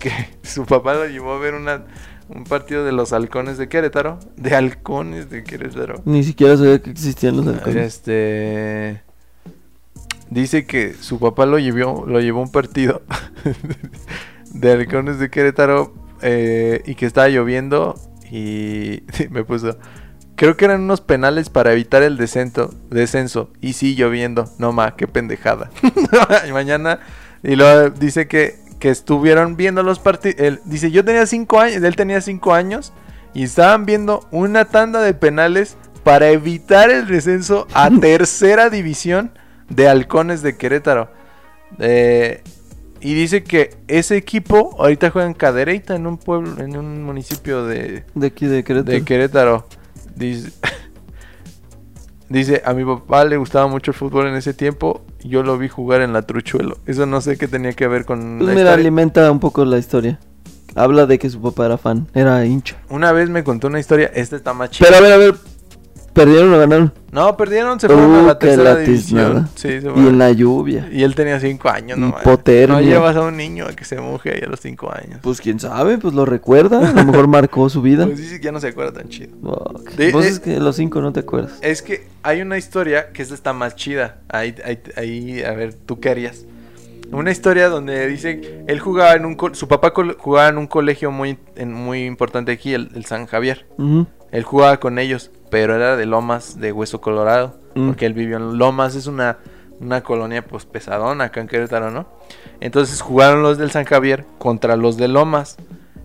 S1: que su papá lo llevó a ver una, un partido de los halcones de Querétaro. De halcones de Querétaro.
S2: Ni siquiera sabía que existían
S1: Ah,
S2: los halcones.
S1: Este. Dice que su papá lo llevó, lo llevó a un partido de halcones de Querétaro eh, y que estaba lloviendo y me puso. Creo que eran unos penales para evitar el descenso. descenso. Y sí, lloviendo. No ma, qué pendejada. Y mañana. Y luego dice que, que estuvieron viendo los partidos. Dice, yo tenía cinco años. Él tenía cinco años. Y estaban viendo una tanda de penales para evitar el descenso a tercera división de Halcones de Querétaro. Eh, y dice que ese equipo ahorita juega en Cadereyta, en un pueblo, en un municipio de,
S2: De aquí, de Querétaro.
S1: de Querétaro. Dice, dice, a mi papá le gustaba mucho el fútbol en ese tiempo. Yo lo vi jugar en la Truchuelo. Eso no sé qué tenía que ver con
S2: Pues
S1: la
S2: mira,
S1: historia.
S2: alimenta un poco la historia. Habla de que su papá era fan, era hincha.
S1: Una vez me contó una historia. Esta está más chida.
S2: Pero a ver, a ver. ¿Perdieron o ganaron?
S1: No, perdieron, se fueron a
S2: Uh,
S1: la
S2: qué
S1: tercera
S2: latiznada.
S1: división. Sí, se
S2: Y en
S1: fueron.
S2: la lluvia.
S1: Y él tenía 5 años, ¿no? mames.
S2: Hipotermia.
S1: No llevas a un niño a que se moje ahí a los 5 años.
S2: Pues quién sabe, pues lo recuerda. A lo mejor marcó su vida.
S1: Pues dice que ya no se acuerda tan chido.
S2: Ok.
S1: De- eh,
S2: Vos
S1: de-
S2: es que los cinco no te acuerdas.
S1: Es que hay una historia que esta está más chida. Ahí, ahí, ahí, a ver, ¿tú qué harías? Una historia donde dice, él jugaba en un... co- Su papá col- jugaba en un colegio muy, en- muy importante aquí, el, el San Javier.
S2: Ujú.
S1: Él jugaba con ellos, pero era de Lomas, de Hueso Colorado.
S2: Mm.
S1: Porque él vivió en Lomas, es una, una colonia pues pesadona acá en Querétaro, ¿no? Entonces jugaron los del San Javier contra los de Lomas.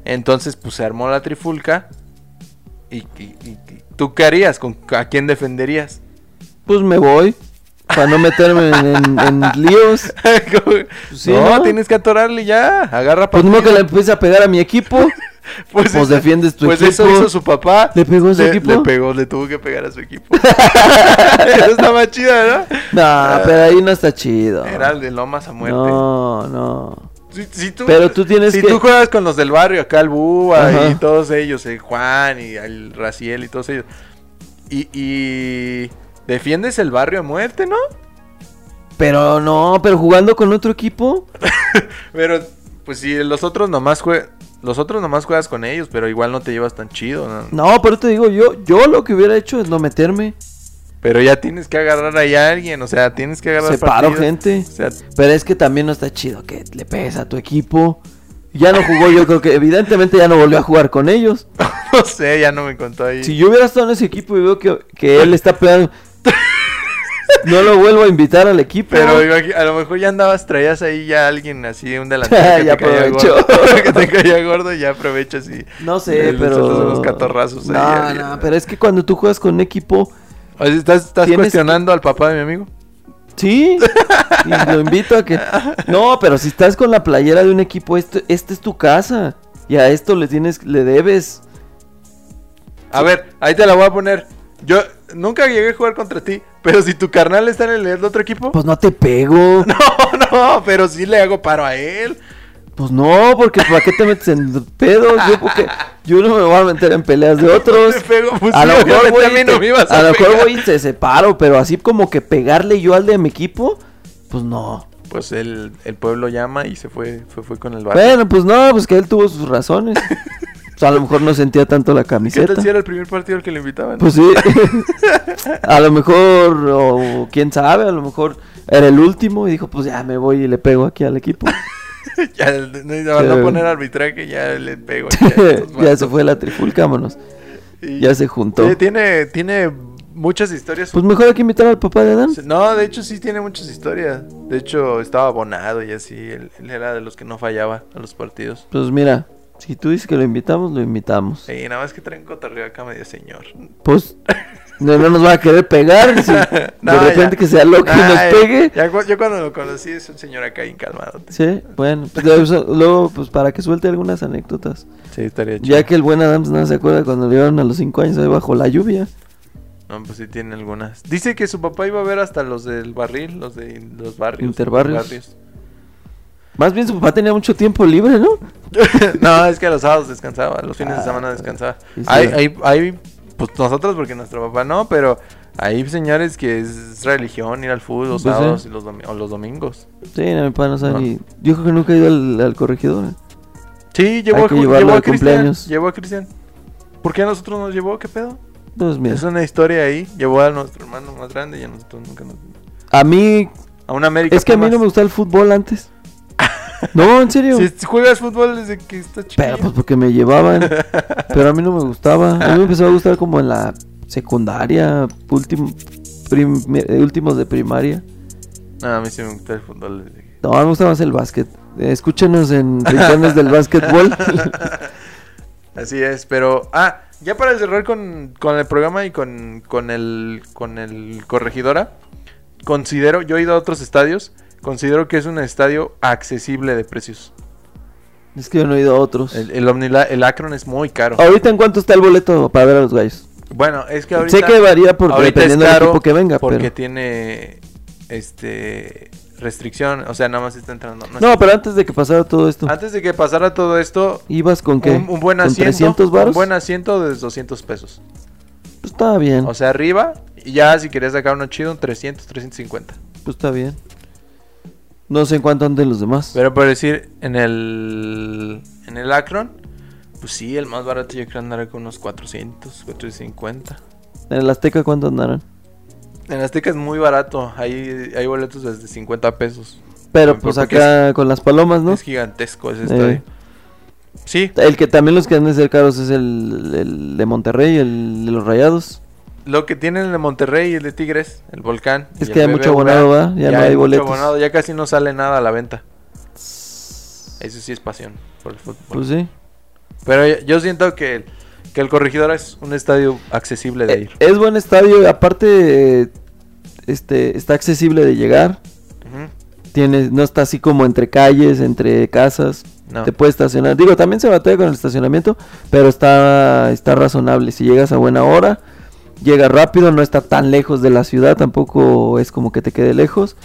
S1: Entonces pues se armó la trifulca. ¿Y, y- y- y- tú qué harías? ¿Con, ¿A quién defenderías?
S2: Pues me voy. Para no meterme en, en- en líos.
S1: Como-
S2: Pues sí,
S1: no,
S2: ¿no?
S1: tienes que atorarle ya. Agarra
S2: Pues no
S1: partido.
S2: que le empiece a pegar a mi equipo.
S1: Pues,
S2: pues
S1: esa-
S2: defiendes tu
S1: pues eso
S2: equipo.
S1: hizo su papá.
S2: ¿Le pegó a su
S1: le,
S2: equipo?
S1: Le pegó, le tuvo que pegar a su equipo. Eso está más chida, ¿no?
S2: Nah, pero ahí no está chido.
S1: Era el de Lomas a muerte.
S2: No, no.
S1: Si, si tú,
S2: Pero tú tienes
S1: si
S2: que-
S1: tú juegas con los del barrio, acá el Búa y
S2: Ajá.
S1: todos ellos, el Juan y el Raciel y todos ellos. Y, y defiendes el barrio a muerte, ¿no?
S2: Pero no, pero jugando con otro equipo.
S1: Pero pues si los otros nomás juegas, los otros nomás juegas con ellos, pero igual no te llevas tan chido, ¿no?
S2: No, pero te digo, yo, yo lo que hubiera hecho es no meterme.
S1: Pero ya tienes que agarrar ahí a alguien, o sea, tienes que agarrar
S2: Separo
S1: partido.
S2: gente.
S1: O sea,
S2: Pero es que también no está chido que le pegues a tu equipo. Ya no jugó, yo creo que evidentemente ya no volvió a jugar con ellos.
S1: no sé, ya no me contó ahí.
S2: Si yo hubiera estado en ese equipo y veo que, que él está pegando, no lo vuelvo a invitar al equipo.
S1: Pero imagi- a lo mejor ya andabas, traías ahí ya a alguien así, un delantero que
S2: Ya
S1: te caía
S2: aprovechó.
S1: gordo. que te caía gordo y ya aprovechas y...
S2: no sé,
S1: le
S2: pero.
S1: sueltas unos catorrazos ahí,
S2: no,
S1: ahí.
S2: no, pero es que cuando tú juegas con un equipo,
S1: O sea, ¿Estás, estás
S2: Tienes
S1: cuestionando al papá de mi amigo?
S2: Sí, y lo invito a que... No, pero si estás con la playera de un equipo, esto, esta es tu casa. Y a esto le tienes, le debes.
S1: A ver, ahí te la voy a poner. Yo nunca llegué a jugar contra ti, pero si tu carnal está en el del otro equipo...
S2: Pues no te Pues pego.
S1: No, no, pero sí le hago paro a él.
S2: Pues no, porque ¿para qué te metes en pedos? Yo, porque yo no me voy a meter en peleas de otros.
S1: Te pego, pues,
S2: a lo
S1: sí,
S2: mejor
S1: obviamente
S2: voy,
S1: a mí no me ibas
S2: a
S1: a
S2: lo mejor
S1: pegar.
S2: voy y te separo, pero así como que pegarle yo al de mi equipo, pues no.
S1: Pues el, el pueblo llama y se fue, fue, fue con el barrio.
S2: Bueno, pues no, pues que él tuvo sus razones. O sea, a lo mejor no sentía tanto la
S1: ¿Qué
S2: camiseta.
S1: tal si era el primer partido al que le invitaban?
S2: Pues sí. a lo mejor, o quién sabe, a lo mejor era el último y dijo, pues ya me voy y le pego aquí al equipo.
S1: ya no necesitaba no
S2: Eh.
S1: poner arbitraje, Pues ya le pego.
S2: ya se fue la trifulca, vámonos.
S1: Y-
S2: Ya se juntó.
S1: Oye, tiene, tiene muchas historias.
S2: Pues mejor hay que invitar al papá de Adán.
S1: No, de hecho sí tiene muchas historias. De hecho estaba abonado y así. Él, él era de los que no fallaba a los partidos.
S2: Pues mira, si tú dices que lo invitamos, lo invitamos.
S1: Y nada más que traen cotorreo acá medio señor.
S2: Pues no, no nos va a querer pegar. si
S1: No, ya.
S2: de repente que sea loco y nos
S1: Ay,
S2: pegue.
S1: ya cu- yo cuando lo conocí es un señor acá bien calmado.
S2: Sí, bueno, pues, luego- so- luego, pues para que suelte algunas anécdotas.
S1: Sí, estaría
S2: Ya que el buen Adams no se acuerda cuando le dieron a los 5 años ahí bajo la lluvia.
S1: No, pues sí tiene algunas. Dice que su papá iba a ver hasta los del barril, los de los barrios.
S2: Interbarrios. Más bien su papá tenía mucho tiempo libre, ¿no?
S1: no, es que los sábados descansaba, los fines
S2: Ah,
S1: de semana descansaba.
S2: sí, sí.
S1: Hay, hay, hay, pues nosotros porque nuestro papá no, pero hay señores que es religión ir al fútbol los
S2: Pues sí.
S1: sábados y los domi- o los domingos.
S2: Sí, no, mi papá no sabe
S1: No.
S2: ni. Yo creo que nunca he ido al, al corregidor. ¿eh?
S1: Sí,
S2: Hay
S1: llevó a,
S2: que
S1: Ju-
S2: llevarlo
S1: llevó a
S2: al
S1: Cristian.
S2: cumpleaños.
S1: Llevó a Cristian. ¿Por qué a nosotros nos llevó? ¿Qué pedo?
S2: Pues mira,
S1: Es una historia ahí. Llevó a nuestro hermano más grande y a nosotros nunca nos.
S2: a mí.
S1: A un América.
S2: Es que a mí
S1: Pumas.
S2: no me gustaba el fútbol antes. No, en serio.
S1: Si juegas fútbol desde que estás chiquito.
S2: Pero pues porque me llevaban. pero a mí no me gustaba. A mí me empezó a gustar como en la secundaria, último, prim- eh, últimos de primaria.
S1: No, a mí sí me gusta el fútbol desde que.
S2: No, me gustaba más el básquet. Eh, Escúchenos en Rincones del Básquetbol.
S1: Así es, pero. Ah, ya para cerrar con, con el programa y con, con el. con el corregidora. Considero, yo he ido a otros estadios. Considero que es un estadio accesible de precios.
S2: es que yo no he ido a otros.
S1: El, el, Omnila- el Akron es muy caro.
S2: Ahorita en cuánto está el boleto para ver a los gallos.
S1: Bueno, es que ahorita.
S2: sé que varía por
S1: ahorita
S2: dependiendo
S1: es
S2: del
S1: caro
S2: equipo que venga,
S1: Porque
S2: pero.
S1: tiene. Este. Restricción. O sea, nada más está entrando. no
S2: No, pero antes de que pasara todo esto,
S1: está- Antes de que pasara todo esto.
S2: ibas con qué?
S1: Un, un buen
S2: ¿Con
S1: asiento.
S2: 300 varos.
S1: Un buen asiento de 200 pesos.
S2: Pues estaba bien.
S1: O sea, arriba. Y ya si querías sacar uno chido, un 300, 350.
S2: Pues está bien. No sé en cuánto anden los demás.
S1: Pero por decir, en el. En el Akron. Pues sí, el más barato yo creo andará con unos 400, 450.
S2: En el Azteca cuánto andarán.
S1: En Azteca es muy barato. Hay, hay boletos desde 50 pesos.
S2: Pero
S1: Por-
S2: pues
S1: porque
S2: acá con las palomas, ¿no?
S1: Es gigantesco ese
S2: Eh.
S1: estadio. Sí,
S2: El que también los que han de ser caros es el, el de Monterrey, el de los Rayados.
S1: lo que tienen el de Monterrey y el de Tigres, el volcán.
S2: Es
S1: y
S2: que
S1: el
S2: hay mucho
S1: BBVA,
S2: abonado, ¿verdad? Ya no hay boletos.
S1: ya casi no sale nada a la venta. Eso sí es pasión por el fútbol.
S2: Pues sí.
S1: Pero yo- yo siento que, que el corregidor es un estadio accesible de
S2: Eh,
S1: ir.
S2: Es buen estadio, aparte eh, este está accesible de llegar.
S1: Ujú.
S2: Tienes, no está así como entre calles, entre casas.
S1: No.
S2: Te puedes estacionar. Digo, también se batalla con el estacionamiento, pero está, está razonable. Si llegas a buena hora, llega rápido, no está tan lejos de la ciudad, tampoco es como que te quede lejos.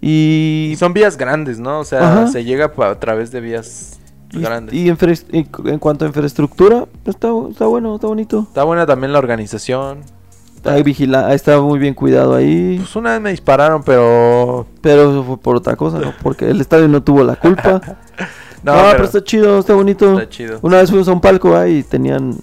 S2: Y,
S1: Y son vías grandes, ¿no? O sea,
S2: Ajá.
S1: se llega pa- a través de vías
S2: y-
S1: grandes.
S2: y infra- y cu- en cuanto a infraestructura, está, está bueno, está bonito.
S1: Está buena también la organización.
S2: Está, vigila- está muy bien cuidado ahí,
S1: Pues una vez me dispararon, pero...
S2: pero eso fue por otra cosa, ¿no? porque el estadio no tuvo la culpa. No, pero... está chido, está bonito.
S1: está chido.
S2: Una vez fuimos a un palco ahí y tenían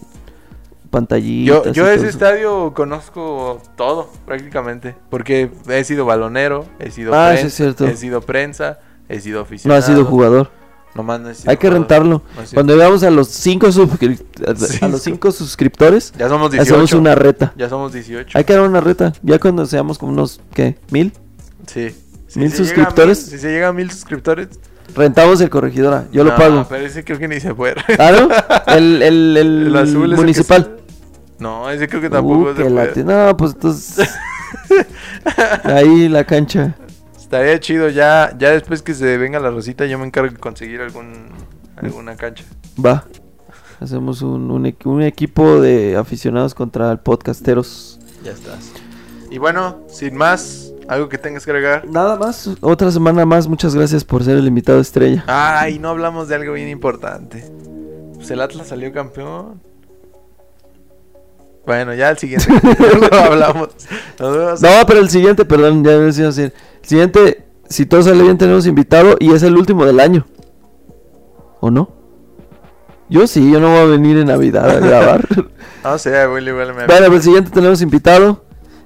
S2: pantallitas.
S1: Yo,
S2: y
S1: yo
S2: todo
S1: ese
S2: eso.
S1: estadio conozco todo, prácticamente. Porque he sido balonero, he sido
S2: Ah,
S1: prensa,
S2: sí es cierto.
S1: he sido prensa, he sido
S2: No
S1: aficionado.
S2: ha sido jugador.
S1: Nomás no he sido
S2: Hay que
S1: jugador.
S2: rentarlo.
S1: No he sido-
S2: Cuando llegamos a los 5 a los cinco suscriptores,
S1: Ya somos 18.
S2: hacemos una reta.
S1: Ya somos 18.
S2: Hay que dar una reta. Ya cuando seamos como unos, ¿qué? ¿Mil?
S1: Sí. Si
S2: ¿Mil
S1: se llega a
S2: suscriptores?
S1: mil- si se llega a mil suscriptores.
S2: Rentamos el corregidora. Yo lo
S1: No,
S2: pago.
S1: Pero ese creo que ni se puede.
S2: ¿Ah, no? El, el, el,
S1: El azul es el que
S2: municipal.
S1: se- No, ese creo que
S2: Uh,
S1: tampoco
S2: que
S1: se puede.
S2: late. No, pues entonces. Ahí la cancha.
S1: Estaría chido ya, ya después que se venga la rosita, yo me encargo de conseguir algún alguna cancha.
S2: Va. Hacemos un, un equ- un equipo de aficionados contra el podcasteros.
S1: Ya estás. Y bueno, sin más, algo que tengas que agregar.
S2: Nada más, otra semana más. Muchas gracias por ser el invitado estrella.
S1: Ay, no hablamos de algo bien importante. Pues el Atlas salió campeón. Bueno, ya el siguiente lo hablamos. Nos vemos.
S2: No, pero el siguiente, perdón, ya me iba a decir. El siguiente, si todo sale bien, tenemos invitado y es el último del año. ¿O no? Yo sí, yo no voy a venir en Navidad a grabar.
S1: No sé, Ah, Willy, igual me
S2: bueno, pero el siguiente tenemos invitado.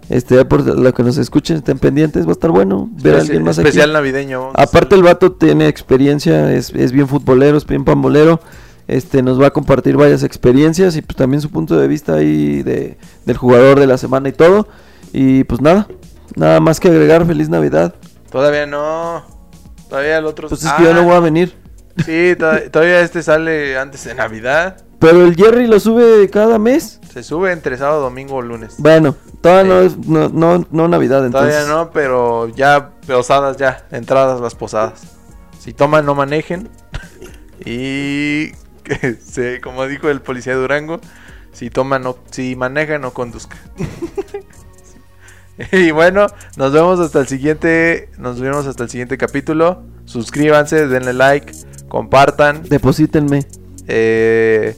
S2: Este, ya por lo que nos escuchen, estén pendientes, va a estar bueno pues, ver a alguien más
S1: especial
S2: aquí.
S1: navideño. vamos a
S2: Aparte el vato tiene experiencia, es, es bien futbolero, es bien pambolero. Este, nos va a compartir varias experiencias y pues también su punto de vista ahí de, del jugador de la semana y todo. Y pues nada, nada más que agregar, feliz Navidad.
S1: hacer- Todavía no. Todavía el otro.
S2: Pues es que yo no voy a venir.
S1: Ah, Sí, to- todavía este sale antes de Navidad.
S2: Pero el Jerry lo sube cada mes.
S1: Se sube entre sábado, domingo o lunes.
S2: Bueno, todavía
S1: Sí.
S2: no es, no, no, no Navidad entonces.
S1: Todavía no, pero ya posadas ya, entradas las posadas. Si toman no manejen y que se- como dijo el policía de Durango, si toman no, si manejan no conduzcan. y bueno, nos vemos hasta el siguiente, nos vemos hasta el siguiente capítulo. Suscríbanse, denle like, compartan.
S2: Deposítenme.
S1: Eh,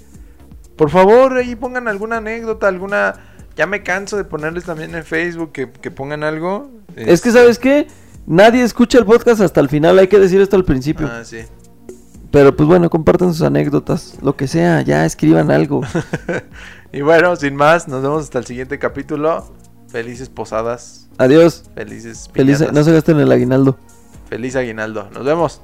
S1: por favor, ahí pongan alguna anécdota, alguna. Ya me canso de ponerles también en Facebook que, que pongan algo.
S2: Es que, ¿sabes qué? Nadie escucha el podcast hasta el final, hay que decir esto al principio.
S1: Ah, sí.
S2: Pero pues bueno, compartan sus anécdotas, lo que sea, ya escriban algo.
S1: Y bueno, sin más, nos vemos hasta el siguiente capítulo. Felices posadas,
S2: Adiós.
S1: felices
S2: Feliz,
S1: piñatas,
S2: no se gasten el aguinaldo.
S1: feliz aguinaldo. Nos vemos.